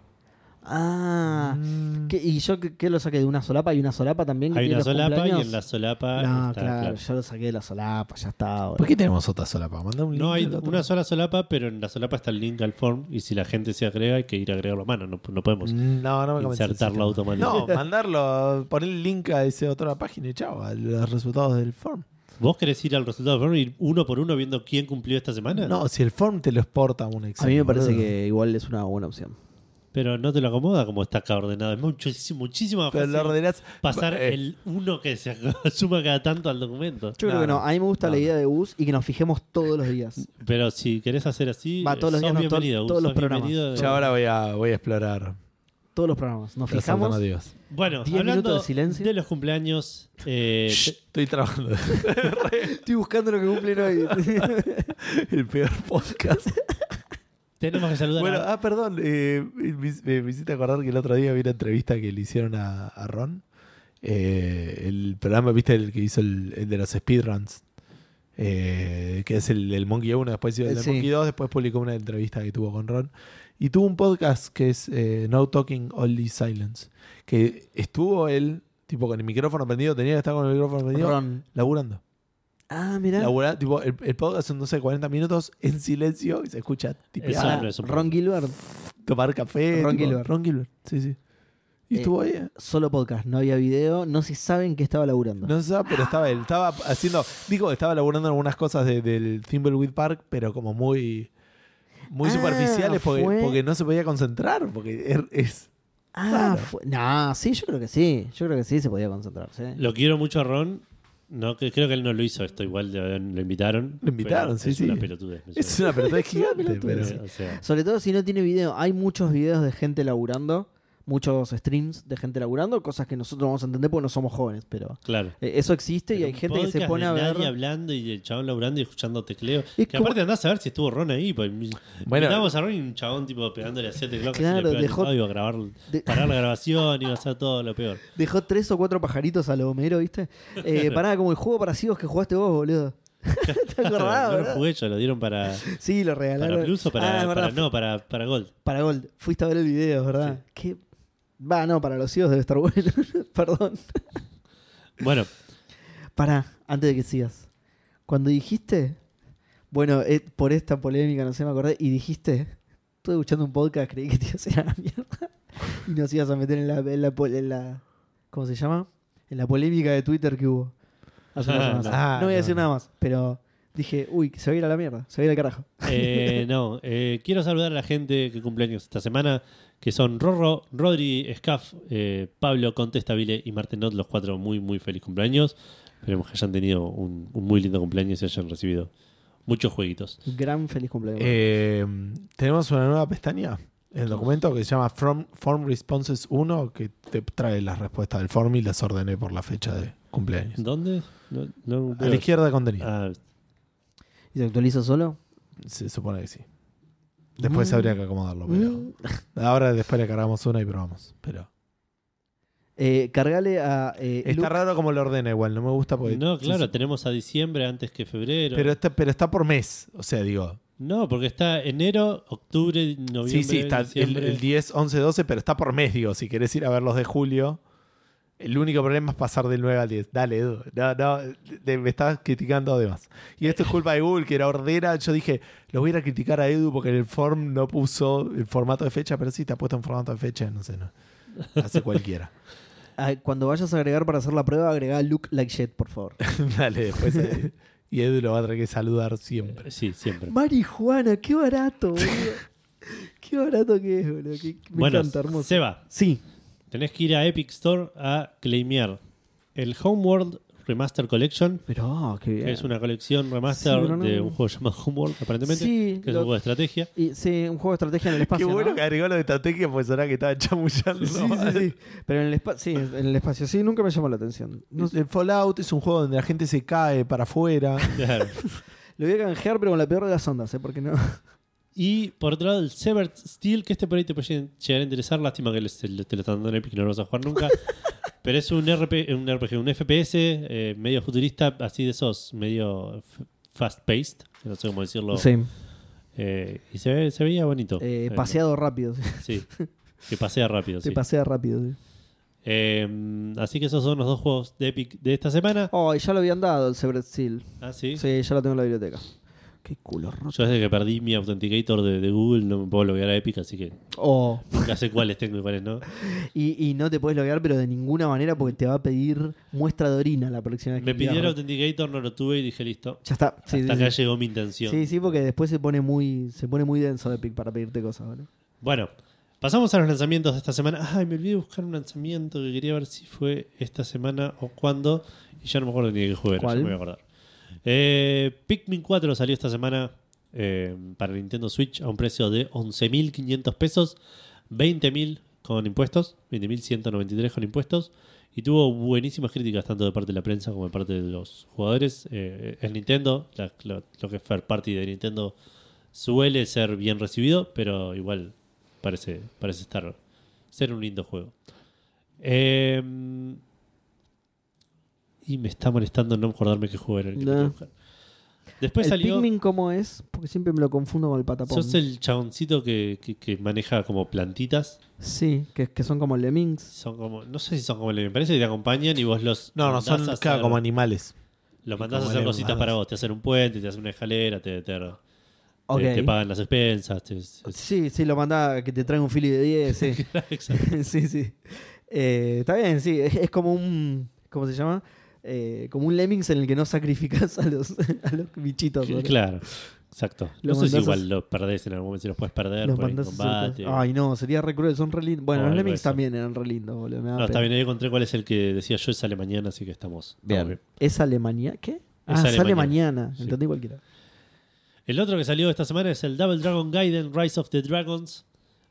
Ah. Mm. ¿Qué- ¿Y yo qué, qué lo saqué de una solapa? ¿Y una solapa también? que Hay tiene una los solapa y cumpleaños? en la solapa No, está, claro, claro. yo lo saqué de la solapa, ya está. boludo. ¿Por qué tenemos otra solapa? Manda un link. No hay a la otra. una sola solapa, pero en la solapa está el link al form y si la gente se agrega hay que ir a agregarlo a mano, no, no podemos Mm. Mm, No, no me convence el insertarlo sistema. No, automáticamente. mandarlo, poner el link a esa otra página y chao, a los resultados del form. ¿Vos querés ir al resultado del form y ir uno por uno viendo quién cumplió esta semana? No, si el form te lo exporta a un Excel. A mí me parece boludo. que igual es una buena opción. Pero no te lo acomoda como está acá ordenado. Es muchísimo, muchísimo más Pero fácil lo ordenás. pasar Eh, el uno que se suma cada tanto al documento. Yo No, creo que no. no. A mí me gusta No, la idea de Bus y que nos fijemos todos los días. Pero si querés hacer así, Va, todos los sos días, no, to- bienvenido. todos sos los programas. bienvenido. Ya ahora voy a, voy a explorar Todos los programas. Nos los fijamos. alternativas. Bueno, 10 hablando minutos de silencio. los cumpleaños, eh, Shh, te- estoy trabajando. Estoy buscando lo que cumplen hoy. el peor podcast. tenemos que saludar Bueno, a- ah, perdón. eh, me, me- me hiciste acordar que el otro día vi una entrevista que le hicieron a, a Ron. Eh, el programa, viste, el que hizo el, el de los speedruns. eh, que es el, del Monkey 1, después hizo el del Eh, Sí. Monkey 2, después publicó una entrevista que tuvo con Ron. Y tuvo un podcast que es eh, No Talking, Only Silence. Que estuvo él, tipo, con el micrófono prendido, tenía que estar con el micrófono prendido, Ron. laburando. Ah, mirá. Laburá- tipo, el, el podcast son, no sé, 40 minutos en silencio y se escucha tipear, Eso Ah, no es un Ron Gilbert. tomar café. Ron tipo, Gilbert. Ron Gilbert, sí, sí. Y Eh, estuvo ahí. eh. Solo podcast. No había video. No se saben que estaba laburando. No se sabe, pero estaba él. Estaba haciendo. Digo, estaba laburando en algunas cosas de- del Thimbleweed Park, pero como muy. Muy Ah, superficiales porque, fue- porque no se podía concentrar. Porque er- es. ah, claro. fue- nah, sí, yo creo que sí. Yo creo que sí se podía concentrar. sí. Lo quiero mucho a Ron. No, que- creo que él no lo hizo esto, igual de- lo invitaron. Lo invitaron, Pero sí, es sí. Una pelotudez, me Es suena. Eh, una pelota gigante. pero- pelotudez. O sea, Sobre todo si no tiene video. Hay muchos videos de gente laburando, muchos streams de gente laburando, cosas que nosotros vamos a entender porque no somos jóvenes, pero claro. eh, eso existe y Pero hay un gente que se podcast pone de a ver. Nadie hablando y el chabón laburando y escuchando tecleo. que Es como- aparte andás a ver si estuvo Ron ahí. Pues, Bueno. Mirábamos a Ron y un chabón tipo pegándole a siete teclados. Claro, le pegaba el dejó- teclado, iba a grabar, de- parar la grabación, iba a hacer todo lo peor. Dejó tres o cuatro pajaritos a lo Homero, ¿viste? Eh, pará, como el juego para ciegos que jugaste vos, boludo. ¿Te acordás, no lo verdad? jugué yo, lo dieron para, Sí, lo para regalaron. Plus o para, Ah, es para- verdad, no, para, para Gold. para Gold. Fuiste a ver el video, ¿verdad? ¿Qué? Va, no, para los ciegos debe estar bueno. Perdón. Bueno, Pará, antes de que sigas. Cuando dijiste, bueno, eh, por esta polémica, no sé, me acordé, y dijiste, estuve escuchando un podcast, creí que te ibas a ir a la mierda. Y nos ibas a meter en la, en la, pol- en la- ¿cómo se llama? En la polémica de Twitter que hubo. Hace unas Ah, semanas. no. Ah, no voy a no, decir no. nada más, pero dije, uy, que se va a ir a la mierda, se va a ir al carajo. Eh, no, eh, quiero saludar a la gente que cumple años esta semana, que son Rorro, Rodri, Scaff, eh, Pablo, Contestabile y Martenot, los cuatro muy, muy feliz cumpleaños. Esperemos que hayan tenido un, un muy lindo cumpleaños y hayan recibido muchos jueguitos. Gran feliz cumpleaños. Eh, tenemos una nueva pestaña en el documento que se llama From- Form Responses 1, que te trae las respuestas del form y las ordené por la fecha de cumpleaños. ¿Dónde? No, no A veo. la izquierda de contenido. Ah, ¿Y se actualiza solo? Se supone que sí. Después Mm. habría que acomodarlo, pero. Mm. Ahora después le cargamos una y probamos. Pero. Eh, cargale a eh, Está Luke- raro como lo ordena igual, no me gusta porque... No, claro, tenemos a diciembre antes que febrero. Pero está, pero está por mes, o sea, digo. no, porque está enero, octubre, noviembre. sí, sí, está el, diciembre. el 10, 11, 12, pero está por mes, digo. Si querés ir a ver los de julio, el único problema es pasar del 9 al 10. Dale, Edu. No, no, te- me estás criticando además. Y esto es culpa de Google, que era ordena. Yo dije, lo voy a ir a criticar a Edu porque en el form no puso el formato de fecha, pero sí está puesto en formato de fecha, no sé, no. Hace cualquiera. a- cuando vayas a agregar para hacer la prueba, agrega Look Like Jet, por favor. Dale, después. eh, y Edu lo va a tener que saludar siempre. Sí, siempre. Marijuana, qué barato, boludo. qué barato que es, boludo. Qué- me bueno, encanta, hermoso. Seba, Sí, tenés que ir a Epic Store a claimear el Homeworld Remaster Collection, pero ah, qué bien. que es una colección remaster Sí, pero no- de un juego llamado Homeworld, aparentemente, Sí, que es lo- un juego de estrategia. Y, sí, un juego de estrategia en el espacio. Qué bueno ¿no? que agregó lo de estrategia, pues ahora que estaba chamullando. Sí, sí, sí. Pero en el, espa- sí, en el espacio, sí, nunca me llamó la atención. No sé, El Fallout es un juego donde la gente se cae para afuera. Claro. lo voy a canjear, pero con la peor de las ondas, ¿eh? Porque no. Y por otro lado, el Severed Steel, que este por ahí te puede lleg- llegar a interesar. Lástima que les- te lo te lo están dando en Epic y no lo vas a jugar nunca. Pero es un, RP, un RPG, un FPS eh, medio futurista, así de esos, medio fast-paced. No sé cómo decirlo. Sí. Eh, y se, ve- se veía bonito. Eh, Eh, paseado rápido. sí. Sí. Que pasea rápido, Se sí. pasea rápido. sí. Eh, así que esos son los dos juegos de Epic de esta semana. Oh, y ya lo habían dado el Severed Seal. Ah, sí. Sí, ya lo tengo en la biblioteca. Qué culo roto. Yo desde que perdí mi Authenticator de, de Google no me puedo loguear a Epic, así que Oh. nunca sé cuáles tengo y cuáles no. Y, y no te puedes loguear, pero de ninguna manera, porque te va a pedir muestra de orina la próxima vez. que Me quieras. pidieron Authenticator, no lo tuve y dije listo. Ya está. Sí, Hasta sí, acá sí. llegó mi intención. Sí, sí, porque después se pone muy, se pone muy denso Epic para pedirte cosas, ¿vale? Bueno, pasamos a los lanzamientos de esta semana. Ay, me olvidé de buscar un lanzamiento que quería ver si fue esta semana o cuándo. Y ya no me acuerdo ni de qué juego era, ya ¿Cuál? me voy a acordar. Eh, Pikmin 4 salió esta semana eh, para Nintendo Switch a un precio de 11.500 pesos, 20.000 con impuestos, 20.193 con impuestos. Y tuvo buenísimas críticas tanto de parte de la prensa como de parte de los jugadores. Eh, es Nintendo, la- lo, lo que es Fair Party de Nintendo suele ser bien recibido, pero igual parece, parece estar ser un lindo juego. Eh, y me está molestando no acordarme qué juego era el que No. tenía que buscar. Después ¿El Pues salió. Pikmin cómo es? Porque siempre me lo confundo con el patapón. Sos el chaboncito que, que- que maneja como plantitas. Sí, que, que son como Lemmings. Son como. No sé si son como. Me parece que te acompañan y vos los. No, no, mandás son a hacer- claro, como animales. Los mandás a como hacer le- cositas mandás. para vos. Te hacen un puente, te hacen una escalera, te, te, te- Ok. te pagan las expensas. te- Sí, sí, lo manda que te traen un fili de 10, sí. Exacto. sí, sí. Eh, está bien, sí. Es, es como un. ¿Cómo se llama? Eh, como un Lemmings en el que no sacrificas a los, a los bichitos. ¿no? Claro, exacto. Lo No sé si mandás a- igual lo perdés en algún momento, si los puedes perder Los por ahí en mandás a hacer combate. cosas. Ay, no, sería re cruel. Son re lindos. Bueno, O los algo Lemmings de eso. también eran re lindos, boludo. me da no, pena. está bien, ahí encontré cuál es el que decía yo, sale mañana, así que estamos. estamos bien. ¿Es Alemania? ¿Qué? ah, sale sale mañana. mañana. Sí. Entendí cualquiera. El otro que salió esta semana es el Double Dragon Gaiden Rise of the Dragons,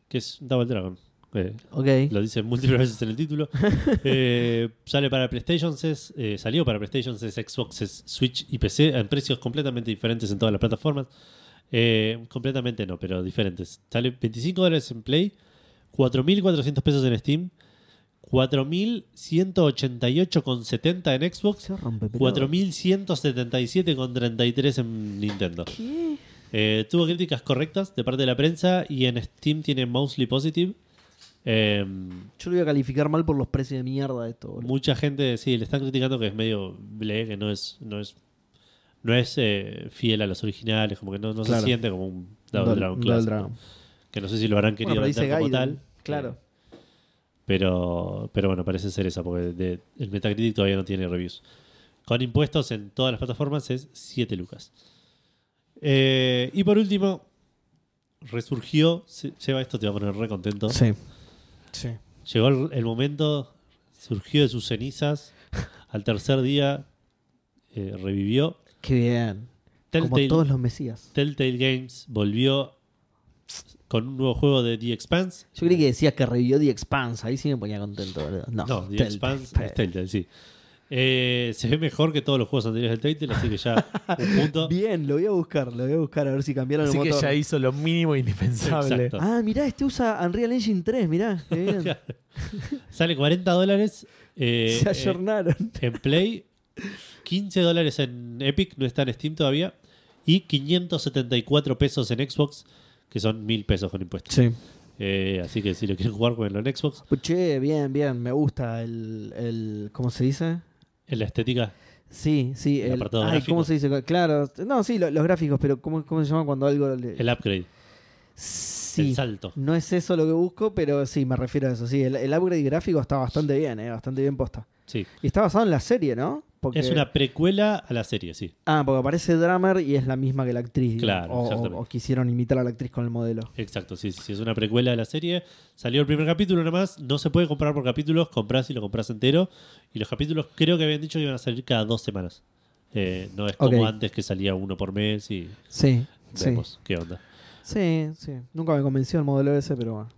que es Double Dragon. eh, Ok. lo dice múltiples veces en el título. Eh, sale para PlayStation, eh, salió para PlayStation, Xbox, Switch y PC en precios completamente diferentes en todas las plataformas. Eh, completamente no, pero diferentes. Sale 25 dólares en Play, 4.400 pesos en Steam, 4.188,70 en Xbox, Se rompe, pero- 4.177,33 en Nintendo. ¿Qué? Eh, tuvo críticas correctas de parte de la prensa y en Steam tiene mostly positive. Em, Yo lo voy a calificar mal por los precios de mierda de esto, boludo. Mucha gente, sí, le están criticando que es medio ble, que no es, no es, no es eh, fiel a los originales, como que no, no Claro. se siente como un Double Double- Dragon Double clásico. Dragon. Que no sé si lo habrán querido Bueno, pero dice vender como Gaiden, tal. Claro. Pero, pero bueno, parece ser esa, porque de- el Metacritic todavía no tiene reviews. Con impuestos en todas las plataformas es 7 lucas. Eh, y por último, resurgió. Se- Seba, esto te va a poner re contento. Sí. Sí. Llegó el, el momento, surgió de sus cenizas. Al tercer día eh, revivió. Qué bien. Como Telltale, todos los mesías. Telltale Games volvió con un nuevo juego de The Expanse. Yo creí que decías que revivió The Expanse, ahí sí me ponía contento, boludo. No, No, The Telltale. Expanse es Telltale, sí. Eh, se ve mejor que todos los juegos anteriores del Telltale, así que ya un punto. Bien, lo voy a buscar, lo voy a buscar a ver si cambiaron Así el que motor. ya hizo lo mínimo indispensable. Exacto. Ah, mirá, este usa Unreal Engine 3, mirá. qué bien. Sale 40 dólares eh, Se eh, ayornaron. en Play, 15 dólares en Epic, no está en Steam todavía, y 574 pesos en Xbox, que son 1000 pesos con impuestos. Sí. Eh, así que si lo quieren jugar, jueguenlo en Xbox. Che, bien, bien, me gusta el, el ¿cómo se dice? En la estética, Sí, sí, El el, apartado ay, gráfico. ¿cómo se dice? Claro, no, sí, lo- los gráficos, pero ¿cómo, cómo se llama cuando algo le- el upgrade, sí. el salto. No es eso lo que busco, pero sí, me refiero a eso. Sí, el, el upgrade gráfico está bastante bien, eh, bastante bien posta. Sí. Y está basado en la serie, ¿no? Porque, Es una precuela a la serie, sí. Ah, porque aparece Drummer y es la misma que la actriz. Claro, o- o, exactamente. o quisieron imitar a la actriz con el modelo. Exacto, sí, sí, sí, es una precuela de la serie. Salió el primer capítulo nomás, no se puede comprar por capítulos, compras y lo compras entero. Y los capítulos creo que habían dicho que iban a salir cada dos semanas. Eh, no es como Ok. antes que salía uno por mes y Sí, sí. vemos qué onda. Sí, sí. Nunca me convenció el modelo ese, pero bueno.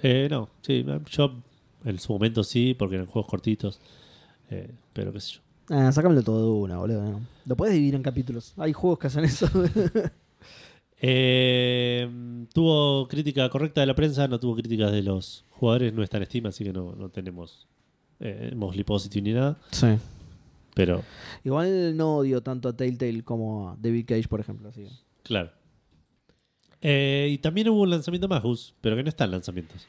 Eh, no, sí, yo en su momento sí, porque eran juegos cortitos, eh, pero qué sé yo. Ah, sácamelo todo de una, boludo. ¿no? Lo puedes dividir en capítulos. Hay juegos que hacen eso. Eh, tuvo crítica correcta de la prensa, no tuvo críticas de los jugadores, no está en Steam, así que no, no tenemos eh, mostly positive ni nada, sí. pero Igual no odio tanto a Telltale como a David Cage, por ejemplo. así que- Claro. Eh, y también hubo un lanzamiento más, Gus, pero que no están lanzamientos.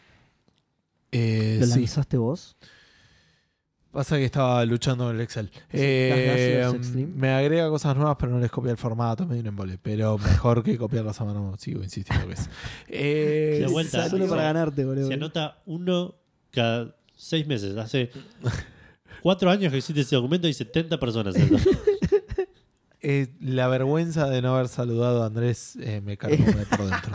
Eh, ¿Lo sí. lanzaste vos? Pasa que estaba luchando con el Excel. ¿Las Eh, gracias, Extreme? me agrega cosas nuevas, pero no les copia el formato, me dio un embole. Pero mejor que copiarlas a mano, sigo insistiendo que es. Eh, De vuelta. Solo sí. para ganarte, boludo. Se anota uno cada seis meses. Hace cuatro años que existe ese documento y 70 personas. se anotaron. eh, la vergüenza de no haber saludado a Andrés eh, me cargó por dentro.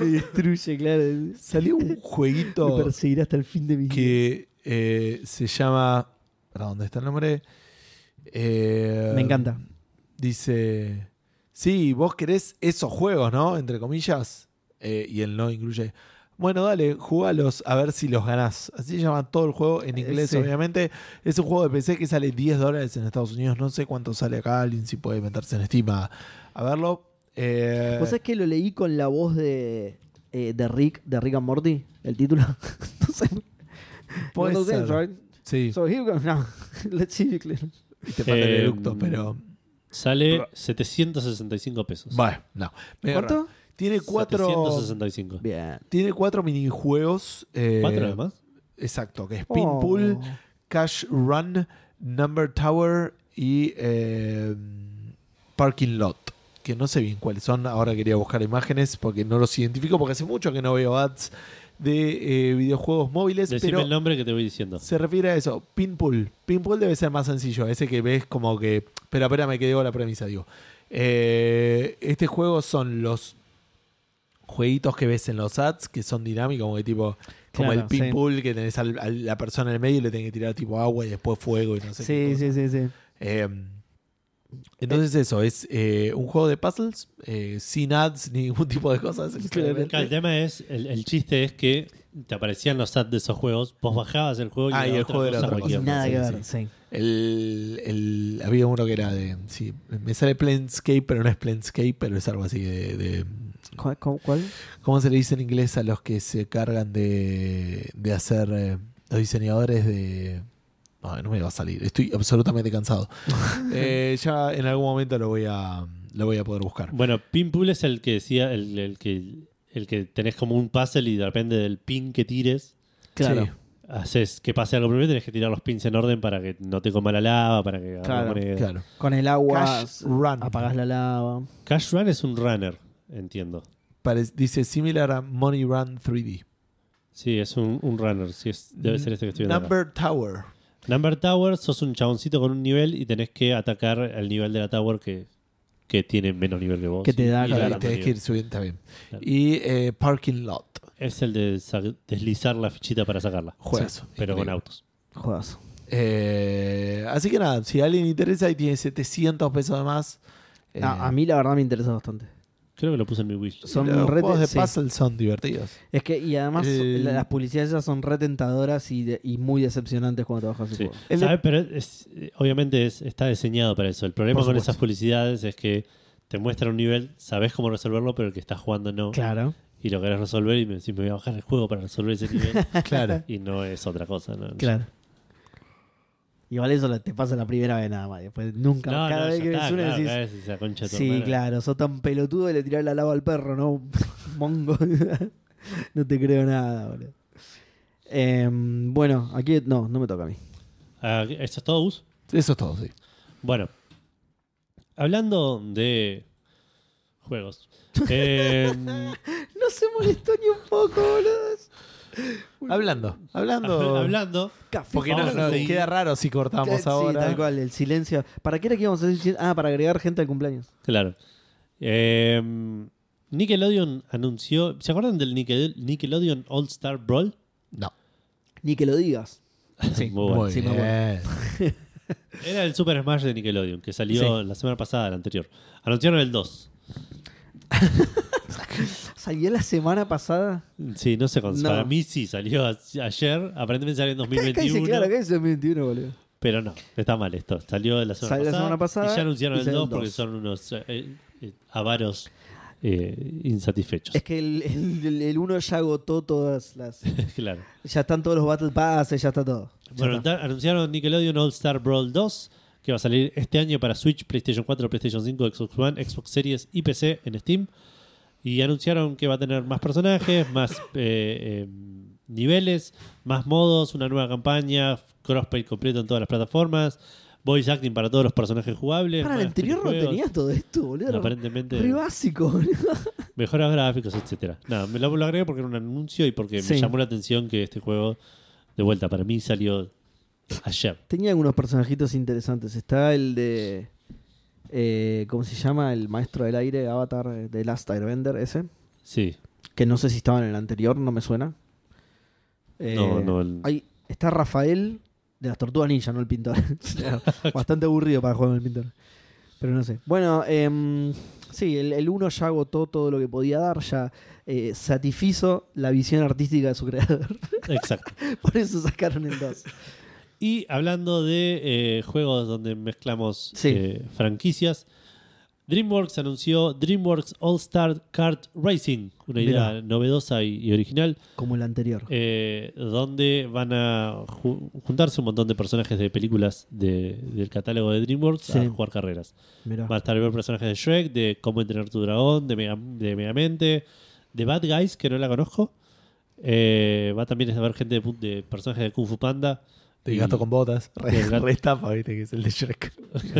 Me destruye, claro. Me Salió un jueguito perseguirá hasta el fin de mi vida. que eh, se llama. ¿Para dónde está el nombre? Eh, Me encanta. Dice. Sí, vos querés esos juegos, ¿no? Entre comillas. Eh, y el no incluye. Bueno, dale, jugalos a ver si los ganás. Así se llama todo el juego en Eh, inglés, sí. obviamente. Es un juego de PC que sale 10 dólares en Estados Unidos. No sé cuánto sale acá. Alguien si puede meterse en Steam a, a verlo. Eh, ¿Vos sabés que lo leí con la voz de, eh, de Rick, de Rick and Morty? El título. no sé. Puede No lo sé, ser. right? sí, So here goes now. Let's see if you clear. te falta el Eh, eructo, pero. Sale 765 pesos. Bueno, no. Medio raro. ¿Cuánto? Tiene cuatro, 765. Bien. tiene cuatro minijuegos. eh, ¿Cuatro además? Exacto, que es Pinpool, Oh. Cash Run, Number Tower y eh, Parking Lot. Que no sé bien cuáles son. Ahora quería buscar imágenes porque no los identifico. Porque hace mucho que no veo ads de eh, videojuegos móviles. Decime pero el nombre que te voy diciendo. se refiere a eso. Pinpool. Pinpool debe ser más sencillo. Ese que ves como que. Pero espera, me quedé con la premisa, digo. Eh, este juego son los jueguitos que ves en los ads, que son dinámicos, como que tipo. Como Claro, el sí. pinpool que tenés al- a la persona en el medio y le tenés que tirar tipo agua y después fuego y no sé qué. Sí, cosa. sí, sí, sí. Eh, entonces eso, es eh, un juego de puzzles, eh, sin ads, ni ningún tipo de cosas. claramente. Claro, el tema es, el, el chiste es que te aparecían los ads de esos juegos, vos bajabas el juego y, Ah, era y el otra juego era cosa otra cosa. cualquiera. Nada sí, que sí. ver, sí. El, el- había uno que era de. Sí, me sale Planescape, pero no es Planescape, pero es algo así de. de- ¿Cuál? cuál- cuál? ¿Cómo se le dice en inglés a los que se cargan de, de hacer. eh, los diseñadores de. No, no me va a salir, estoy absolutamente cansado. Eh, ya en algún momento lo voy a, lo voy a poder buscar. Bueno, Pinpool es el que decía, el, el que, el que tenés como un puzzle y depende del pin que tires, Claro. Sí, haces que pase algo primero, tenés que tirar los pins en orden para que no te coma la lava, para que agarre Claro, moneda. claro. Con el agua Cash s- Run. apagás la lava. Cash Run es un runner, entiendo. Parec- dice similar a Money Run 3D. Sí, es un, un runner, sí, es- Mm, debe ser este que estoy viendo. acá. Ah, Number Tower. Number Tower, sos un chaboncito con un nivel y tenés que atacar al nivel de la tower que, que tiene menos nivel que vos. Que te Y- da, y claro, agarra Claro, más tenés que nivel. ir subiendo también. Claro. Y eh, Parking Lot. Es el de sa- deslizar la fichita para sacarla. Juegazo. Pero con Increíble. autos. Jodazo. Eh, así que nada, si a alguien le interesa y tiene 700 pesos de más. eh, A, a mí la verdad me interesa bastante. Creo que lo puse en mi wish. Son los re- juegos de sí. puzzle son divertidos. Es que, y además, Eh. la- las publicidades esas son re tentadoras y, de- y muy decepcionantes cuando te bajas el Sí. juego. El de- ¿Sabes? Pero es- eh, obviamente es- está diseñado para eso. El problema Por con supuesto. esas publicidades es que te muestran un nivel, sabes cómo resolverlo, pero el que estás jugando no. Claro. Y lo querés resolver y me decís, me voy a bajar el juego para resolver ese nivel. Claro. y no es otra cosa. ¿no? Claro. Igual eso lo- te pasa la primera vez nada más. Después nunca. No, cada no, vez ya que está, ves una claro, decís. cada vez esa concha de tu Sí, hermana". claro, sos tan pelotudo de le tirar la lava al perro, ¿no? Mongo. no te creo nada, boludo. Em, bueno, aquí no, no me toca a mí. Ah, ¿Esto es todo, Gus? Eso es todo, sí. Bueno, hablando de juegos. eh, No se molestó ni un poco, boludo. Hablando, hablando. hablando, Café. Porque Vamos nos, nos a seguir. queda raro si cortamos ahora. Sí, tal cual, el silencio. ¿Para qué era que íbamos a decir? Ah, para agregar gente al cumpleaños. claro. Eh, Nickelodeon anunció. ¿Se acuerdan del Nickel- Nickelodeon All Star Brawl? No. Ni que lo digas. Sí, muy bueno. Muy sí, muy bien. Era el Super Smash de Nickelodeon que salió la semana pasada, la anterior. Anunciaron el 2. Salió la semana pasada. Sí, no sé cuándo. No. Para mí sí, salió a- ayer. Aparentemente salió en Acá dice, 2021. claro, acá dice 2021, boludo. Pero no, está mal esto. Salió la semana, Salió la pasada, semana pasada Y ya anunciaron y el salió 2 el porque 2. son unos eh, eh, avaros eh, insatisfechos. Es que el, el, el- el uno ya agotó todas las. claro. Ya están todos los Battle Passes, ya está todo. Ya Bueno, está. ta- anunciaron Nickelodeon All Star Brawl 2, que va a salir este año para Switch, PlayStation 4, PlayStation 5, Xbox One, Xbox Series y PC en Steam. Y anunciaron que va a tener más personajes, más eh, eh, niveles, más modos, una nueva campaña, crossplay completo en todas las plataformas, voice acting para todos los personajes jugables. Para el más anterior no minijuegos, tenías todo esto, boludo. Era Aparentemente, Re básico, boludo. mejoras gráficos, etcétera. Nada, me lo, lo agregué porque era un anuncio y porque me Sí. llamó la atención que este juego, de vuelta, para mí salió ayer. Tenía algunos personajitos interesantes. Está el de. eh, ¿Cómo se llama? El maestro del aire, Avatar eh, de Last Airbender, ese. Sí, Que no sé si estaba en el anterior, no me suena. Eh, No, no, el- ahí está Rafael de las Tortugas Ninja, no el pintor. Bastante aburrido para jugar con el pintor. Pero no sé. Bueno, em, sí, el, el uno ya agotó todo lo que podía dar, ya eh, satisfizo la visión artística de su creador. Exacto. Por eso sacaron el 2. Y hablando de eh, juegos donde mezclamos Sí. eh, franquicias, DreamWorks anunció DreamWorks All Star Kart Racing, una idea novedosa y, y original, Como el anterior. eh, donde van a ju- juntarse un montón de personajes de películas de- del catálogo de DreamWorks Sí. a jugar carreras. Mirá. Va a estar personajes de Shrek, de Cómo entrenar tu dragón, de, Mega, de Megamente, de Bad Guys, que no la conozco. Eh, va también a haber gente de, pu- de personajes de Kung Fu Panda. De Y- gato con botas. Del Re, gato- re estafa, viste, que es el de Shrek.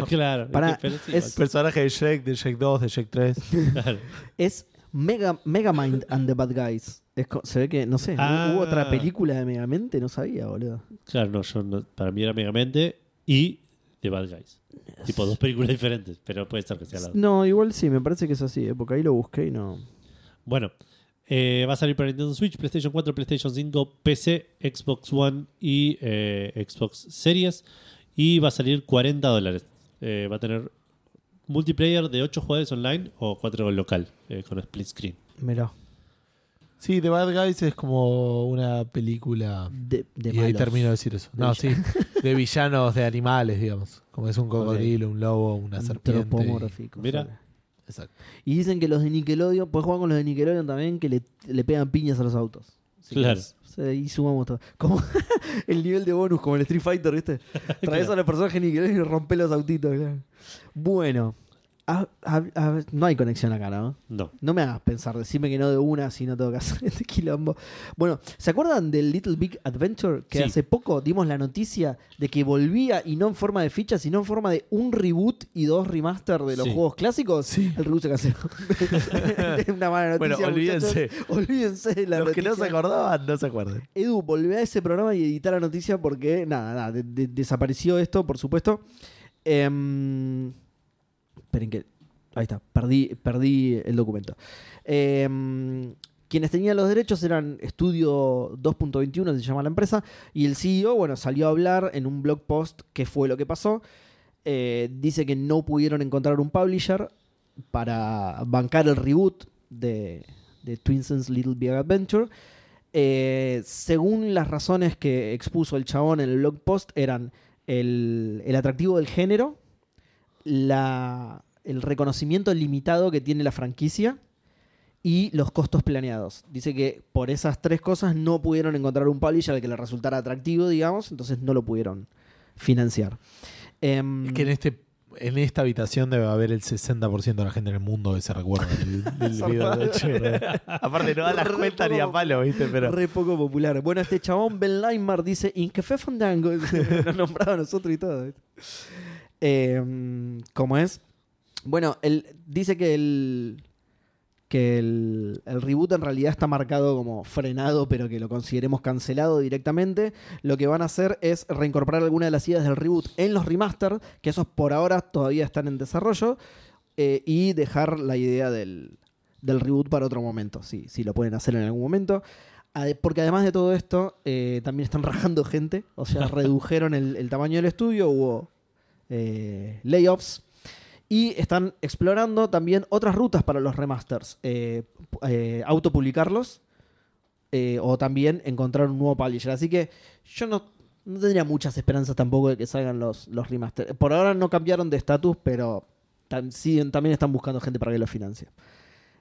claro. Pará, pero sí, El es- personaje de Shrek, de Shrek 2, de Shrek 3. claro. Es Mega, Megamind and the Bad Guys. Es co- se ve que, no sé, ¿hu- Ah. hubo otra película de Megamente, no sabía, boludo. Claro, no, yo no- para mí era Megamente y The Bad Guys. Tipo, dos películas diferentes, pero puede ser que sea la otra. No, igual sí, me parece que es así, ¿eh? porque ahí lo busqué y no. Bueno, eh, va a salir para Nintendo Switch, PlayStation 4, PlayStation 5, PC, Xbox One y eh, Xbox Series. Y va a salir 40 dólares. Eh, va a tener multiplayer de 8 jugadores online o 4 local eh, con split screen. Mirá. Sí, The Bad Guys es como una película. De, de y ahí malos. termino de decir eso. De No, sí. De villanos de animales, digamos. Como es un cocodrilo, un lobo, una serpiente. Antropomórfico. Mira. sale. Exacto. Y dicen que los de Nickelodeon, puedes jugar con los de Nickelodeon también, que le, le pegan piñas a los autos. Así que Claro. es- sí, ahí sumamos todo. Como el nivel de bonus, como el Street Fighter, ¿viste? Traes a los personajes de Nickelodeon y rompe los autitos, claro. Bueno, a- a- a- no hay conexión acá, ¿no? No. No me hagas pensar, decime que no de una si no tengo que hacer este quilombo. Bueno, ¿se acuerdan del Little Big Adventure? Que Sí. hace poco dimos la noticia de que volvía y no en forma de fichas, sino en forma de un reboot y dos remaster de los Sí. juegos clásicos. Sí. El reboot se canceló. Es una mala noticia. Bueno, olvídense. muchachos. Olvídense de la Los que no se noticia. acordaban, no se acuerdan. Edu, volvé a ese programa y edita la noticia porque, nada, nada, de- de- desapareció esto, por supuesto. Em, esperen que... Ahí está, perdí, perdí el documento. Em, quienes tenían los derechos eran Estudio 2.21, se llama la empresa, y el CEO, bueno, salió a hablar en un blog post qué fue lo que pasó. Eh, dice que no pudieron encontrar un publisher para bancar el reboot de, de Twin Sense Little Big Adventure. Eh, según las razones que expuso el chabón en el blog post, eran el, el atractivo del género, la- el reconocimiento limitado que tiene la franquicia y los costos planeados. Dice que por esas tres cosas no pudieron encontrar un publisher al que le resultara atractivo, digamos, entonces no lo pudieron financiar. Em, Es que en este en esta habitación debe haber el 60% de la gente en el mundo que se recuerda del, del video de Che. Aparte, no da las Re cuentas ni a poco- palo, ¿viste? Pero Re poco popular. Bueno, este chabón Ben Leinmar dice Incafé Fandango. Nos nombrado a nosotros y todo. Eh, ¿Cómo es? Bueno, él dice que el que el, el reboot en realidad está marcado como frenado, pero que lo consideremos cancelado directamente. Lo que van a hacer es reincorporar algunas de las ideas del reboot en los remaster, que esos por ahora todavía están en desarrollo, eh, y dejar la idea del, del reboot para otro momento, si, si lo pueden hacer en algún momento. Ade- Porque además de todo esto, eh, también están rajando gente, o sea, redujeron el, el tamaño del estudio, hubo eh, layoffs. Y están explorando también otras rutas para los remasters. eh, pu- eh, autopublicarlos eh, o también encontrar un nuevo publisher. Así que yo no, no tendría muchas esperanzas tampoco de que salgan los, los remasters. Por ahora no cambiaron de estatus, pero tam- siguen- también están buscando gente para que los financie.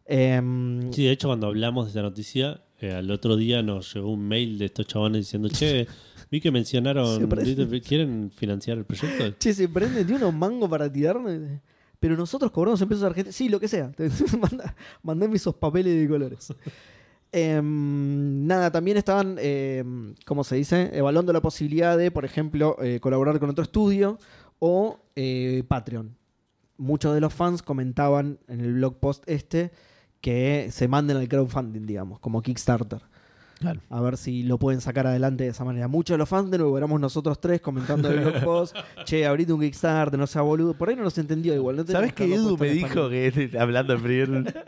Em, Sí, de hecho, cuando hablamos de esa noticia, eh, al otro día nos llegó un mail de estos chabones diciendo, che, vi que Se mencionaron, parece. Little Big- ¿quieren financiar el proyecto? Che, se prende, tiene unos mangos para tirarme. Pero nosotros cobramos en pesos argentinos. Sí, lo que sea. Manda- Mandame esos papeles de colores. Em, nada, también estaban, em, ¿cómo se dice? Evaluando la posibilidad de, por ejemplo, eh, colaborar con otro estudio o eh, Patreon. Muchos de los fans comentaban en el blog post este que se manden al crowdfunding, digamos, como Kickstarter. Claro. A ver si lo pueden sacar adelante de esa manera. Muchos de los fans de nuevo éramos nosotros tres comentando el blog post. che, abrite un Kickstarter, no sea boludo. Por ahí no nos entendió igual. No ¿sabes tenemos que haberlo Edu puesto me en dijo español. que él, hablando en primer.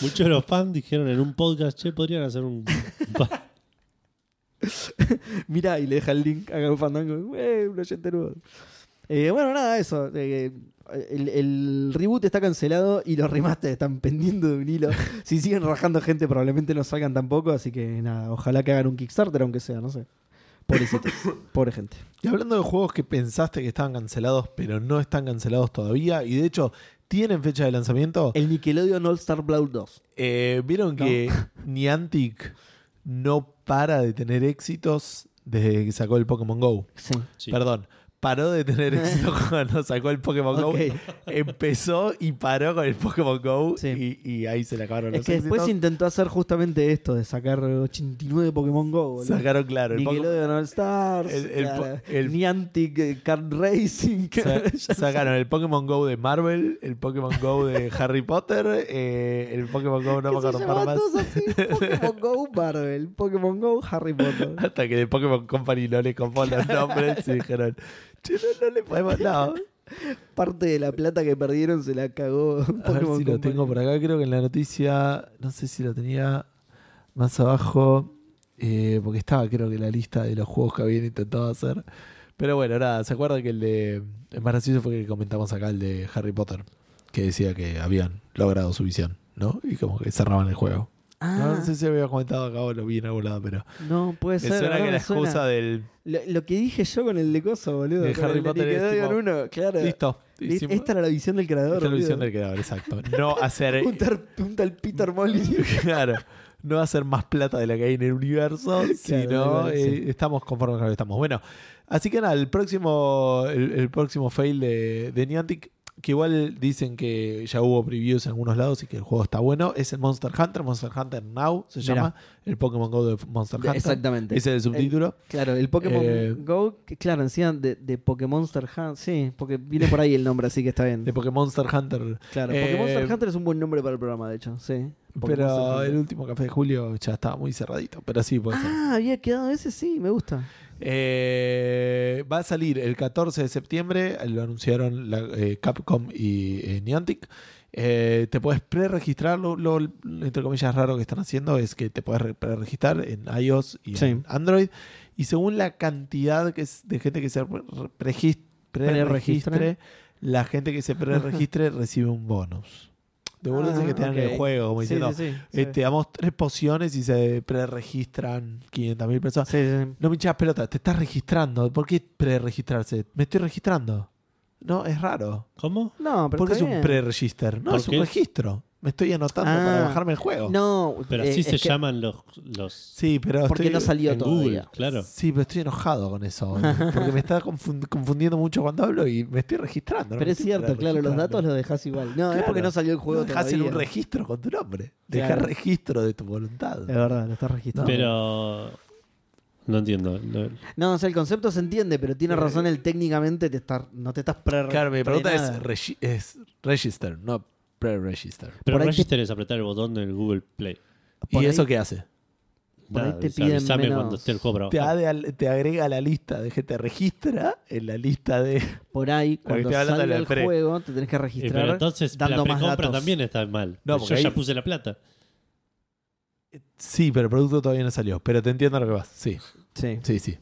Muchos de los fans dijeron en un podcast, che, podrían hacer un... un pa-". Mirá, y le deja el link a un fandango. "Wey, un oyente nuevo". Eh, bueno, nada, eso. Eh, el, el reboot está cancelado y los remasters están pendiendo de un hilo. Si siguen rajando gente, probablemente no salgan tampoco. Así que nada, ojalá que hagan un Kickstarter, aunque sea, no sé. Pobrecitos, pobre gente. Y hablando de juegos que pensaste que estaban cancelados, pero no están cancelados todavía, y de hecho tienen fecha de lanzamiento, El Nickelodeon All Star Blood 2. eh, vieron No. que Niantic no para de tener éxitos desde que sacó el Pokémon Go. Sí. Sí. Perdón. Paró de tener éxito cuando sacó el Pokémon Ok. Go. Empezó y paró con el Pokémon Go. Sí. Y, y ahí se le acabaron Es los que después éxitos. intentó hacer justamente esto de sacar 89 Pokémon Go. boludo. Sacaron, claro, el Pokémon- Nickelodeon All Stars, El- el po- claro, el- Niantic eh, Kart Racing. sa- sacaron el Pokémon Go de Marvel, el Pokémon Go de Harry Potter, eh, el Pokémon Go no me ¿Qué se acuerdo para llamaban más. todos así? Pokémon Go Marvel, Pokémon Go Harry Potter. Hasta que de Pokémon Company no le copó los nombres y dijeron, che, no, no le podemos, no. Parte de la plata que perdieron se la A cagó ver si Pokémon lo Company. tengo por acá. Creo que en la noticia, no sé si lo tenía más abajo, eh, porque estaba creo que en la lista de los juegos que habían intentado hacer. Pero bueno, nada, ¿se acuerdan que el de... El más gracioso fue que comentamos acá el de Harry Potter, que decía que habían logrado su visión, ¿no? Y como que cerraban el juego. No, Ah, no sé si había comentado acá o lo vi en algún lado, pero... no, puede Me ser. suena ahora que me la excusa suena. del... Lo, lo que dije yo con el de coso, boludo. De con Harry el Potter es Nickelodeon tipo, uno, claro. Listo. Li- hicimos- Esta era la visión del creador. esta es la boludo. visión del creador, exacto. este No hacer... Un, tar- un tal Peter Molly. claro. No va a ser más plata de la que hay en el universo, sino igual, sí. eh, estamos conformes con lo que estamos. Bueno, así que nada, el próximo, el, el próximo fail de, de Niantic, que igual dicen que ya hubo previews en algunos lados y que el juego está bueno, es el Monster Hunter, Monster Hunter Now se Mirá. llama, el Pokémon Go de Monster Hunter. Exactamente. Ese es el subtítulo. Claro, el Pokémon Eh, Go, que, claro, encima de, de Pokémon Star Hunt, sí, porque viene por ahí el nombre, así que está bien. De Pokémon Monster Hunter. Claro, Eh, Pokémon Star Hunter es un buen nombre para el programa, de hecho, sí. Pokémon Star Pero Hunter. el último café de julio ya estaba muy cerradito, pero sí puede ser. Ah, había quedado ese, sí, me gusta. Eh, va a salir el 14 de septiembre, lo anunciaron la, eh, Capcom y eh, Niantic. Eh, te puedes pre-registrar, lo, lo- entre comillas raro que están haciendo es que te puedes re- pre-registrar en iOS y Sí. en Android. Y según la cantidad que es de gente que se pre- regis- pre-registra, preregistre, Preregistre. la gente que se preregistre recibe un bonus. De bonus Ah, que te dan en ok. el juego, como Sí, diciendo, sí, sí, eh, sí. te damos tres pociones y se preregistran 500.000 personas. Sí, sí, sí. No me hinchas pelota, te estás registrando. ¿Por qué preregistrarse? Me estoy registrando. No, es raro. ¿Cómo? No, pero Porque es está un bien. pre-register, no ¿Por es un qué? registro. Me estoy anotando Ah. para bajarme el juego. No, Pero eh, así es se que- llaman los. los Sí, pero Porque estoy- no salió en Google, todavía. claro. Sí, pero estoy enojado con eso. Porque me está confund- confundiendo mucho cuando hablo y me estoy registrando. Pero es cierto, claro, los datos los dejas igual. No, es Claro. porque no salió el juego juegos Dejas en todavía. un registro con tu nombre. Dejas Claro. registro de tu voluntad. Es verdad, lo estás registrando. Pero. No entiendo. no- No, o sea, el concepto se entiende, pero tiene razón el técnicamente te estar, no te estás pre Eh, Claro, mi pre pregunta es, nada. regi- es register, no pre-register. Pero ahí te- register es apretar el botón del Google Play. Por ¿Y ahí- eso qué hace? Por ahí Nada, te dice, piden avísame menos- cuando esté el juego Eh, para Te, bajar. ade- te agrega a la lista de gente, registra en la lista de... Por ahí, cuando estoy hablando salga de la el pre. juego, te tenés que Eh, registrar. pero entonces dando la más precompra datos. también está mal. No, Yo porque ya ahí- puse la plata. Sí, pero el producto todavía no salió. Pero te entiendo lo que vas. Sí, Sí. sí, sí.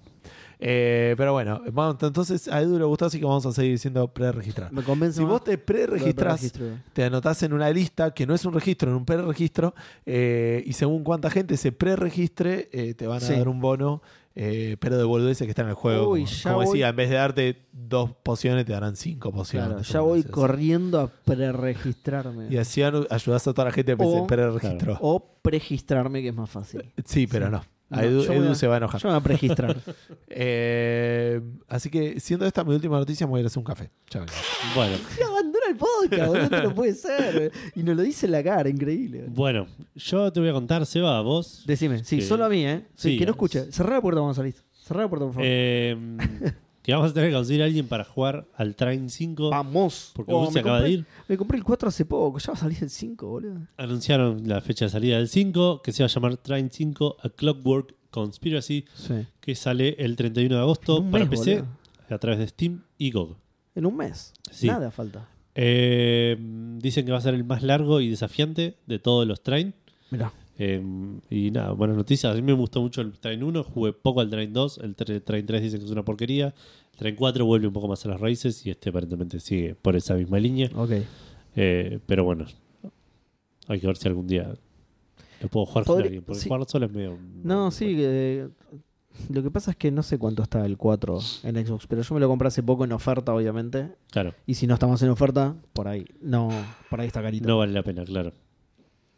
Eh, pero bueno, vamos, entonces a Edu le gustó, así que vamos a seguir diciendo pre-registrar. Me convence Si más vos te lo del pre-registrás, preregistro. te anotás en una lista que no es un registro, en un pre-registro, eh, y según cuánta gente se pre-registre, eh, te van a Sí. dar un bono, eh, pero de boludeces que está en el juego. Uy, como ya como voy- decía, en vez de darte dos pociones, te darán cinco pociones. Claro, Esas ya voy boludeces. corriendo a preregistrarme. Y así anu- ayudás a toda la gente que O- se pre-registró. O preregistrarme, que es más fácil. Sí, pero Sí. no. No, A Edu, yo voy Edu a- se va a enojar. Yo me voy a preregistrar. Eh, así que, siendo esta mi última noticia, me voy a ir a hacer un café. Ya venimos. Bueno, Se abandona el podcast, boludo, esto no puede ser. Y nos lo dice en la cara, increíble. boludo. bueno, yo te voy a contar, Seba, a vos. Decime, sí, Que- solo a mí, ¿eh? Sí, Sí, que no es- escuche. Cerrá la puerta, vamos a salir. Cerrá la puerta, por favor. eh, que vamos a tener que conseguir a alguien para jugar al Train 5. vamos. porque Oh, Gus se me acaba de compré- ir. Me compré el 4 hace poco, ya va a salir el 5, boludo. Anunciaron la fecha de salida del 5, que se va a llamar Train 5 A Clockwork Conspiracy, Sí. que sale el 31 de agosto En un para mes, PC boludo. a través de Steam y GOG. En un mes. Sí. Nada falta. Eh, dicen que va a ser el más largo y desafiante de todos los Train. Mirá. Eh, y nada, buenas noticias. A mí me gustó mucho el Train 1, jugué poco al Train 2, el tra- Train 3 dicen que es una porquería, el Train 4 vuelve un poco más a las raíces y este aparentemente sigue por esa misma línea. Ok. Eh, pero bueno, hay que ver si algún día lo puedo jugar con Podría- alguien, porque sí. jugar solo es medio... No, sí. eh, lo que pasa es que no sé cuánto está el 4 en Xbox, pero yo me lo compré hace poco en oferta, obviamente. Claro, Y si no estamos en oferta, por ahí. No, por ahí está carito. no vale la pena, claro.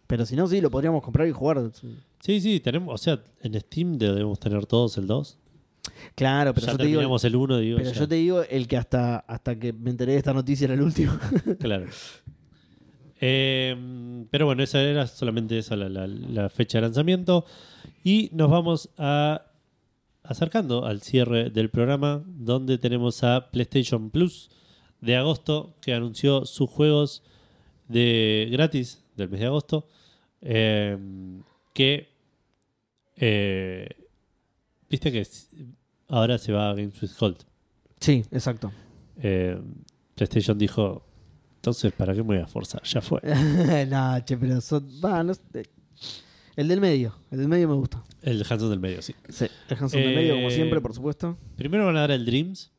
Pero si no, sí, lo podríamos comprar y jugar. Sí, sí, tenemos, o sea, en Steam debemos tener todos el 2. Claro, pero ya yo te digo. terminamos el 1, digo. Pero ya. yo te digo el que hasta, hasta que me enteré de esta noticia era el último. Claro. Eh, pero bueno, esa era solamente esa la, la- la fecha de lanzamiento. Y nos vamos a acercando al cierre del programa, donde tenemos a PlayStation Plus de agosto, que anunció sus juegos de gratis del mes de agosto. eh, que eh, viste que s- ahora se va a Games with Gold. Sí, exacto. Eh, PlayStation dijo, entonces, ¿para qué me voy a forzar? Ya fue. no, che, pero son- va, no- eh, el del medio. El del medio me gusta. El Hanson del medio, sí. Sí, el Hanson del medio, como Eh, siempre, por supuesto. Primero van a dar el Dreams,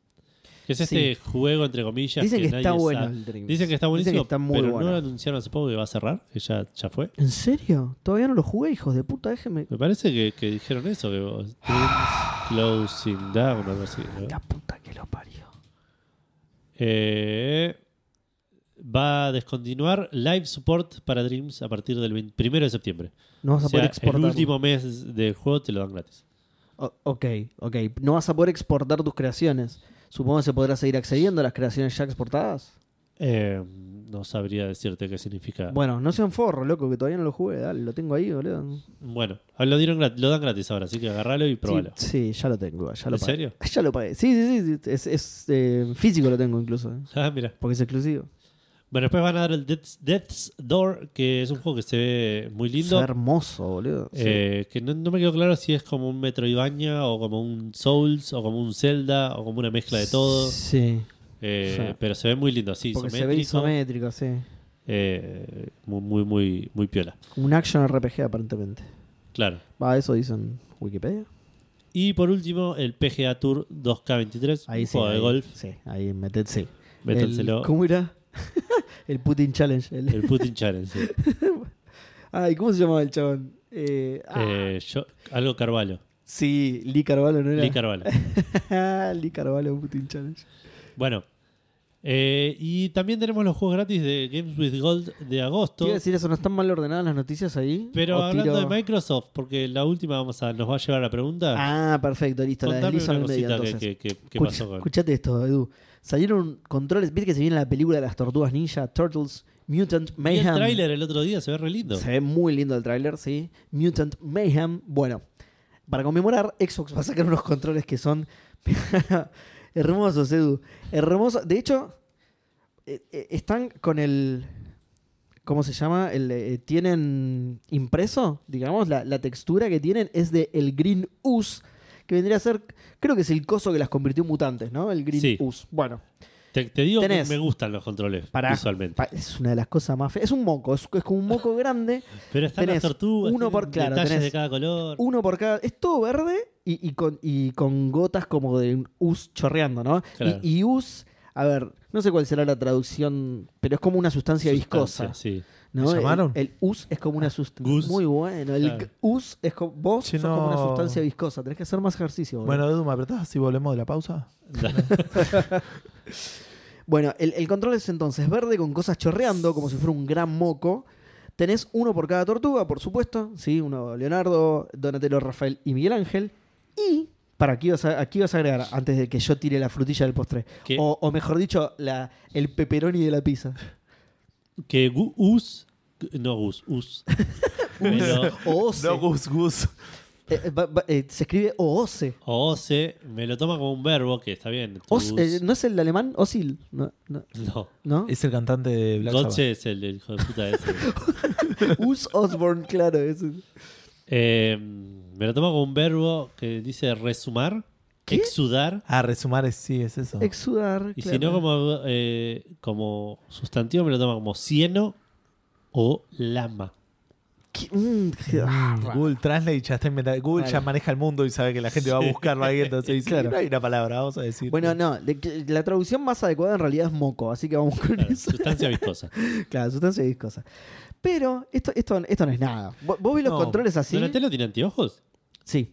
que es este juego, entre comillas. Dicen que, está nadie bueno sabe- el Dream. Dicen que está buenísimo, Dicen que está muy pero bueno. no lo anunciaron hace poco que va a cerrar, que ya, ya fue. ¿En serio? Todavía no lo jugué, hijos de puta, déjeme. Me parece que, que dijeron eso, que vos- Dreams Closing Down, algo así. ¿no? La puta que lo parió. Eh, va a descontinuar Live Support para Dreams a partir del 20 primero de septiembre. No vas a O sea, poder el exportar. último mes del juego te lo dan gratis. O- ok, ok. No vas a poder exportar tus creaciones. Supongo que se podrá seguir accediendo a las creaciones ya exportadas. Eh, no sabría decirte qué significa. Bueno, Bueno, no sean forro, loco, que todavía no lo jugué. Dale, lo tengo ahí, boludo. ah, lo, dieron grat- lo dan gratis ahora, así que agarralo y probalo. Sí, sí, ya lo tengo. Ya lo ¿En pagué. serio? Ya lo pagué. Sí, sí, sí. sí. Es, es, eh, físico lo tengo incluso. eh, Ah, mira. Porque es exclusivo. Bueno, después van a dar el Death's, Death's Door, que es un juego que se ve muy Es lindo. hermoso, boludo. Sí. eh, que no, no me quedó claro si es como un Metroidvania o como un Souls o como un Zelda o como una mezcla de todo. Sí. Eh, Sí. Pero se ve muy lindo, así, Porque se ve isométrico. isométrico, sí. Eh, muy, muy, muy, muy piola. Como un action RPG aparentemente. Claro. Va, eso dicen Wikipedia. Y por último, el PGA Tour 2K23, Ahí un sí. juego de ahí- golf. Sí, ahí meted, sí. Métanselo. El- ¿Cómo era? el Putin Challenge. el- El Putin Challenge. sí. Ay, ¿cómo se llamaba el chabón? Eh, ah, Eh, yo- algo Carvalho. sí, Lee Carvalho, ¿no era? Lee Carvalho. Lee Carvalho, Putin Challenge. Bueno. eh, y también tenemos los juegos gratis de Games with Gold de agosto. Quiero decir eso, ¿no están mal ordenadas las noticias ahí? Pero ¿O hablando tiro- de Microsoft, porque la última vamos a, nos va a llevar a la pregunta. Ah, perfecto, listo. La Contame deslizo una en el medio, cosita que, que, entonces. que- que Escuch- pasó con Escuchate esto, Edu. Salieron controles. ¿Viste que se viene la película de las tortugas ninja? Turtles, Mutant Vi el Mayhem. tráiler el otro día, se ve re lindo. Se ve muy lindo el tráiler, sí. Mutant Mayhem. Bueno, para conmemorar, Xbox va a sacar unos controles que son hermosos, Edu. Hermosos. De hecho, eh, eh, están con el... ¿Cómo se llama? El, eh, tienen impreso, digamos, la, la textura que tienen es de el Green Ooze, que vendría a ser, creo que es el coso que las convirtió en mutantes, ¿no? El Green Sí. Ooze. Bueno, Te, te digo Tenés- que me gustan los controles para, visualmente. es una de las cosas más feas. Es un moco, es, es como un moco grande pero están las tenés tortugas, uno tienen por- claro, detalles tenés de cada color. uno por cada. Es todo verde y, y con, y con gotas como de un us chorreando, ¿no? Claro. Y, y us, a ver, no sé cuál será la traducción, pero es como una sustancia, Sustancia, viscosa. Sí. ¿no? ¿Me llamaron? El, el us es como una Gus. sustancia. Muy bueno. El Claro. us es como. Vos Si sos como una no- sustancia viscosa. Tenés que hacer más ejercicio. boludo. Bueno, Edu, ¿me apretás si volvemos de la pausa? Bueno, el, el control es entonces verde con cosas chorreando, como si fuera un gran moco. Tenés uno por cada tortuga, por supuesto, ¿sí? Uno Leonardo, Donatello, Rafael y Miguel Ángel. Y, para aquí vas a, aquí vas a agregar, antes de que yo tire la frutilla del postre, ¿Qué? o, o mejor dicho, la, el pepperoni de la pizza. que gu- us no us us pero O oce. No, Gus, Gus. Eh, eh, va- va- eh, se escribe oose. o se me lo toma como un verbo que está bien tu Os- us- eh, ¿No es el alemán? Osil. No, no, no ¿no? Es el cantante de Black Sabbath. Gotche es el, el hijo de puta ese Us Osborne, claro. es- Eh, me lo toma como un verbo que dice resumar ¿Qué? exudar Ah, resumar es, sí, es eso. Exudar. y si no claro. como eh, como sustantivo me lo toma como cieno o lama ¿Qué? Mm, ah, Mm, Google Translate ya está inventando. Google ya Raro. maneja el mundo y sabe que la gente va a buscarlo ahí, entonces dice, Claro. "No hay una palabra, vamos a decir. Bueno, no, de que- la traducción más adecuada en realidad es moco, así que vamos con Claro, eso. sustancia viscosa Claro, sustancia viscosa. Pero esto, esto, esto no es nada. ¿Vos vos ves los No, controles así? Donatello tiene anteojos Sí.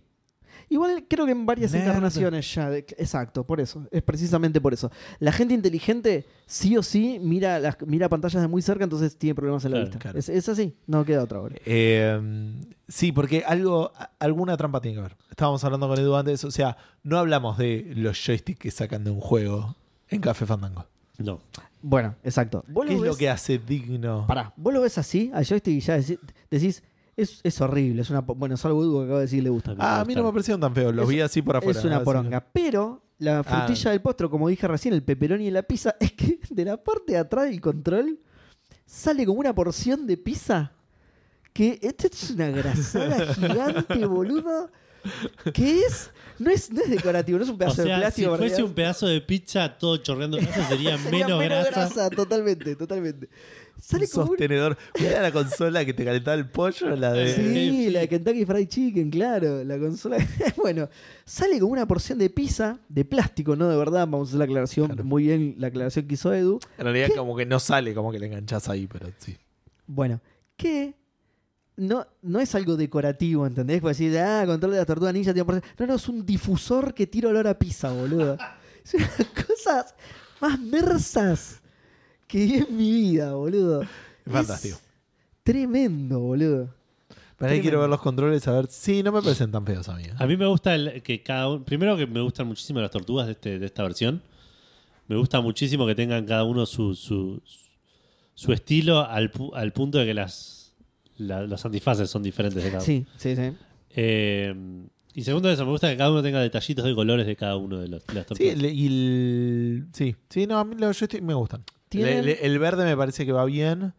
Igual creo que en varias Nerd. encarnaciones ya. de- exacto, por eso. Es precisamente por eso. La gente inteligente sí o sí mira, las, mira pantallas de muy cerca, entonces tiene problemas en la Claro, vista. claro. Es, es así, no queda otra hora. Eh, sí, porque algo, a- alguna trampa tiene que haber. Estábamos hablando con Edu antes, o sea, no hablamos de los joysticks que sacan de un juego en Café Fandango. no Bueno, exacto. ¿Vos ¿Qué es lo ves- que hace digno? Pará, vos lo ves así al joystick y ya deci- decís, es, es horrible, es una... po- Bueno, salvo Edu que acaba de decir que le gusta. Ah, a mí no me parecieron tan feos, los Es- vi así por afuera. Es una así poronga. Pero la frutilla del postre, como dije recién, el pepperoni y la pizza, es que de la parte de atrás del control sale como una porción de pizza. Que esta es una grasada gigante, boludo. ¿Qué es? No es, no es decorativo, no es un o pedazo de sea, si plástico. fuese ¿verdad? un pedazo de pizza todo chorreando grasa, sería, Sería menos, grasa. totalmente, totalmente. no. Un Sale como un- sostenedor. Mira la consola que te calentaba el pollo, la de. Sí, KFC. la de Kentucky Fried Chicken, claro, la consola. bueno, sale con una porción de pizza, de plástico, no de verdad, vamos a hacer la aclaración, Claro. muy bien la aclaración que hizo Edu. En realidad, como que no sale, como que le enganchás ahí, pero sí. Bueno, que no, no es algo decorativo, ¿entendés? Porque decir, ah, control de la tortuga ninja, tiene porción- No, no, es un difusor que tira olor a pizza, boludo. es una de las cosas más mersas que vi en mi vida, boludo. Es Fantástico. Tremendo, boludo. Pero ahí Tremendo. quiero ver los controles, a ver. Sí, no me parecen tan feos, ¿eh? amigo. A mí me gusta el, que cada uno. Primero que me gustan muchísimo las tortugas de, este, de esta versión. Me gusta muchísimo que tengan cada uno su, su, su estilo al, pu- al punto de que las, la- los antifaces son diferentes de cada uno. Sí, sí, sí. Eh, y segundo eso, me gusta que cada uno tenga detallitos de colores de cada uno de, los, de las Sí, tortugas. le- y el- sí, sí, no, a mí los joysticks me gustan. Tienen- Le- le- el verde me parece que va bien.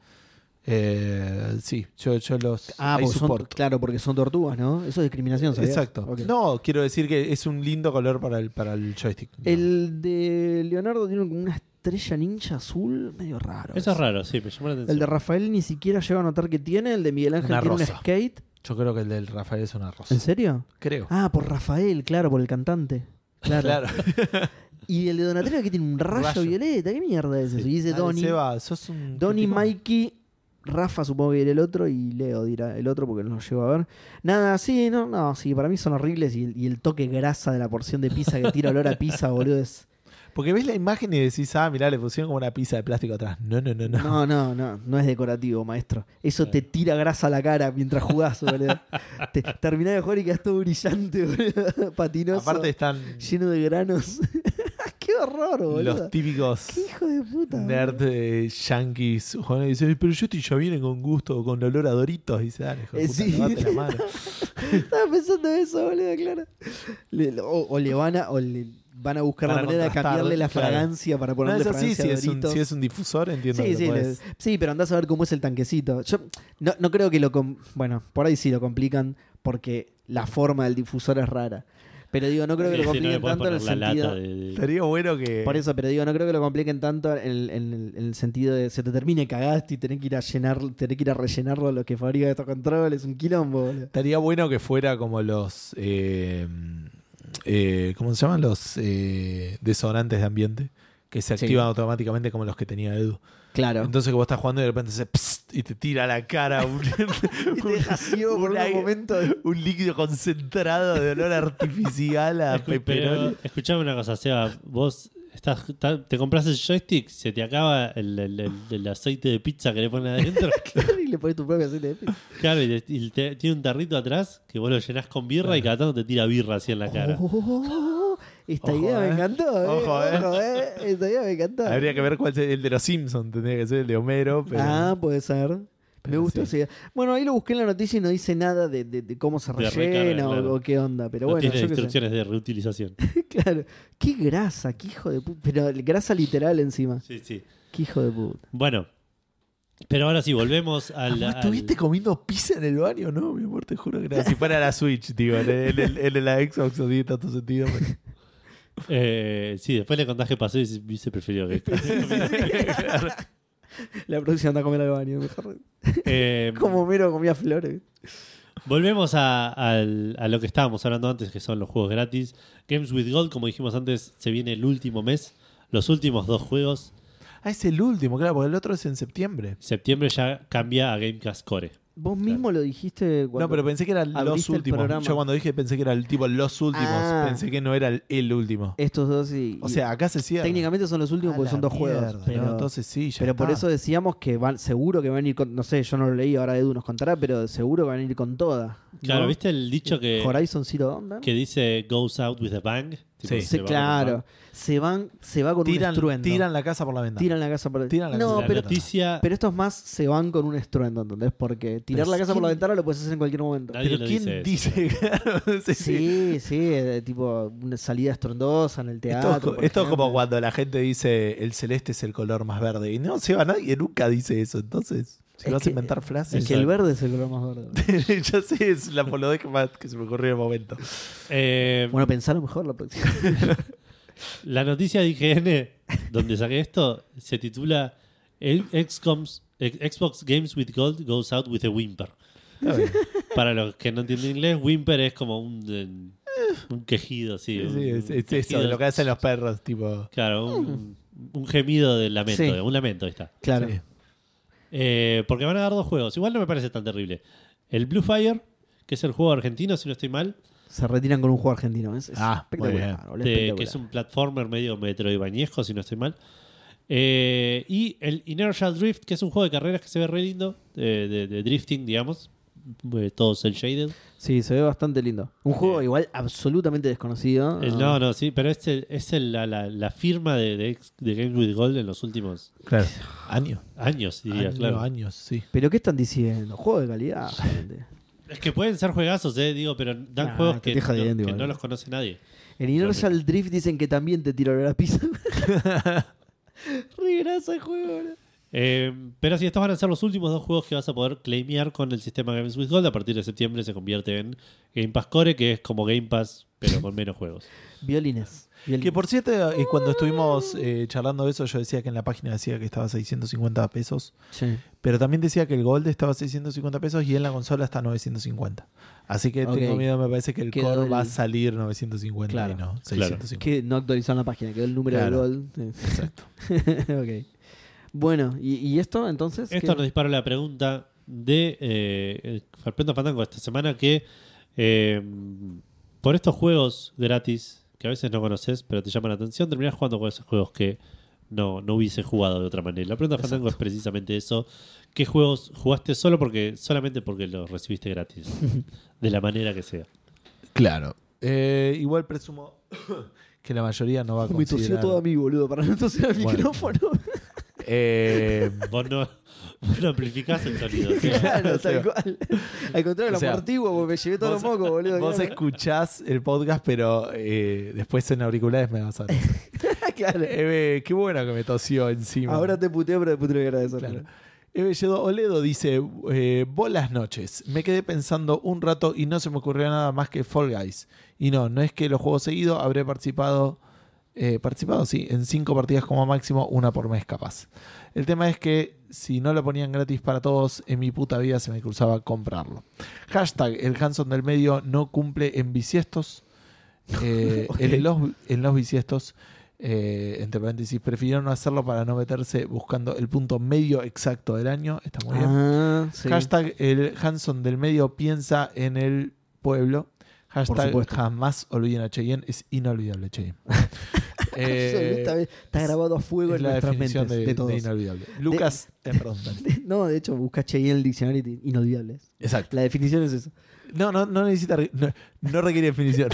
Eh, sí, yo, yo los Ah, hay porque son, support. claro, porque son tortugas, ¿no? Eso es discriminación, ¿sabías? Exacto. Ok. No, quiero decir que es un lindo color para el, para el joystick. El de Leonardo tiene como unas estrella ninja azul, medio raro. Eso es raro, sí, me llamó la atención. El de Rafael ni siquiera llego a notar que tiene, el de Miguel Ángel Una tiene rosa. un skate. Yo creo que el del Rafael es una rosa. ¿En serio? Creo. Ah, por Rafael, claro, por el cantante. Claro. Y el de Donatello que tiene un rayo, Rayo. violeta, ¿qué mierda es eso? Y dice Dale, Donny. Seba, sos un Donny, tipo- Mikey, Rafa supongo que era el otro y Leo dirá el otro porque no lo llevo a ver. Nada, sí, no, no, sí, para mí son horribles y, el- y el toque grasa de la porción de pizza que tira olor a pizza, boludo, es... Porque ves la imagen y decís, ah, mirá, le pusieron como una pizza de plástico atrás. No, no, no, no. No, no, no, no es decorativo, maestro. Eso te tira grasa a la cara mientras jugás, boludo. te, terminás de jugar y quedás todo brillante, boludo, patinoso, Aparte están lleno de granos. ¡Qué horror, boludo! los típicos ¡Qué hijo de puta! boludo. nerd eh, yankees. Juan dice, "Ay, pero yo estoy ya vienen con gusto, con olor a doritos. Dice, dale, hijo de Eh, puta, sí. lavate la mano. Estaba pensando eso, boludo, claro. Le- lo- o, o le van a, o le van a buscar Van la a manera de contrastar, cambiarle la claro. fragancia para No, ponerle eso sí, fragancia si a es, un, Doritos. si es un difusor, entiendo Sí, que sí, lo le- podés- sí, pero andás a ver cómo es el tanquecito. Yo no, no creo que lo... com- bueno, por ahí sí lo complican porque la forma del difusor es rara. Pero digo, no creo que Sí, lo sí, no compliquen le podés tanto en el poner la sentido... lata de- de- Estaría bueno que. Por eso, pero digo, no creo que lo compliquen tanto en el, en el- en el sentido de se te termine cagaste y tenés que ir a llenar, tenés que ir a rellenarlo lo que fabrica estos controles, un quilombo, boludo. Estaría bueno que fuera como los. eh, eh, ¿Cómo se llaman? Los eh, desodorantes de ambiente. Que se Sí. activan automáticamente como los que tenía Edu. Claro. Entonces que vos estás jugando y de repente se psst, y te tira a la cara un, Y te deja ciego por Una- un momento. un líquido concentrado de olor artificial a Escu- peperón. Pero, escuchame una cosa, Seba. Vos estás, ta- te compras el joystick, se te acaba el, el- el- el aceite de pizza que le ponen adentro. Claro, y le pones tu propio aceite de pizza. claro, y, te- y te- tiene un tarrito atrás que vos lo llenás con birra y cada tanto te tira birra así en la cara. Oh, esta Ojo, idea eh. me encantó. eh. Ojo, eh. Ojo, eh. Esta idea me encantó. Habría que ver cuál es el de los Simpsons. Tendría que ser el de Homero. Pero... Ah, puede ser. Me Pero gustó sí. esa idea. Bueno, ahí lo busqué en la noticia y no dice nada de, de- de cómo se De rellena recarga, o, claro. o qué onda. Pero no bueno, tiene yo qué sé. instrucciones de reutilización. claro. Qué grasa, qué hijo de puta. Pero grasa literal encima. sí, sí. Qué hijo de puta. Bueno, pero ahora sí, volvemos al. Ah, Amor, al- ¿Estuviste comiendo pizza en el baño? No, mi amor, te juro que era. Si fuera la Switch, digo, en, el- en el- en la Xbox, así está tu sentido. pero- eh, sí, después le contás qué pasó y se- hubiese preferido que. La producción anda a comer al baño. Mejor. Eh, Como mero comía flores. Volvemos a, al- a lo que estábamos hablando antes, que son los juegos gratis. Games with Gold, como dijimos antes, se viene el último mes. Los últimos dos juegos. Ah, es el último, claro, porque el otro es en septiembre. Septiembre ya cambia a Gamecast Core. Vos mismo lo dijiste cuando... no, pero pensé que eran los abriste el programa. últimos. Yo cuando dije pensé que era el tipo los últimos. Ah. Pensé que no era el, el último. Estos dos y... O y- sea, acá se cierra. Técnicamente son los últimos A porque la son dos mierda, juegos. Pero, ¿no? Entonces sí, ya pero por está. eso decíamos que van, seguro que van a ir con. No sé, yo no lo leí, ahora Edu nos contará, pero seguro que van a ir con toda. ¿no? Claro, ¿viste el dicho que, Horizon Zero Dawn, ¿no? que dice goes out with a bang? Tipo, Sí. se Sí, va claro. Se van, se va con un tiran, estruendo. tiran la casa por la ventana. Tiran la casa por Tiran la casa No, con- por La pero, noticia, pero estos más se van con un estruendo, ¿entendés? Porque tirar Pero la es casa por que- la ventana lo puedes hacer en cualquier momento. Nadie Pero lo ¿quién dice eso. dice? Claro, sí, sí. Sí, sí, eh, tipo una salida estrondosa en el Esto, teatro. es co- por esto es como ejemplo. cuando la gente dice el celeste es el color más verde. Y no, Seba, nadie nunca dice eso. Entonces, si Es vas que- a inventar frases. Es que el verde es el color más verde. ya sé, es la polodez que más- que se me ocurrió en el momento. eh, Bueno, pensalo mejor la próxima. La noticia de IGN, donde saqué esto, se titula "El Xcoms- Ex- Xbox Games with Gold goes out with a whimper. Está bien. Para los que no entienden inglés, whimper es como un, eh, un quejido, sí. un- Sí, es, un es eso, quejido. lo que hacen los perros, tipo. Claro, un, un gemido de lamento, Sí. eh, un lamento, ahí está. Claro. Sí. Eh, porque van a dar dos juegos, igual no me parece tan terrible. El Blue Fire, que es el juego argentino, si no estoy mal, Se retiran con un juego argentino. Es, es Ah, muy espectacular, bien. boludo, de- espectacular. que es un platformer medio metro y bañesco, si no estoy mal. Eh, y el Inertial Drift, que es un juego de carreras que se ve re lindo, de, de- de drifting, digamos, eh, todos el shaded. Sí, se ve bastante lindo. Un juego igual absolutamente desconocido. Eh, El- no, no, sí, pero es, el- es el- la, la- la firma de, de, ex- de Game with Gold en los últimos Claro. Año. años, diría, año, claro. años, sí. ¿Pero qué están diciendo? Juego de calidad. gente. Es que pueden ser juegazos, eh, digo, pero dan Ah, juegos te que, deja no- jodiendo que igual. no los conoce nadie. en Inertial Drift dicen que también te tiró la pizza. Re grasa el juego, boludo. Eh, pero sí, estos van a ser los últimos dos juegos que vas a poder claimear con el sistema Games with Gold. A partir de septiembre se convierte en Game Pass Core, que es como Game Pass, pero con menos juegos. Violines. Y el- Que por cierto, eh, cuando estuvimos eh, charlando de eso, yo decía que en la página decía que estaba a 650 pesos. Sí. Pero también decía que el Gold estaba a 650 pesos y en la consola está a 950. Así que tengo Ok. miedo, me parece que el Quedó Core el- va a salir 950 Claro. y no Claro. 650. Que no actualizaron la página, quedó el número Claro. de gol. Exacto. ok. Bueno, ¿y, y esto entonces? Esto ¿Qué? nos dispara la pregunta de eh, el Fernando Fandango esta semana que eh, por estos juegos gratis que a veces no conoces pero te llaman la atención, terminás jugando con esos juegos que no, no hubiese jugado de otra manera. La pregunta de Fandango es precisamente eso. ¿Qué juegos jugaste solo porque solamente porque los recibiste gratis? de la manera que sea. Claro. Eh, igual presumo que la mayoría no va a Me tosió considerar... todo a mí, boludo, para no toser el Bueno. micrófono. Eh, Vos no, vos no amplificás el sonido. ¿sí? claro, sea, tal cual. Al contrario, o lo sea, amortiguo, porque me llevé todos los vos- mocos, boludo. Vos claro. escuchás el podcast, pero eh, después en auriculares me vas a... Eh, Claro. eh, qué bueno que me tosió encima. Ahora te puteo, pero te puteo de agradecer. Claro. Eve Yedo Oledo dice, eh, buenas noches, me quedé pensando un rato y no se me ocurrió nada más que Fall Guys. Y no, no es que los juego seguido, habré participado, eh, participado, sí, en cinco partidas como máximo, una por mes capaz. El tema es que si no lo ponían gratis para todos, en mi puta vida se me cruzaba comprarlo. Hashtag, el Hanson del medio no cumple en bisiestos, eh, en, los, en los bisiestos. Eh, entre paréntesis, prefirieron no hacerlo para no meterse buscando el punto medio exacto del año. Está muy bien. Ah, sí. Hashtag el Hanson del medio piensa en el pueblo. Hashtag supuesto. jamás olviden a Cheyenne. Es inolvidable Cheyenne. Eh, Absolutamente, Está grabado a fuego es en la nuestras definición mentes de, de, todos. de inolvidable. Lucas, eh, perdón. no, de hecho, busca Cheyenne en el diccionario y te- inolvidables. Exacto. La definición es eso. No, no, no necesita. re- No, no requiere definición.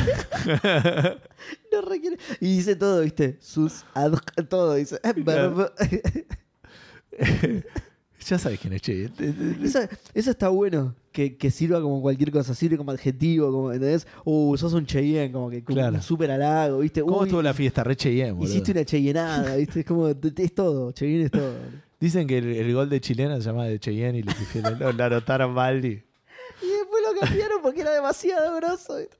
No requiere. Y dice todo, ¿viste? Sus ad todo. Dice. eh, verb. ya sabes quién es Cheyenne. Te- te- eso, eso está bueno. Que, que sirva como cualquier cosa. Sirve como adjetivo. Como, ¿Entendés? Uh, sos un Cheyenne. Como que como Claro. un súper halago, ¿viste? ¿Cómo Uy, estuvo la fiesta? Re Cheyenne, boludo. Hiciste una Cheyenneada, ¿viste? Es como. te- te- Es todo. Cheyenne es todo. Dicen que el, el gol de chilena se llama de Cheyenne y le pusieron, lo, lo anotaron mal. y- Y después lo cambiaron porque era demasiado grosso. ¿viste?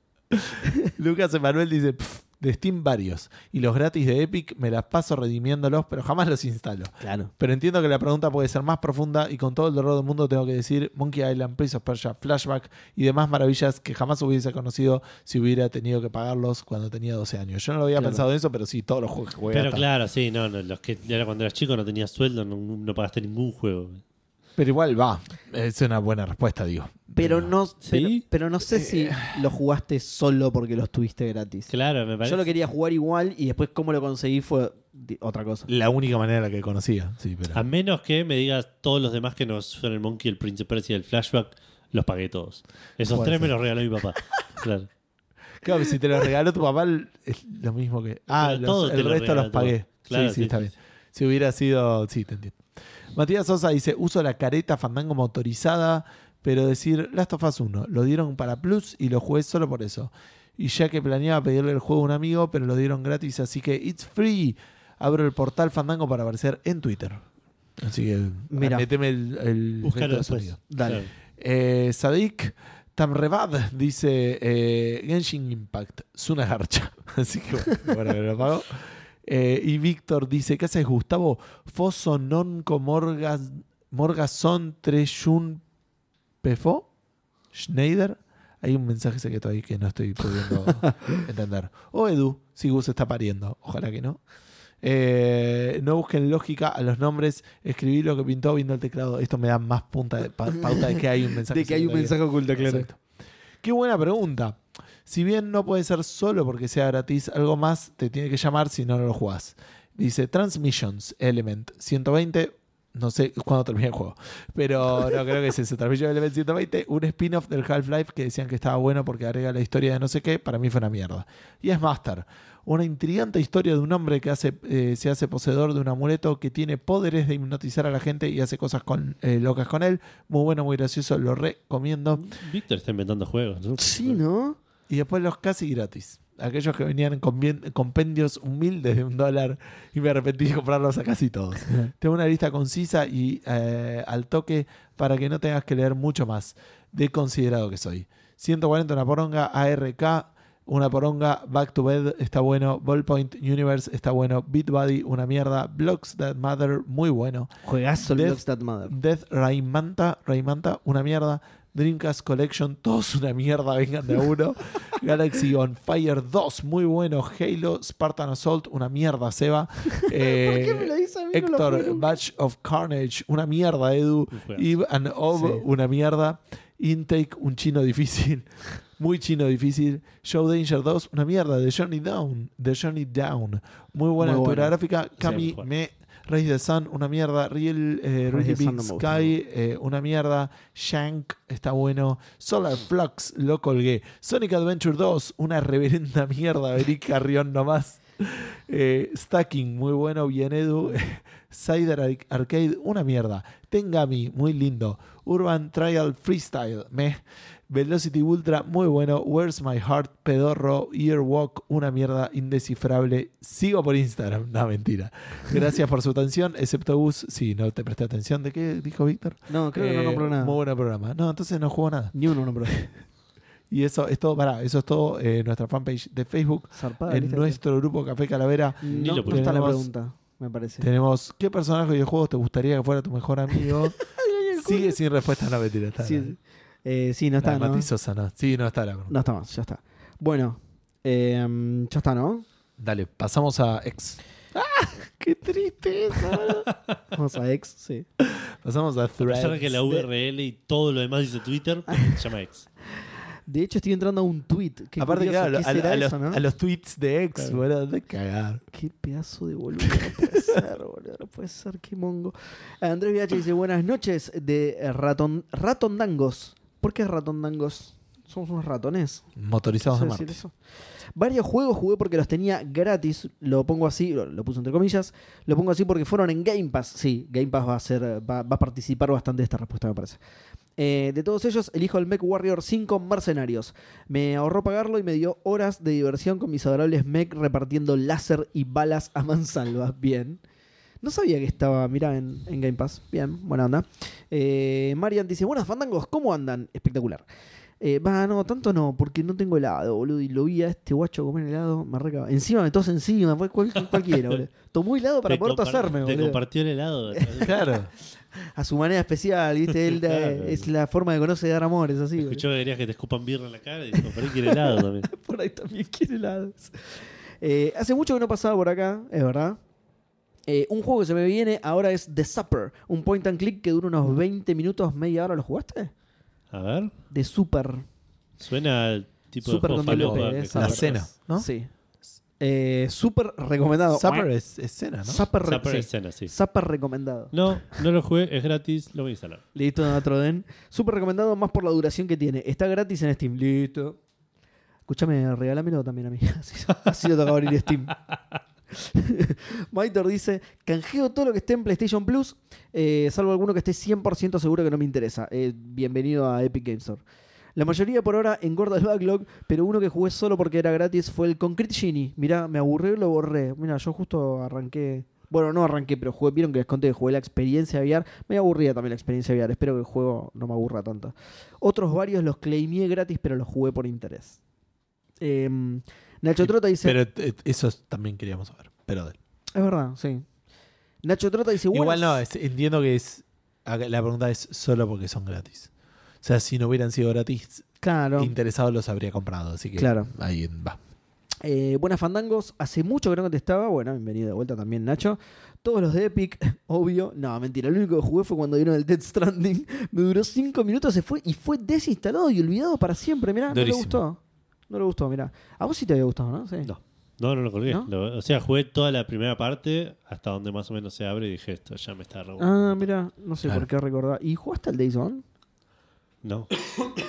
Lucas Emanuel dice, "Pf, de Steam varios. Y los gratis de Epic me las paso redimiéndolos, pero jamás los instalo. Claro. Pero entiendo que la pregunta puede ser más profunda y con todo el dolor del mundo tengo que decir Monkey Island, Prince of Persia, Flashback y demás maravillas que jamás hubiese conocido si hubiera tenido que pagarlos cuando tenía 12 años. Yo no lo había Claro. pensado en eso, pero sí, todos los juegos que jugué. Pero hasta- claro, sí, no, no, los que era cuando eras chico no tenías sueldo, no, no pagaste ningún juego. pero igual va. Es una buena respuesta, digo. Pero no, pero, ¿Sí? pero no sé si lo jugaste solo porque los tuviste gratis. Claro, me parece. Yo lo quería jugar igual y después cómo lo conseguí fue di- otra cosa. La única manera en la que conocía. Sí, pero... A menos que me digas todos los demás que nos son el Monkey, el Prince of Persia y el Flashback, los pagué todos. Esos Puede tres me ser. los regaló mi papá. Claro. Claro, si te lo regaló tu papá, l- es lo mismo que. Ah, Pero los- todo te el lo resto regala los tu pagué. papá. Claro, sí, sí, sí, está sí, bien. sí. Si hubiera sido. Sí, te entiendo. Matías Sosa dice: Uso la careta fandango motorizada, pero decir Last of Us 1. Lo dieron para Plus y lo jugué solo por eso. Y ya que planeaba pedirle el juego a un amigo, pero lo dieron gratis, así que it's free. Abro el portal fandango para aparecer en Twitter. Así que. Mira. Meteme el. el efecto Búscalo de después. sonido. Dale. Claro. Eh, Sadik Tamrebad dice eh, Genshin Impact, es una garcha. Así que bueno, me lo pago. Eh, y Víctor dice: ¿Qué haces, Gustavo? Foso non comorgas Morgason Trejun Pefo Schneider. Hay un mensaje secreto ahí que no estoy pudiendo entender. O Edu, si Gus está pariendo. Ojalá que no. Eh, no busquen lógica a los nombres. Escribí lo que pintó viendo el teclado. Esto me da más punta de, pa- pauta de que hay un mensaje. De que hay un secreto ahí. mensaje oculto, claro. Exacto. Qué buena pregunta. Si bien no puede ser solo porque sea gratis, algo más te tiene que llamar si no, no lo jugás. Dice Transmissions Element 120. No sé cuándo termina el juego, pero no creo que es ese. Transmission Element 120, un spin-off del Half-Life que decían que estaba bueno porque agrega la historia de no sé qué. Para mí fue una mierda. Y es Master, una intrigante historia de un hombre que hace, eh, se hace poseedor de un amuleto que tiene poderes de hipnotizar a la gente y hace cosas con, eh, locas con él. Muy bueno, muy gracioso, lo recomiendo. Víctor está inventando juegos, ¿no? Sí, ¿no? Y después los casi gratis. Aquellos que venían con bien- compendios humildes de un dólar y me arrepentí de comprarlos a casi todos. Tengo una lista concisa y eh, al toque para que no tengas que leer mucho más. De considerado que soy. 140 una poronga, ARK, Una poronga, Back to Bed está bueno, Ballpoint Universe está bueno, Beat Buddy, una mierda, Blocks That Matter, muy bueno, Juegazo el Death- Lost That Mother. Death Raymanta, Raymanta, una mierda, Dreamcast Collection, todos una mierda, vengan de a uno, Galaxy on Fire 2, muy bueno, Halo, Spartan Assault, una mierda, Seba. ¿Por Eh, qué me lo dice a mí? No lo jugué Héctor, nunca. Batch of Carnage, una mierda, Edu. Un juegazo. Eve and Ob, Sí. una mierda. Intake, un chino difícil. Muy chino difícil. Show Danger 2, una mierda. The Journey Down. The Journey Down. Muy buena Muy aventura bueno. gráfica. Cami, bueno. me. Race the Sun, una mierda. Real, eh, Race Really the Sun Big no me gusta Sky, eh, una mierda. Shank, está bueno. Solar Flux, lo colgué. Sonic Adventure 2, una reverenda mierda. Vení Carrión nomás. Eh, Stacking, muy bueno, bien Edu. Cider Ar- Arcade, una mierda. Tengami, muy lindo. Urban Trial Freestyle, meh. Velocity Ultra, muy bueno. Where's My Heart, pedorro. Earwalk, una mierda indescifrable. Sigo por Instagram, no, mentira. Gracias por su atención, excepto Gus, si no te presté atención. ¿De qué dijo Víctor? No, creo que no Eh, nombró nada. Muy buen programa. No, entonces no jugó nada. Ni uno nombró. Y eso es todo, pará, eso es todo. eh, nuestra fanpage de Facebook, Zarpada. en lista. nuestro grupo Café Calavera. Ni no, lo no está la tenemos. pregunta, me parece. Tenemos, ¿qué personaje de videojuegos te gustaría que fuera tu mejor amigo? Sigue sin respuesta, no mentira. Está Sí, eh, sí, no no está, está, ¿no? no. Sí, no está la pregunta. No está más, ya está. Bueno, eh, ya está, ¿no? Dale, pasamos a X. ¡Ah! ¡Qué tristeza! Vamos a ex, sí. pasamos a A Threads. pesar de que la URL y todo lo demás dice Twitter, se llama X. De hecho, estoy entrando a un tweet. Qué Aparte, curioso, claro, ¿qué a, será a los, eso, no? a los tweets de X, Claro. boludo, de cagar. Qué pedazo de boludo. No puede ser, boludo. No puede ser, qué mongo. Andrés Viache dice: Buenas noches de eh, raton, ratondangos. ¿Por qué ratondangos? Somos unos ratones. Motorizados de ¿Puedo decir Marte. eso? Varios juegos jugué porque los tenía gratis. Lo pongo así, lo, lo puse entre comillas. Lo pongo así porque fueron en Game Pass. Sí, Game Pass va a, ser, va, va a participar bastante de esta respuesta, me parece. Eh, de todos ellos, elijo el Mech Warrior 5 Mercenarios. Me ahorró pagarlo y me dio horas de diversión con mis adorables mech repartiendo láser y balas a mansalva. Bien. No sabía que estaba, mirá, en, en Game Pass. Bien, buena onda. Eh, Marian dice, buenas fandangos, ¿cómo andan? Espectacular. Eh, Va, no, tanto no, porque no tengo helado, boludo. Y lo vi a este guacho comer helado, me recaba. Encima me tos encima, fue cual- cualquiera, boludo. Tomó helado para Te poder compar- tosarme, Te boludo. compartió el helado. Claro. A su manera especial, ¿viste? Él eh, Claro. es la forma que conoce de dar amor, es así. boludo. Escuchó que querías que te escupan birra en la cara y dijo, por ahí quiere helado también. por ahí también quiere helados. Eh, hace mucho que no pasaba por acá, es verdad. Eh, un juego que se me viene ahora es The Supper, un point and click que dura unos 20 minutos, media hora. ¿Lo jugaste? A ver, The Super. suena al tipo Super de con juego falopa López, que es La Supper. compras. cena, ¿no? Sí. Eh, super recomendado. Ah, Supper es, es cena, ¿no? Supper, re- Supper sí. es cena, sí. Supper recomendado. No, no lo jugué, es gratis, lo voy a instalar. Listo, otro den. Súper recomendado, más por la duración que tiene. Está gratis en Steam. Listo. Escúchame, regálamelo también a mí. Así, así lo toca abrir Steam. Maitor dice: Canjeo todo lo que esté en PlayStation Plus, eh, salvo alguno que esté 100% seguro que no me interesa. Eh, bienvenido a Epic Games Store. La mayoría por ahora engorda el backlog, pero uno que jugué solo porque era gratis fue el Concrete Genie. Mirá, me aburrió y lo borré. Mirá, yo justo arranqué. Bueno, no arranqué, pero jugué, vieron que les conté que jugué la experiencia VR. Me aburría también la experiencia VR. Espero que el juego no me aburra tanto. Otros varios los claimé gratis, pero los jugué por interés. Em, Nacho Trota dice. Pero eh, eso es- también queríamos saber. Pero dale. Es verdad, sí. Nacho Trota dice. Igual "Buenas". no, es- entiendo que es. acá La pregunta es solo porque son gratis. O sea, si no hubieran sido gratis, Claro. interesados los habría comprado. Así que Claro. ahí va. Eh, buenas fandangos, hace mucho que no contestaba. Bueno, bienvenido de vuelta también, Nacho. Todos los de Epic, obvio. No, mentira, lo único que jugué fue cuando dieron el Dead Stranding. Me duró 5 minutos, se fue y fue desinstalado y olvidado para siempre. Mirá, Durísimo. no le gustó. No le gustó, mirá. A vos sí te había gustado, ¿no? Sí. No. No, no lo colgué. ¿No? Lo- o sea, jugué toda la primera parte hasta donde más o menos se abre y dije esto, ya me está re bueno. Ah, mirá, no sé Claro. por qué recordaba. ¿Y jugaste al Days Gone? No,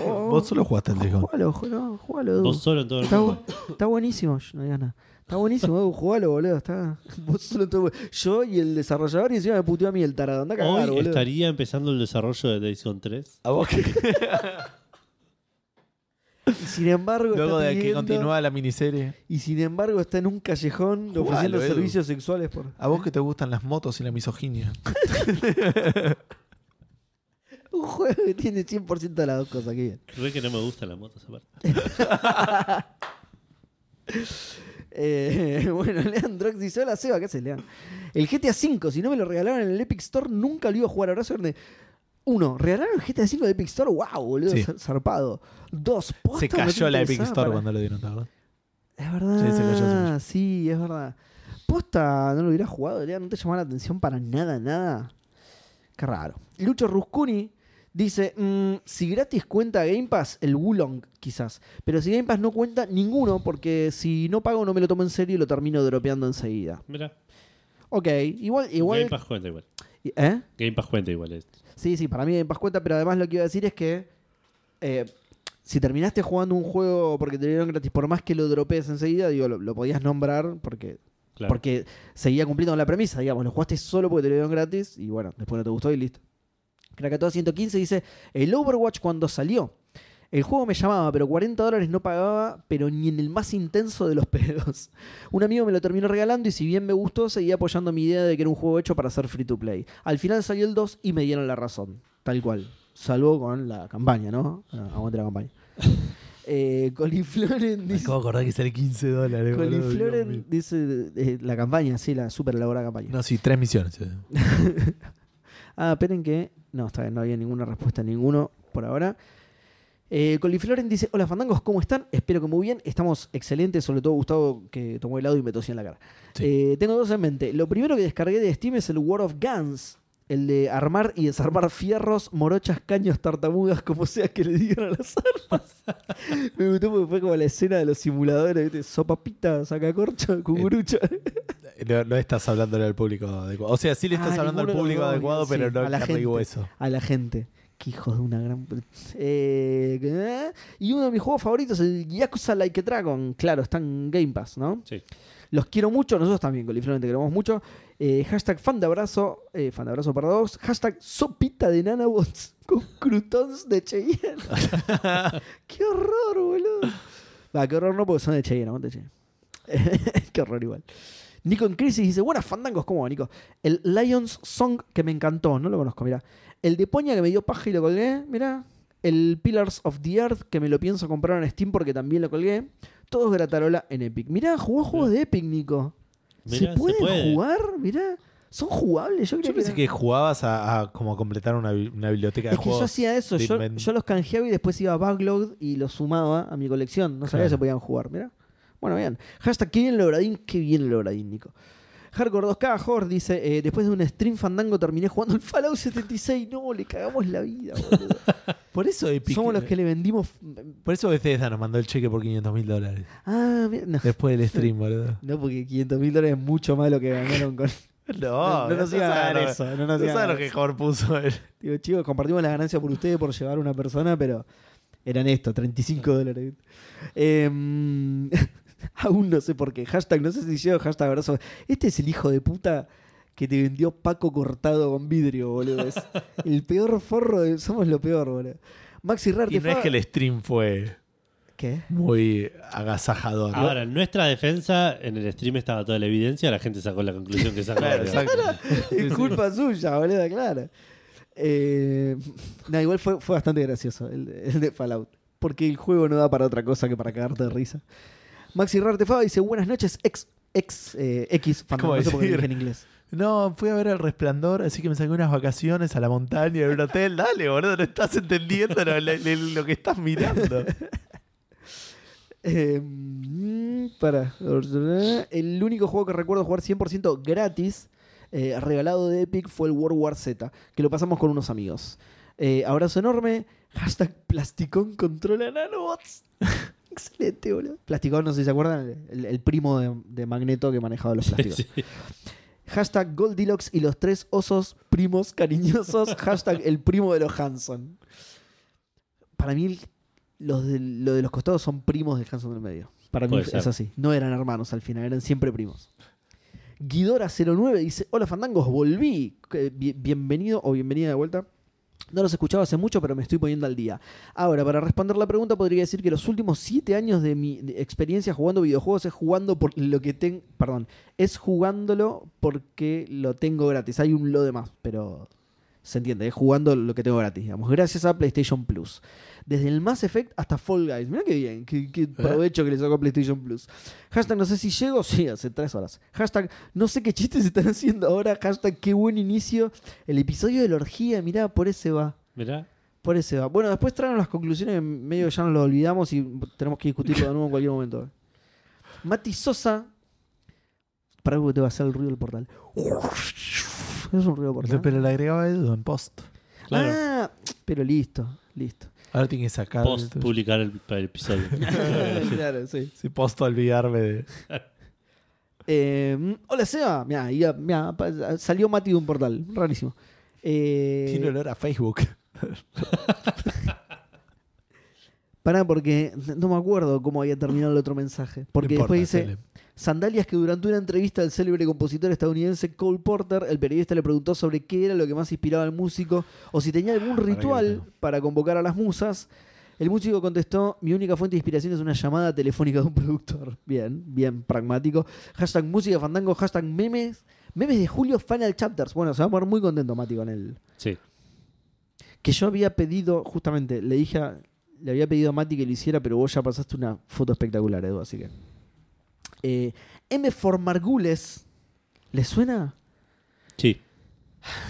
Oh, Vos solo jugaste al Days Gone. Jugalo, jugalo, jugalo, Edu. vos solo en todo el Está, bu- mundo. está buenísimo, Shh, no digas nada. Está buenísimo, Edu, jugalo, boludo. Está... Vos solo todo- Yo y el desarrollador y encima me puteó a mí el tarado. Anda a cagar, Hoy boludo. estaría empezando el desarrollo de Days Gone 3. A vos que Y sin embargo, luego está de que pidiendo- continuaba la miniserie. y sin embargo está en un callejón Jugalo, ofreciendo Edu. servicios sexuales por. A vos que te gustan las motos y la misoginia. Un juego que tiene 100% de las dos cosas, qué bien. Creo que no me gustan las motos aparte. Eh, bueno, Lean Drox hola Seba, ¿qué haces, Lean? El GTA V, si no me lo regalaron en el Epic Store, nunca lo iba a jugar. Ahora suerte. Uno, regalaron el GTA V de Epic Store, wow, boludo, Sí. zar- zarpado. Dos, posta, Se no te cayó la Epic interesaba Store para- cuando lo dieron, ¿te acordás? Es Sí, se cayó, se verdad, cayó. sí, es verdad. Posta, no lo hubieras jugado, Lean, no te llamaba la atención para nada, nada. Qué raro. Lucho Ruscuni dice: mm, Si gratis cuenta Game Pass, el Wulong, quizás. Pero si Game Pass no cuenta, ninguno, porque si no pago, no me lo tomo en serio y lo termino dropeando enseguida. Mira, Ok, igual. igual Game Pass cuenta igual. ¿Eh? Game Pass cuenta igual. es- Sí, sí, para mí Game Pass cuenta, pero además lo que iba a decir es que. eh, si terminaste jugando un juego porque te lo dieron gratis, por más que lo dropees enseguida, digo, lo- lo podías nombrar porque Claro. porque seguía cumpliendo con la premisa, digamos. Lo jugaste solo porque te lo dieron gratis y bueno, después no te gustó y listo. Krakatoa 115 dice: El Overwatch cuando salió. El juego me llamaba, pero 40 dólares no pagaba, pero ni en el más intenso de los pedos. Un amigo me lo terminó regalando y si bien me gustó, seguía apoyando mi idea de que era un juego hecho para ser free to play. Al final salió el 2 y me dieron la razón, tal cual. Salvo con la campaña, ¿no? Ah, Aguante la campaña. Eh, Colifloren dice... Acabo de acordar que sale 15 dólares. boludo, Dios mío. Colifloren dice eh, la campaña, sí, la super elaborada campaña. No, sí, tres misiones. eh. Ah, esperen que. No, está bien, no había ninguna respuesta, ninguno por ahora. Eh, Colifloren dice: Hola fandangos, ¿cómo están? Espero que muy bien. Estamos excelentes, sobre todo Gustavo que tomó helado y me tosió en la cara. Sí. Eh, tengo dos en mente. Lo primero que descargué de Steam es el War of Guns. El de armar y desarmar fierros, morochas, caños, tartamudas, como sea que le digan a las armas. Me gustó porque fue como la escena de los simuladores, ¿viste? Sopapita, Eh, sacacorcha, cucurucha. No, no estás hablándole al público adecuado. O sea, sí le estás Ah, hablando al ninguno de los público dos, adecuado, sí, pero no a en la carne y gente. hueso. a la gente. Qué hijos de una gran. Eh, ¿qué? y uno de mis juegos favoritos, el Yakuza Like a Dragon. Claro, está en Game Pass, ¿no? Sí. Los quiero mucho, nosotros también, Coliflor, te queremos mucho. Eh, hashtag fan de abrazo, eh, fan de abrazo para dos. Hashtag sopita de nanobots con croutons de Cheyenne. ¡Qué horror, boludo! Va, qué horror no, porque son de Cheyenne, aguante Cheyenne. qué horror igual. Nico en crisis dice, buenas fandangos, ¿cómo va, Nico? El Lions Song que me encantó, no lo conozco, mirá. El de Poña que me dio paja y lo colgué, mirá. El Pillars of the Earth que me lo pienso comprar en Steam porque también lo colgué. Todos gratarola en Epic. Mirá, jugó juegos de Epic, Nico. Mirá, ¿Se pueden jugar? Mirá. ¿Son jugables? Yo, Yo creo pensé que... que jugabas a, a como completar una, bi- una biblioteca de Es que yo juegos. hacía eso. de Yo, invent- yo los canjeaba y después iba a Backload y los sumaba a mi colección. No sabía Claro. que se podían jugar, mirá. Bueno, vean. Hashtag, qué bien logradín, qué bien logradín, Nico. Hardcore 2K, Hor dice, eh, después de un stream fandango terminé jugando al Fallout 76. No, le cagamos la vida, boludo. Por eso Epic. Somos los que le vendimos... Por eso Bethesda nos mandó el cheque por 500 mil dólares. Ah, mirá, no. Después del stream, boludo. No, porque 500 mil dólares es mucho más de lo que ganaron con. Oh, No, no nos iban a saben dar lo- eso, No no nos iban a sabes dar lo que Jorge puso él. Digo, chicos, compartimos la ganancia por ustedes por llevar una persona, pero eran esto, 35 dólares. Em, aún no sé por qué. Hashtag, no sé si yo, hashtag abrazo. Este es el hijo de puta que te vendió Paco cortado con vidrio, boludo. Es el peor forro de- Somos lo peor, boludo. Maxi Rar, Y te no es fa- que el stream fue ¿Qué? muy agasajador. Ah. Ahora, en nuestra defensa, en el stream estaba toda la evidencia, la gente sacó la conclusión que sacó. Claro, digamos. exacto. Es culpa suya, boludo, claro. Eh, no, igual fue, fue bastante gracioso el, el de Fallout. Porque el juego no da para otra cosa que para cagarte de risa. Maxi Rartefaba dice: Buenas noches, ex, ex, eh, X fantasma. ¿Cómo No sé por qué lo decir? dije en inglés. No, fui a ver el resplandor, así que me saqué unas vacaciones a la montaña en un hotel. Dale, boludo, no estás entendiendo lo, lo- lo- lo que estás mirando. Eh, mm, para. El único juego que recuerdo jugar 100% gratis, eh, regalado de Epic, fue el World War Z, que lo pasamos con unos amigos. Eh, abrazo enorme. Hashtag Plasticón controla nanobots. Excelente, boludo. Plasticón, no sé si se acuerdan, el, el primo de, de Magneto que manejaba los plásticos. Sí. Hashtag Goldilocks y los tres osos primos cariñosos. Hashtag el primo de los Hanson. Para mí, el- los de, lo de los costados son primos del Hanson del medio. Para mí Puede ser. es así. No eran hermanos al final, eran siempre primos. Guidora09 dice: Hola fandangos, volví. Eh, bi- Bienvenido o bienvenida de vuelta. No los escuchaba hace mucho, pero me estoy poniendo al día. Ahora, para responder la pregunta, podría decir que los últimos siete años de mi de experiencia jugando videojuegos es jugando por lo que ten, perdón, es jugándolo porque lo tengo gratis. Hay un lo de más, pero se entiende, es jugando lo que tengo gratis, digamos, gracias a PlayStation Plus. Desde el Mass Effect hasta Fall Guys. Mirá qué bien, qué, qué provecho que le sacó a PlayStation Plus. Hashtag no sé si llego, sí, hace tres horas. Hashtag no sé qué chistes están haciendo ahora. Hashtag qué buen inicio. El episodio de la orgía, mirá, por ese va. Mirá. Por ese va. Bueno, después traen las conclusiones, que medio ya nos lo olvidamos y tenemos que discutirlo de nuevo en cualquier momento. Mati Sosa. Para algo que te va a hacer el ruido del portal. Es un ruido del portal. Pero le agregaba Edu en post. Claro. Ah, pero listo, listo. Ahora tiene que sacar. Post el- publicar el, el episodio. claro, sí. Sí, post olvidarme de. Eh, hola Seba. Mirá, iba- mirá, pa- salió Mati de un portal. Rarísimo. Eh, Tiene olor a Facebook. Pará, porque no me acuerdo cómo había terminado el otro mensaje. Porque No importa, después dice. dale. Sandalias que durante una entrevista del célebre compositor estadounidense Cole Porter, el periodista le preguntó sobre qué era lo que más inspiraba al músico o si tenía algún que lo ritual tengo. para convocar a las musas. El músico contestó, mi única fuente de inspiración es una llamada telefónica de un productor. Bien, bien pragmático. Hashtag música fandango, hashtag memes. Memes de Julio Final Chapters. Bueno, se va a poner muy contento Mati con él. Sí. Que yo había pedido, justamente, le dije a- le había pedido a Mati que lo hiciera, pero vos ya pasaste una foto espectacular, Edu, así que. Eh, M for Margules. ¿Le suena? Sí.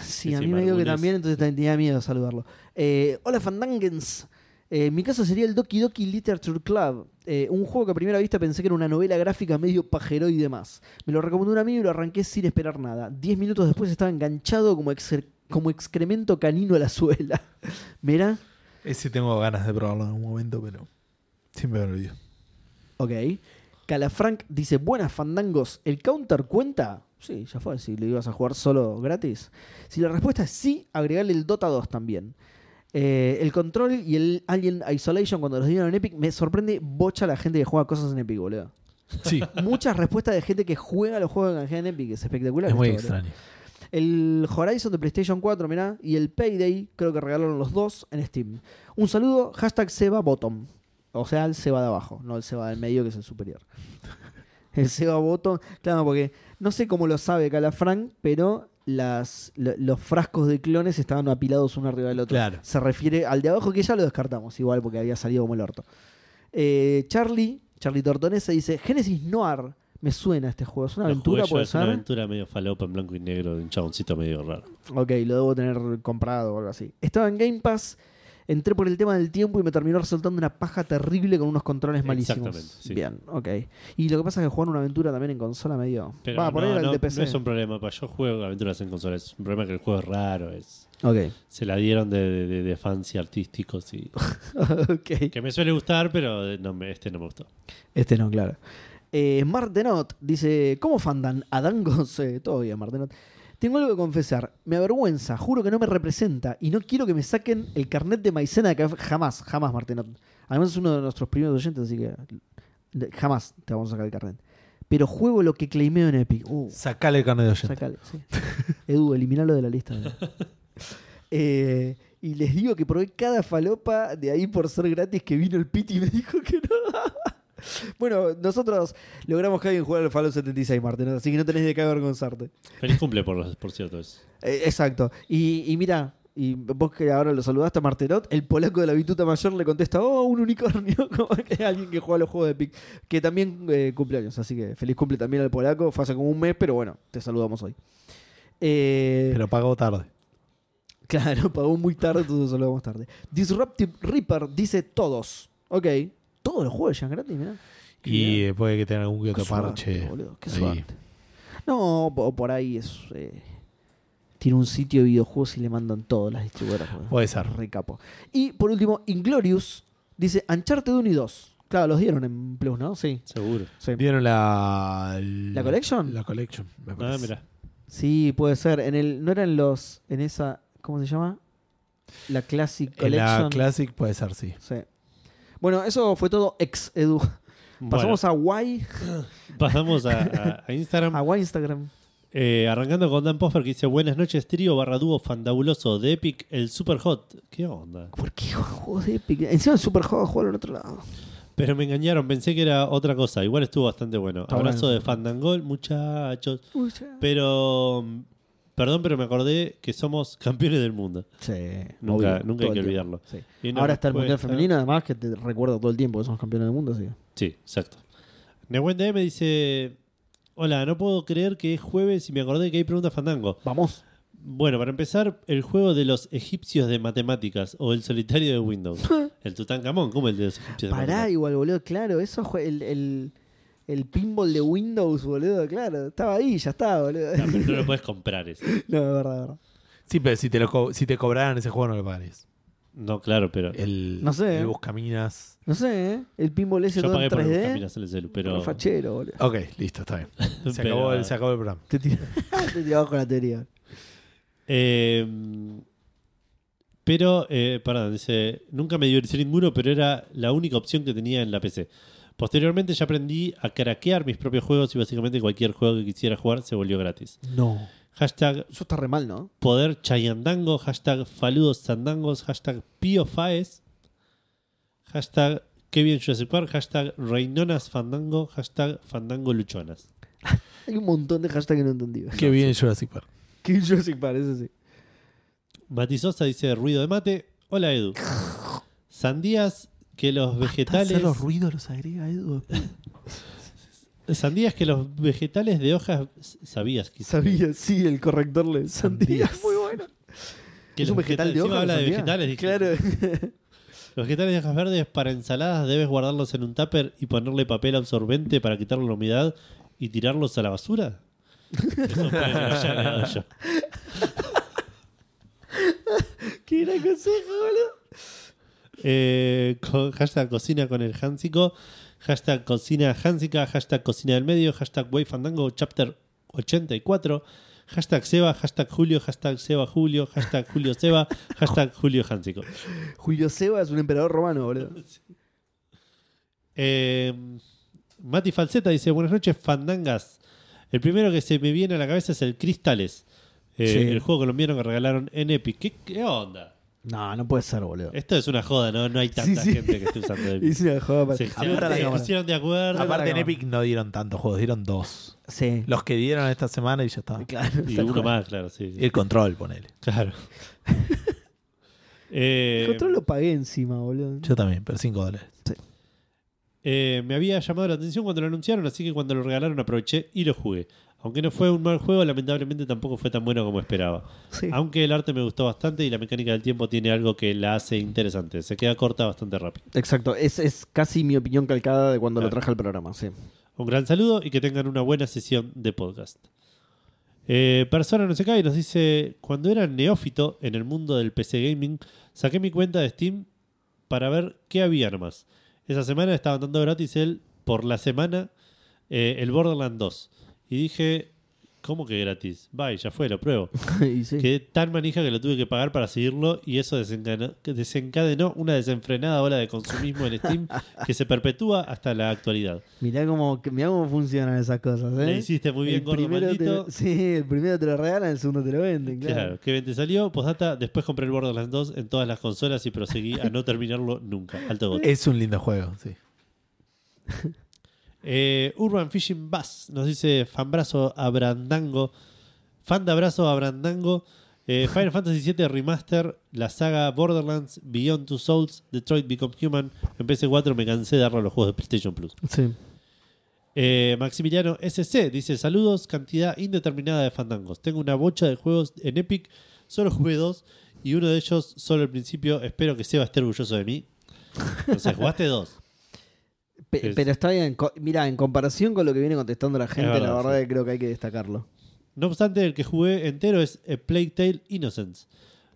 Sí, Sí, a sí, mí me dijo que Margules. también, entonces también tenía miedo saludarlo. Eh, hola, Fandangens. Eh, mi caso sería el Doki Doki Literature Club, eh, un juego que a primera vista pensé que era una novela gráfica medio pajero y demás. Me lo recomendó un amigo y lo arranqué sin esperar nada. Diez minutos después estaba enganchado como, exer- como excremento canino a la suela. Mira, Ese tengo ganas de probarlo en algún momento, pero. Siempre me olvido. Ok. Calafranc dice, buenas fandangos, ¿el counter cuenta? Sí, ya fue, si le ibas a jugar solo gratis. Si la respuesta es sí, agregarle el Dota 2 también. Eh, el Control y el Alien Isolation cuando los dieron en Epic, me sorprende bocha la gente que juega cosas en Epic, boludo. Sí, Muchas respuestas de gente que juega los juegos que canjean en Epic, es espectacular. es muy esto, boludo. extraño. El Horizon de PlayStation 4, mirá, y el Payday, creo que regalaron los dos en Steam. Un saludo, hashtag Seba Bottom. O sea, el Seba de abajo, no el Seba del medio, que es el superior. El Seba Bottom, claro, porque no sé cómo lo sabe Calafranc, pero las, lo- los frascos de clones estaban apilados uno arriba del otro. Claro. Se refiere al de abajo, que ya lo descartamos, igual, porque había salido como el orto. Eh, Charlie, Charlie Tortonese dice, Genesis Noir, me suena este juego, es una Lo aventura, jugué yo, puede es una ser. aventura medio falopa en blanco y negro de un chaboncito medio raro. Ok, lo debo tener comprado o algo así. Estaba en Game Pass, entré por el tema del tiempo y me terminó resultando una paja terrible con unos controles malísimos. Exactamente, sí. Bien, ok. Y lo que pasa es que jugar una aventura también en consola medio. Pero Va, por ahí no, era el no- de PC. no es un problema. pa, Yo juego aventuras en consola. Es un problema que el juego es raro. Es, Ok. se la dieron de, de, de- de fans y artísticos. Y, ok. que me suele gustar, pero eh, no me- este no me gustó. Este no, claro. Eh, Martenot dice: ¿Cómo fandan? Adán Gonce. Todo bien, Martenot. Tengo algo que confesar. Me avergüenza, juro que no me representa y no quiero que me saquen el carnet de maicena de acá. Jamás, jamás, Martenot. Además, es uno de nuestros primeros oyentes, así que de- jamás te vamos a sacar el carnet. Pero juego lo que claimeo en Epic. Uh, Sacale el carnet de oyente. sacale, sí. Edu, eliminalo de la lista. Eh, y les digo que probé cada falopa de ahí por ser gratis que vino el Piti y me dijo que no. Bueno, nosotros logramos que alguien jugara al Fallout 76, Martín, así que no tenés de qué avergonzarte. Feliz cumple, por, los, por cierto. es- Eh, exacto. Y, y mira, y vos que ahora lo saludaste a Martenot, el polaco de la bituta mayor le contesta, oh, un unicornio, como que alguien que juega los juegos de Epic, que también eh, cumple años, así que feliz cumple también al polaco, fue hace como un mes, pero bueno, te saludamos hoy. Eh, Pero pagó tarde. Claro, pagó muy tarde, entonces solo vamos tarde. Disruptive Reaper dice todos. Ok. Todos los juegos ya gratis, mirá. Y eh, puede que tenga algún que Qué otro suerte, parche. boludo, qué ahí. suerte. No, po- por ahí es. eh, tiene un sitio de videojuegos y le mandan todas las distribuidoras. boludo. Puede ser. Re capo. Y por último, Inglorious dice Ancharte de 1 y 2. Claro, los dieron en Plus, ¿no? Sí. Seguro. sí. ¿Vieron la. ¿La Collection? La Collection, me Ah, parece. mira. Sí, puede ser. En el, no eran los. En esa. ¿Cómo se llama? La Classic En la Collection. Classic puede ser, sí. Sí. Bueno, eso fue todo ex Edu. Pasamos a Y, Bueno, pasamos a, a- a Instagram. a Y Instagram. Eh, arrancando con Dan Poffer que dice: Buenas noches, trío barra dúo fandabuloso de Epic, el super hot. ¿Qué onda? ¿Por qué juega juegos de Epic? Encima es super juego jugarlo en otro lado. Pero me engañaron, pensé que era otra cosa. Igual estuvo bastante bueno. Está Abrazo bueno. de Fandangol, muchachos. Uy, ya. Pero mm, Perdón, pero me acordé que somos campeones del mundo. Sí, Nunca- nunca hay obvio, todo que el tiempo. olvidarlo. Sí. Y no Ahora está el puede Mundial estar- Femenino, además, que te recuerdo todo el tiempo que somos campeones del mundo. Así. que- Sí, exacto. Nehuen D me dice: Hola, no puedo creer que es jueves y me acordé que hay preguntas fandango. Vamos. Bueno, para empezar, el juego de los egipcios de matemáticas o el solitario de Windows. el Tutankamón, ¿cómo el de los egipcios de Pará, matemáticas? igual, boludo, claro, eso fue el, el, el pinball de Windows, boludo, claro. Estaba ahí, ya estaba, boludo. No, pero no lo puedes comprar ese. No, de verdad, de verdad. Sí, pero si te, lo co- si te cobraran ese juego no lo pagarías. No, claro, pero. El, No sé. el Buscaminas. No sé, ¿eh? El pinball ese Yo todo en pagué por el 3D. Buscaminas en el celu, pero. un fachero, boludo. Ok, listo, está bien. Se, Pero- acabó, el, se acabó el programa. Te tir- te tirabas con la teoría. Eh, pero, eh, perdón, dice, nunca me divertí ninguno, pero era la única opción que tenía en la PC. Posteriormente ya aprendí a craquear mis propios juegos y básicamente cualquier juego que quisiera jugar se volvió gratis. No. Hashtag Eso está re mal, ¿no? poder chayandango, hashtag faludos sandangos, hashtag piofaes, hashtag qué bien Jurassic Park, hashtag reinonas fandango, hashtag fandango luchonas. Hay un montón de hashtags que no entendí. boludo. Qué bien Jurassic Park. Que yo sí parece, sí. Matizosa dice ruido de mate. Hola Edu. Sandías que los vegetales. los ruidos los agrega Edu. Sandías que los vegetales de hojas. Sabías quizás. Sabía, sí, el corrector le. Sandía. Sandías. Muy bueno. Que ¿Es los un vegetal vegeta- de encima hoja? habla la de sandía? vegetales. dije. Claro. Los vegetales de hojas verdes para ensaladas debes guardarlos en un tupper y ponerle papel absorbente para quitarle la humedad y tirarlos a la basura. Eso puede que lo haya ganado yo. Qué gran consejo, boludo. Eh, co- hashtag cocina con el Hansico. Hashtag cocina Hansica. Hashtag cocina del medio. Hashtag Wayfandango chapter 84. Hashtag Seba. Hashtag Julio. Hashtag Seba Julio. Hashtag Julio Seba. Hashtag Julio Hansico. Julio Seba es un emperador romano, boludo. Eh, Mati Falseta dice: Buenas noches, fandangas. El primero que se me viene a la cabeza es el Cristales. Eh, Sí. El juego colombiano que regalaron en Epic. ¿Qué, qué onda? No, no puede ser, boludo. Esto es una joda, ¿no? No hay tanta sí. gente que esté usando Epic. Hice una joda para. Se pusieron- Apunta la se cámara. pusieron de acuerdo. Aparte en cámara. Epic no dieron tantos juegos, dieron dos. Sí. Los que dieron esta semana y ya está. Eh, Claro. Y tal uno cual. más, claro, sí. El control, ponele. Claro. Eh, El control lo pagué encima, boludo. Yo también, pero 5 dólares. eh, me había llamado la atención cuando lo anunciaron, así que cuando lo regalaron aproveché y lo jugué. Aunque no fue un mal juego, lamentablemente tampoco fue tan bueno como esperaba. Sí. Aunque el arte me gustó bastante y la mecánica del tiempo tiene algo que la hace interesante. Se queda corta bastante rápido. Exacto. Es, es casi mi opinión calcada de cuando lo Claro. traje al programa, sí. Un gran saludo y que tengan una buena sesión de podcast. Eh, Persona no se cae nos dice, cuando era neófito en el mundo del PC gaming, saqué mi cuenta de Steam para ver qué había nomás. Esa semana estaban dando gratis el, por la semana, eh, el Borderland 2. Y dije, ¿cómo que gratis? Bye, ya fue, lo pruebo. Y sí. Quedé tan manija que lo tuve que pagar para seguirlo y eso desencadenó, que desencadenó una desenfrenada ola de consumismo en Steam que se perpetúa hasta la actualidad. Mirá cómo, que- mirá cómo funcionan esas cosas, ¿eh? Le hiciste muy bien, el gordo primero te maldito. lo- Sí, el primero te lo regalan, el segundo te lo venden, Claro, claro. que bien te salió. Postdata, después compré el Borderlands 2 en todas las consolas y proseguí a no terminarlo nunca. Alto Eh. gol. Es un lindo juego, sí. Eh, Urban Fishing Bass nos dice fanbrazo a Brandango. Fan de abrazo a Brandango. Eh, Final Fantasy VII Remaster, la saga Borderlands, Beyond Two Souls, Detroit Become Human. En PS4 me cansé de darlo a los juegos de PlayStation Plus. Sí. Eh, Maximiliano SC dice: Saludos, cantidad indeterminada de fandangos. Tengo una bocha de juegos en Epic, solo jugué dos y uno de ellos solo al principio. Espero que Seba esté orgulloso de mí. O sea, jugaste dos. Pe- Sí, sí. Pero está bien. co- Mira, en comparación con lo que viene contestando la gente, verdad, la verdad sí. que creo que hay que destacarlo. No obstante, el que jugué entero es eh, Plague Tale Innocence.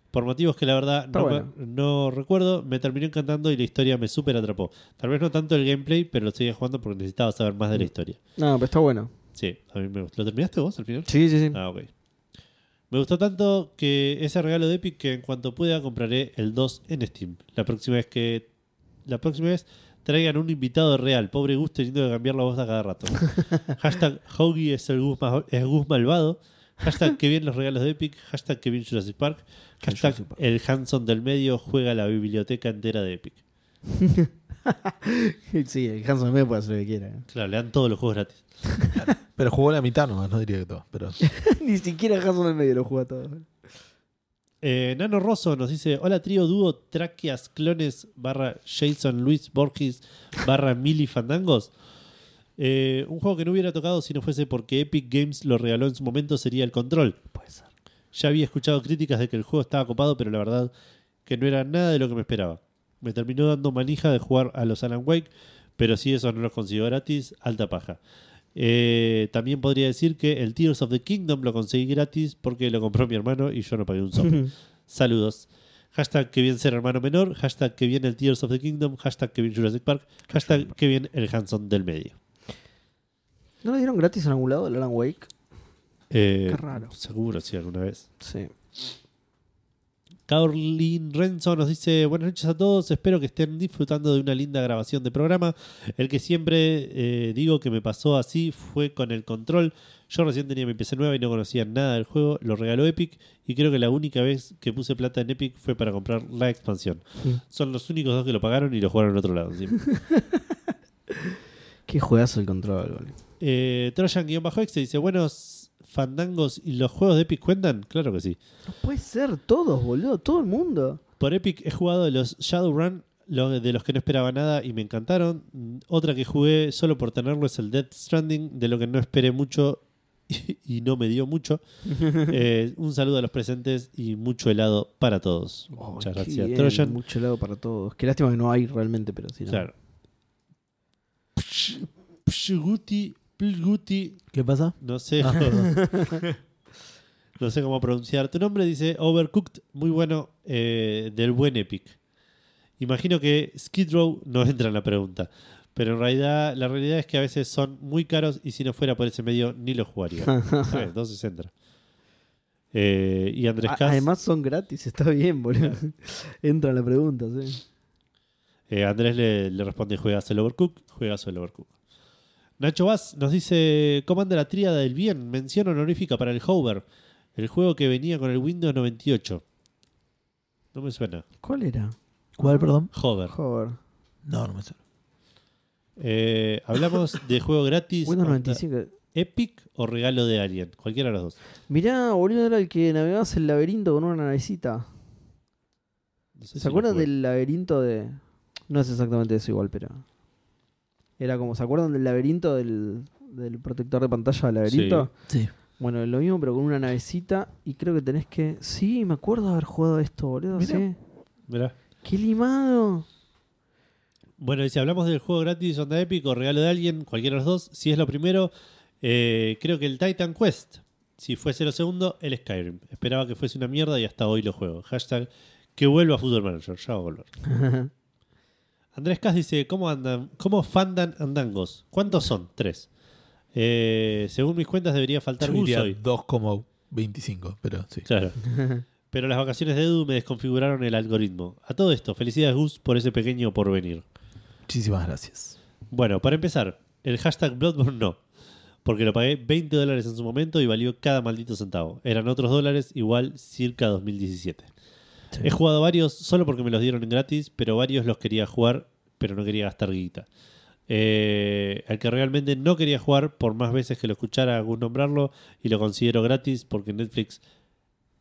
Por motivos que la verdad Está no, bueno. me- no recuerdo, me terminó encantando y la historia me súper atrapó. Tal vez no tanto el gameplay, pero lo seguía jugando porque necesitaba saber más de Mm. la historia. No, pero está bueno. Sí, a mí me gustó. ¿Lo terminaste vos al final? Sí, sí, sí. Ah, ok. Me gustó tanto que ese regalo de Epic que en cuanto pueda compraré el 2 en Steam. La próxima vez que. La próxima vez traigan un invitado real. Pobre Gus teniendo que cambiar la voz a cada rato. Hashtag Hoagie es el Gus, ma- es Gus malvado. Hashtag que bien los regalos de Epic. Hashtag que bien Jurassic Park. Hashtag Jurassic Park. el Hanson del medio juega la biblioteca entera de Epic. sí, el Hanson Meme puede hacer lo que quiera. Claro, le dan todos los juegos gratis. Pero jugó la mitad nomás, no diría que todo. Pero Ni siquiera Hanson en medio lo juega todo. Eh, Nano Rosso nos dice: Hola, trío, dúo, tráqueas, clones, barra Jason Luis Borges, barra Mili Fandangos. Eh, un juego que no hubiera tocado si no fuese porque Epic Games lo regaló en su momento sería el control. Puede ser. Ya había escuchado críticas de que el juego estaba copado, pero la verdad que no era nada de lo que me esperaba. Me terminó dando manija de jugar a los Alan Wake, pero si eso no los consiguió gratis, alta paja. Eh, también podría decir que el Tears of the Kingdom lo conseguí gratis porque lo compró mi hermano y yo no pagué un sol. Saludos. Hashtag que bien ser hermano menor, hashtag que bien el Tears of the Kingdom, hashtag que bien Jurassic Park, hashtag que bien el Hanson del medio. ¿No lo dieron gratis en algún lado, el Alan Wake? Eh, Qué raro. Seguro, sí, alguna vez. Sí. Caroline Renzo nos dice buenas noches a todos, espero que estén disfrutando de una linda grabación de programa. El que siempre eh, digo que me pasó así fue con el control. Yo recién tenía mi PC nueva y no conocía nada del juego, lo regaló Epic y creo que la única vez que puse plata en Epic fue para comprar la expansión. Mm. Son los únicos dos que lo pagaron y lo jugaron en otro lado. encima. Qué juegazo el control, boludo. eh, Trojan-Exe dice buenos fandangos y los juegos de Epic cuentan, claro que sí. No puede ser todos, boludo. Todo el mundo. Por Epic he jugado los Shadowrun, lo- de los que no esperaba nada y me encantaron. Mm, Otra que jugué solo por tenerlo es el Dead Stranding, de lo que no esperé mucho y, y no me dio mucho. Eh, un saludo a los presentes y mucho helado para todos. Oh, Muchas qué gracias, bien, Trojan. Mucho helado para todos. Qué lástima que no hay realmente, pero sí. ¿no? Claro. Psh- Pshguti, Plguti, ¿Qué pasa? no sé. Ah. no sé cómo pronunciar tu nombre. Dice Overcooked, muy bueno, eh, del buen Epic. Imagino que Skid Row no entra en la pregunta. Pero en realidad, la realidad es que a veces son muy caros y si no fuera por ese medio ni los jugaría. Eh, Entonces entra. Eh, y Andrés A- Cas, Además son gratis, está bien, boludo. Entra la pregunta, sí. eh, Andrés le, le responde: juegas el Overcook, juegas el Overcook. Nacho Vaz nos dice: Comanda la tríada del bien, mención honorífica para el Hover, el juego que venía con el Windows 98. No me suena. ¿Cuál era? ¿Cuál, perdón? Hover. Joder. No, no me suena. Eh, hablamos de juego gratis. Windows onda 95. Epic o regalo de Alien. Cualquiera de los dos. Mirá, boludo, era el que navegabas el laberinto con una navecita. No sé ¿Se si lo acuerdan jugué. del laberinto de.? No es exactamente eso igual, pero. Era como, ¿se acuerdan del laberinto del, del protector de pantalla del laberinto? Sí. Bueno, lo mismo, pero con una navecita. Y creo que tenés que. Sí, me acuerdo haber jugado esto, boludo. Mirá. sí. Mirá. ¡Qué limado! Bueno, y si hablamos del juego gratis onda Epic o regalo de Alien, cualquiera de los dos. Si es lo primero, eh, creo que el Titan Quest. Si fuese lo segundo, el Skyrim. Esperaba que fuese una mierda y hasta hoy lo juego. Hashtag que vuelva Football Manager. Ya va a volver. Andrés Cas dice, ¿cómo andan? ¿Cómo fandan andangos? ¿Cuántos son? Tres. Eh, según mis cuentas debería faltar Yo uno diría hoy. 2,25, pero sí. Claro. Pero las vacaciones de Edu me desconfiguraron el algoritmo. A todo esto, felicidades Gus por ese pequeño porvenir. Muchísimas gracias. Bueno, para empezar, el hashtag Bloodborne no. Porque lo pagué 20 dólares en su momento y valió cada maldito centavo. Eran otros dólares, igual circa 2017. He jugado varios solo porque me los dieron en gratis, pero varios los quería jugar, pero no quería gastar guita. Eh, al que realmente no quería jugar, por más veces que lo escuchara algún nombrarlo, y lo considero gratis porque Netflix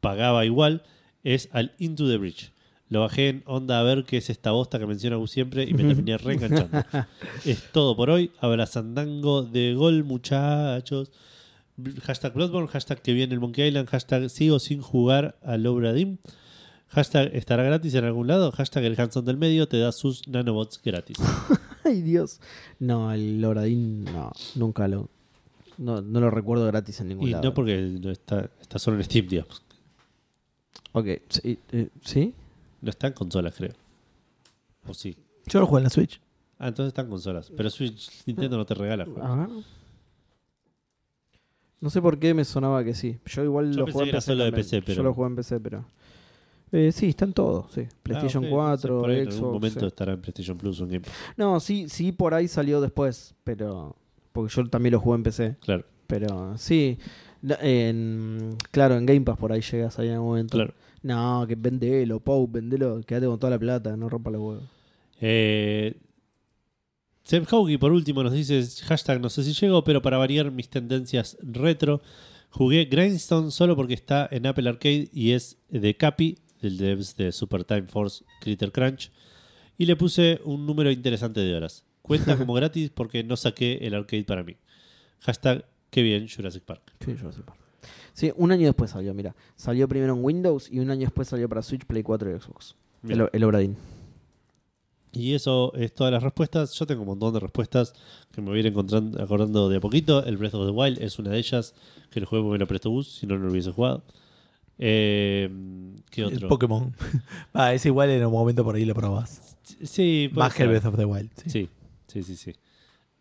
pagaba igual, es al Into the Bridge. Lo bajé en onda a ver qué es esta bosta que menciona Gus siempre y me terminé reenganchando. es todo por hoy. Abrazandango de gol, muchachos. Hashtag Bloodborne, hashtag que viene el Monkey Island, hashtag sigo sin jugar al Obra Dim. Hashtag estará gratis en algún lado. Hashtag el Hanson del medio te da sus nanobots gratis. Ay, Dios. No, el Loradín, no, nunca lo. No, no lo recuerdo gratis en ningún y lado. no porque no está, está solo en Steam, digamos. Ok, sí. eh, ¿sí? No está en consolas, creo. O sí. Yo lo juego en la Switch. Ah, entonces están consolas. Pero Switch, Nintendo no te regala juegos. A ver. No sé por qué me sonaba que sí. Yo igual Yo lo pensé que jugué en era PC. solo de también. PC, pero- Yo lo jugué en PC, pero. Eh, sí, están todos, sí. PlayStation Ah, ok. 4, Entonces, por ahí En algún Xbox. eh. momento sí. estará en PlayStation Plus o en Game Pass. No, sí, sí, por ahí salió después, pero. Porque yo también lo jugué en PC. Claro, Pero sí. No, en- claro, en Game Pass por ahí llegas ahí en algún momento. claro. No, que vendelo, Pau, vendelo, quédate con toda la plata, no rompa los huevos. Eh, Seb Haugi, por último, nos dice, hashtag no sé si llego, pero para variar mis tendencias retro, jugué Grindstone solo porque está en Apple Arcade y es de Capi, el devs de Super Time Force Critter Crunch, y le puse un número interesante de horas. Cuenta como gratis porque no saqué el arcade para mí. Hashtag, qué bien, Jurassic Park. Sí, Jurassic Park. Sí, un año después salió, mira. Salió primero en Windows y un año después salió para Switch, Play 4 y Xbox. Bien. El, el Obradín. Y eso es todas las respuestas. Yo tengo un montón de respuestas que me voy a ir encontrando, acordando de a poquito. El Breath of the Wild es una de ellas, que el juego me lo prestó Gus, si no, no lo hubiese jugado. Eh, ¿Qué El otro? Pokémon. Va, es igual en un momento por ahí lo probás. Sí, puede Más que el ser. Breath of the Wild. sí. Sí, sí, sí. sí.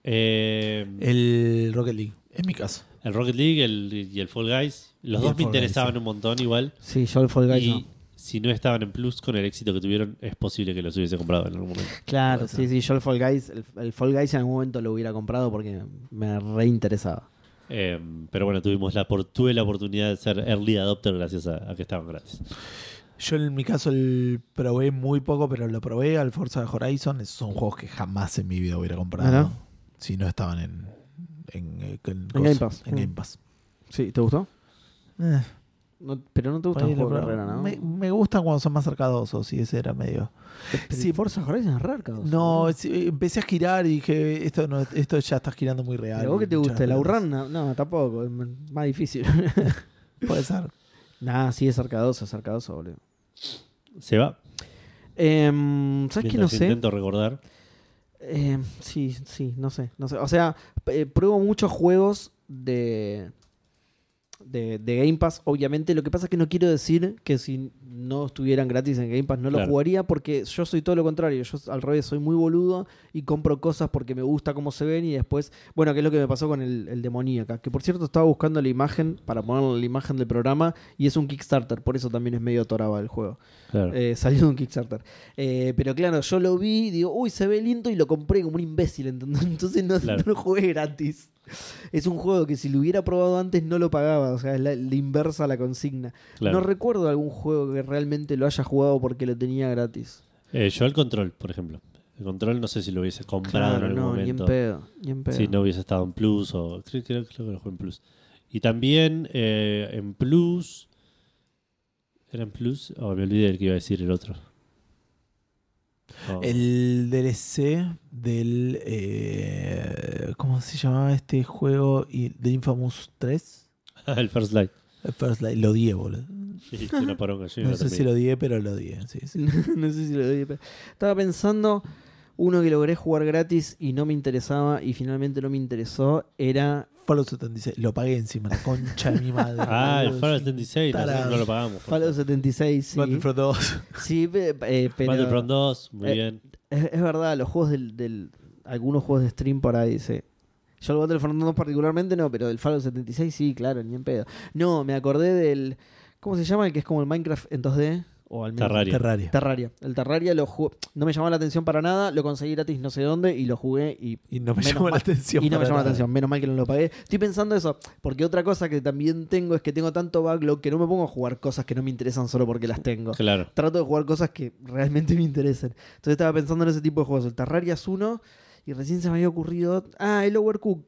Eh, El Rocket League, en mi caso. el Rocket League el- y el Fall Guys. Los Y dos el Fall me interesaban Guys, sí. un montón igual. Sí, yo el Fall Guys y no. si no estaban en Plus con el éxito que tuvieron, es posible que los hubiese comprado en algún momento. Claro, Puede sí, sí, yo el Fall Guys, el, el Fall Guys en algún momento lo hubiera comprado porque me reinteresaba. Eh, pero bueno, tuvimos la, por- tuve la oportunidad de ser early adopter gracias a, a que estaban gratis. Yo en mi caso el probé muy poco, pero lo probé al Forza Horizon. Esos son juegos que jamás en mi vida hubiera comprado Ajá. si no estaban en, en, eh, en Game cosa, Pass. en Game Pass. Sí, ¿te gustó? Eh, No- pero no te por gusta ahí el juego lo de probé. carrera, ¿no? me, me gustan cuando son más arcadosos y ese era medio... Pero sí. el Forza Horizon es raro, cabrón. No, es- eh, empecé a girar y dije, esto, no, esto ya está girando muy real. ¿Pero vos qué te Ya, gusta? ¿La pero- Urran? No, no, tampoco, es m- más difícil. Puede ser. nah, sí, es arcadoso, es arcadoso, boludo. Se va. Em, ¿Sabes qué? No Mientras sé. Intento recordar. Eh, sí, sí, no sé, no sé. O sea, p- eh, pruebo muchos juegos de, de, de Game Pass, obviamente. Lo que pasa es que no quiero decir que si no estuvieran gratis en Game Pass no lo Claro. jugaría porque yo soy todo lo contrario. Yo al revés, soy muy boludo y compro cosas porque me gusta cómo se ven y después, bueno, que es lo que me pasó con el, el Demoníaca. Que por cierto estaba buscando la imagen para ponerle la imagen del programa y es un Kickstarter, por eso también es medio toraba el juego. Claro. Eh, salió de un Kickstarter. Eh, pero claro, yo lo vi y digo, uy, se ve lindo y lo compré como un imbécil, ¿entendés? Entonces no, Claro. no lo jugué gratis. Es un juego que si lo hubiera probado antes no lo pagaba, o sea, es la, la inversa a la consigna. claro. No recuerdo algún juego que realmente lo haya jugado porque lo tenía gratis. Eh, yo el control, por ejemplo. El control no sé si lo hubiese comprado en Claro, algún no, ni en momento. pedo, ni en pedo. Si no hubiese estado en Plus o creo, creo- creo que lo jugué en Plus. Y también eh, en Plus ¿Era en Plus? Oh, me olvidé del que iba a decir el otro. Oh, No. El DLC del. eh, ¿Cómo se llamaba este juego? Y- ¿De Infamous 3? el First Light. El First Light, lo odié, boludo. Sí, es una poronga, yo No la sé si terminé. lo odié, pero lo odié. Sí, sí. no sé si lo doy. pero- Estaba pensando, uno que logré jugar gratis y no me interesaba y finalmente no me interesó, era Fallout 76, lo pagué encima, la concha de mi madre. Ah, el boludo. Fallout 76, nosotros tarado. no lo pagamos. por Fallout favor. 76. Sí. Battlefront 2. Sí, pe- eh, pero Battlefront 2, muy Eh, bien. Es, es verdad, los juegos del, del- Algunos juegos de stream por ahí, sí. Yo el Battlefront 2 particularmente no, pero el Fallout 76 sí, claro, ni en pedo. No, me acordé del... ¿Cómo se llama? El que es como el Minecraft en 2D. O al menos- Terraria. Terraria. Terraria. El Terraria lo ju- no me llamó la atención para nada, lo conseguí gratis no sé dónde y lo jugué y Y no me Menos llamó la mal. atención. y no me para llama la nada. atención, menos mal que no lo pagué. Estoy pensando eso, porque otra cosa que también tengo es que tengo tanto backlog que no me pongo a jugar cosas que no me interesan solo porque las tengo. Claro. Trato de jugar cosas que realmente me interesen. Entonces estaba pensando en ese tipo de juegos. El Terraria es uno y recién se me había ocurrido... Ah, el Overcook.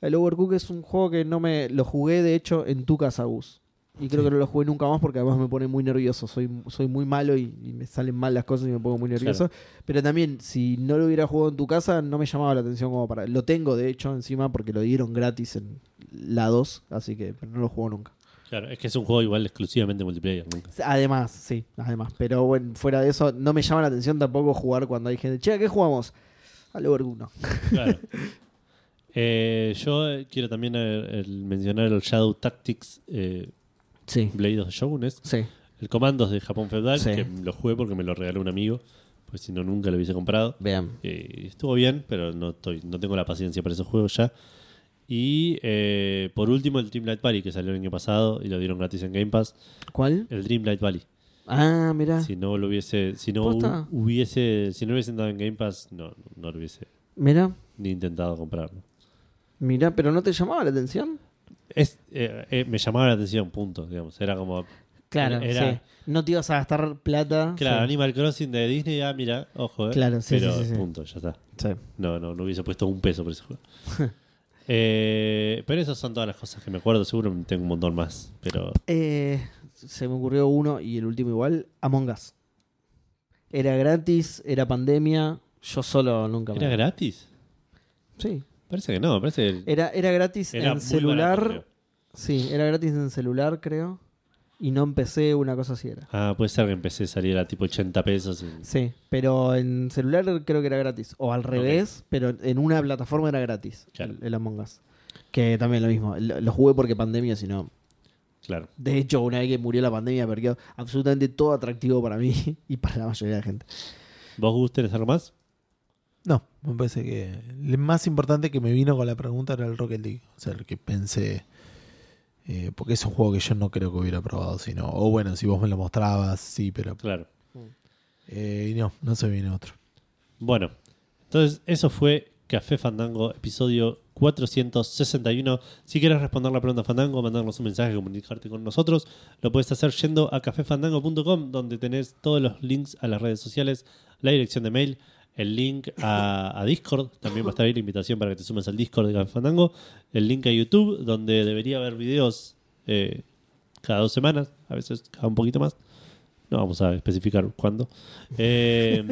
El Overcook es un juego que no me... Lo jugué, de hecho, en tu casa, Gus. Y creo Sí. que no lo jugué nunca más porque además me pone muy nervioso. Soy, soy muy malo y, y me salen mal las cosas y me pongo muy nervioso. Pero también, si no lo hubiera jugado en tu casa, no me llamaba la atención como para... Lo tengo, de hecho, encima porque lo dieron gratis en la 2, así que pero no lo juego nunca. Claro, es que es un juego igual exclusivamente multiplayer. nunca. Además, sí, además. Pero bueno, fuera de eso, no me llama la atención tampoco jugar cuando hay gente, che, ¿a qué jugamos? Al Overcooked no. Claro. Eh, yo eh, quiero también eh, el- mencionar el Shadow Tactics eh, Sí. Blade of the Shogun, ¿es? Sí. El Comandos de Japón Feudal, Sí. que lo jugué porque me lo regaló un amigo, pues si no nunca lo hubiese comprado. Vean. Eh, estuvo bien, pero no, estoy, no tengo la paciencia para esos juegos ya. Y eh, por último el Dreamlight Valley, que salió el año pasado y lo dieron gratis en Game Pass. ¿Cuál? El Dreamlight Valley. Ah, mirá. Si no lo hubiese, si no Posta. hu- hubiese, si no hubiesen dado en Game Pass, no, no lo hubiese Mirá. ni intentado comprarlo. Mirá, pero no te llamaba la atención. Es, eh, eh, me llamaba la atención, punto, digamos. Era como, Claro, Era- sí. No te ibas a gastar plata. Claro, sí. Animal Crossing de Disney, ah, mira, ojo, eh. Claro, sí, Pero sí, sí, sí. punto, ya está. Sí. No, no, no hubiese puesto un peso por ese juego. Eh, pero esas son todas las cosas que me acuerdo, seguro tengo un montón más. Pero Eh, se me ocurrió uno y el último igual, Among Us. Era gratis, era pandemia, yo solo nunca me... ¿era gratis? Sí. Parece que no, parece que Era, era gratis era Eh, en muy celular. barato, sí, era gratis en celular, creo. Y no empecé, una cosa así era. creo. ah, puede ser que empecé a salir a tipo 80 pesos. y- Sí, pero en celular creo que era gratis. O al revés, pero en una plataforma era gratis. Claro. El, el Among Us. Que también lo mismo. Lo, lo jugué porque pandemia, si no. Claro. De hecho, una vez que murió la pandemia, perdió absolutamente todo atractivo para mí y para la mayoría de la gente. ¿Vos gustes algo más? No, me parece que lo más importante que me vino con la pregunta era el Rocket League. O sea, el que pensé. eh, porque es un juego que yo no creo que hubiera probado, sino. O bueno, si vos me lo mostrabas, sí, pero. Claro. eh, y no, no se viene otro. Bueno, entonces eso fue Café Fandango, episodio 461. Si quieres responder la pregunta Fandango, mandarnos un mensaje, comunicarte con nosotros, lo puedes hacer yendo a cafefandango.com, donde tenés todos los links a las redes sociales, la dirección de mail, el link a, a Discord, también va a estar ahí la invitación para que te sumes al Discord de Café Fandango, el link a YouTube, donde debería haber videos eh, cada dos semanas, a veces cada un poquito más. No vamos a especificar cuándo. Eh,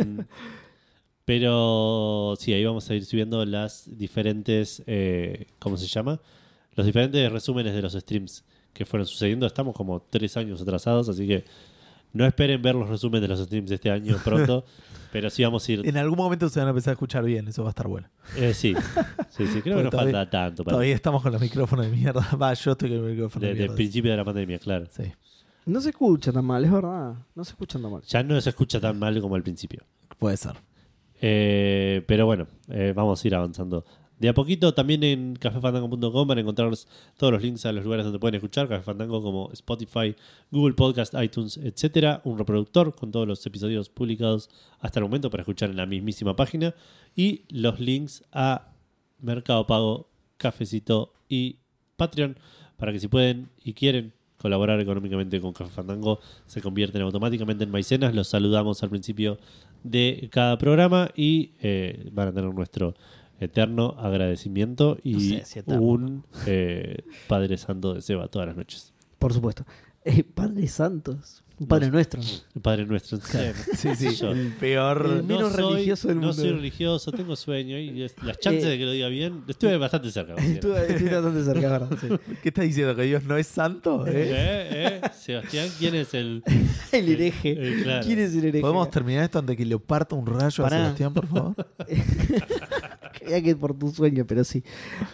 Pero sí, ahí vamos a ir subiendo las diferentes, eh, ¿cómo se llama? Los diferentes resúmenes de los streams que fueron sucediendo. Estamos como tres años atrasados, así que no esperen ver los resúmenes de los streams de este año pronto, pero sí vamos a ir... En algún momento se van a empezar a escuchar bien, eso va a estar bueno. eh, sí, sí, sí, creo que Porque no Pues todavía- falta tanto para... Todavía estamos con los micrófonos de mierda. Va, yo estoy con el micrófono de, Desde el mierda. principio de la pandemia, claro. Sí. No se escucha tan mal, es verdad. No se escucha tan mal. Ya no se escucha tan mal como al principio. Puede ser. Eh, pero bueno, eh, vamos a ir avanzando. De a poquito, también en cafefandango.com van a encontrar los- todos los links a los lugares donde pueden escuchar Café Fandango como Spotify, Google Podcast, iTunes, etcétera, un reproductor con todos los episodios publicados hasta el momento para escuchar en la mismísima página y los links a Mercado Pago, Cafecito y Patreon para que si pueden y quieren colaborar económicamente con Café Fandango se convierten automáticamente en maicenas. Los saludamos al principio de cada programa y eh, van a tener nuestro eterno agradecimiento y No sé si eterno. un eh, Padre Santo de Seba todas las noches. Por supuesto. Eh, Padre Santos. Un Padre No. nuestro. El Padre nuestro. Sí, sí. Yo. el peor. El menos religioso del No mundo. soy religioso, tengo sueño y es- las chances Eh, de que lo diga bien, estuve bastante cerca. vamos a decir. Estuve, estoy bastante cerca, es ¿verdad? sí. ¿Qué estás diciendo? ¿Que Dios no es santo? ¿Eh? Eh, eh, Sebastián, ¿quién es el...? El hereje. Eh, claro. ¿Quién es el hereje? ¿Podemos terminar esto antes de que le parta un rayo Pará. a Sebastián, por favor? Creía que por tu sueño, pero sí.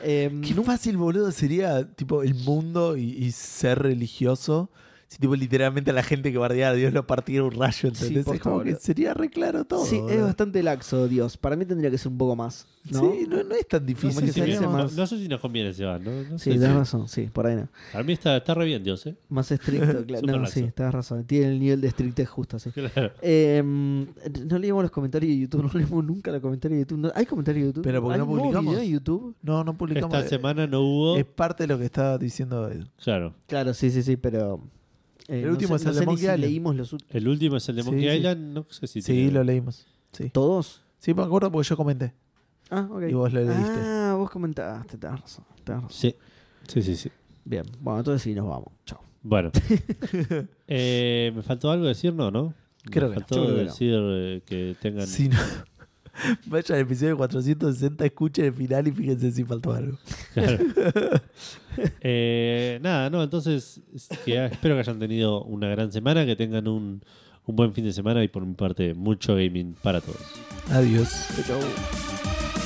Eh, Qué nu- fácil, boludo, sería tipo el mundo y, y ser religioso. Si tipo literalmente a la gente que bardea a Dios lo partiera un rayo, Sí, ¿entendés? por es como favor. que sería re claro todo. sí, es boludo. bastante laxo, Dios. Para mí tendría que ser un poco más. ¿no? Sí, no, no es tan difícil. que Sí, sería no, digamos. no- más- no sé si nos conviene, Seba. No, no Sí, sé tenés si- razón, sí, por ahí no. Para mí está, está re bien Dios, ¿eh? Más estricto, claro. Súper No, laxo. sí, tenés razón. Tiene el nivel de estrictez justo, sí. Claro. Eh, no leímos los comentarios de YouTube, no leímos nunca los comentarios de YouTube. No- ¿Hay comentarios de YouTube? Pero porque ¿Hay no nuevo publicamos. video de YouTube? No, no publicamos. Esta eh, semana no hubo. Es parte de lo que estaba diciendo Edu. Claro. Claro, sí, sí, sí, pero. eh, El no último sé- es no el de sé ni Monkey si Island. leímos los ult- El último es el de Sí, Monkey sí. Island. No sé si Sí, tiene- lo leímos. Sí. todos. sí, me acuerdo porque yo comenté. Ah, ok. Y vos lo leíste. Ah, vos comentaste, tenés razón, tenés razón. Sí. Sí, sí, sí. Bien, bueno, entonces sí, nos vamos. Chao. Bueno. Eh, ¿Me faltó algo decir? No, ¿no? Creo Me que no. faltó Yo creo que no. decir eh, que tengan. Si no, vaya al episodio 460, escuchen el final y fíjense si faltó algo. Claro. Eh, nada, no, entonces es que, ah, espero que hayan tenido una gran semana, que tengan un, un buen fin de semana y por mi parte, mucho gaming para todos. Adiós. Chao.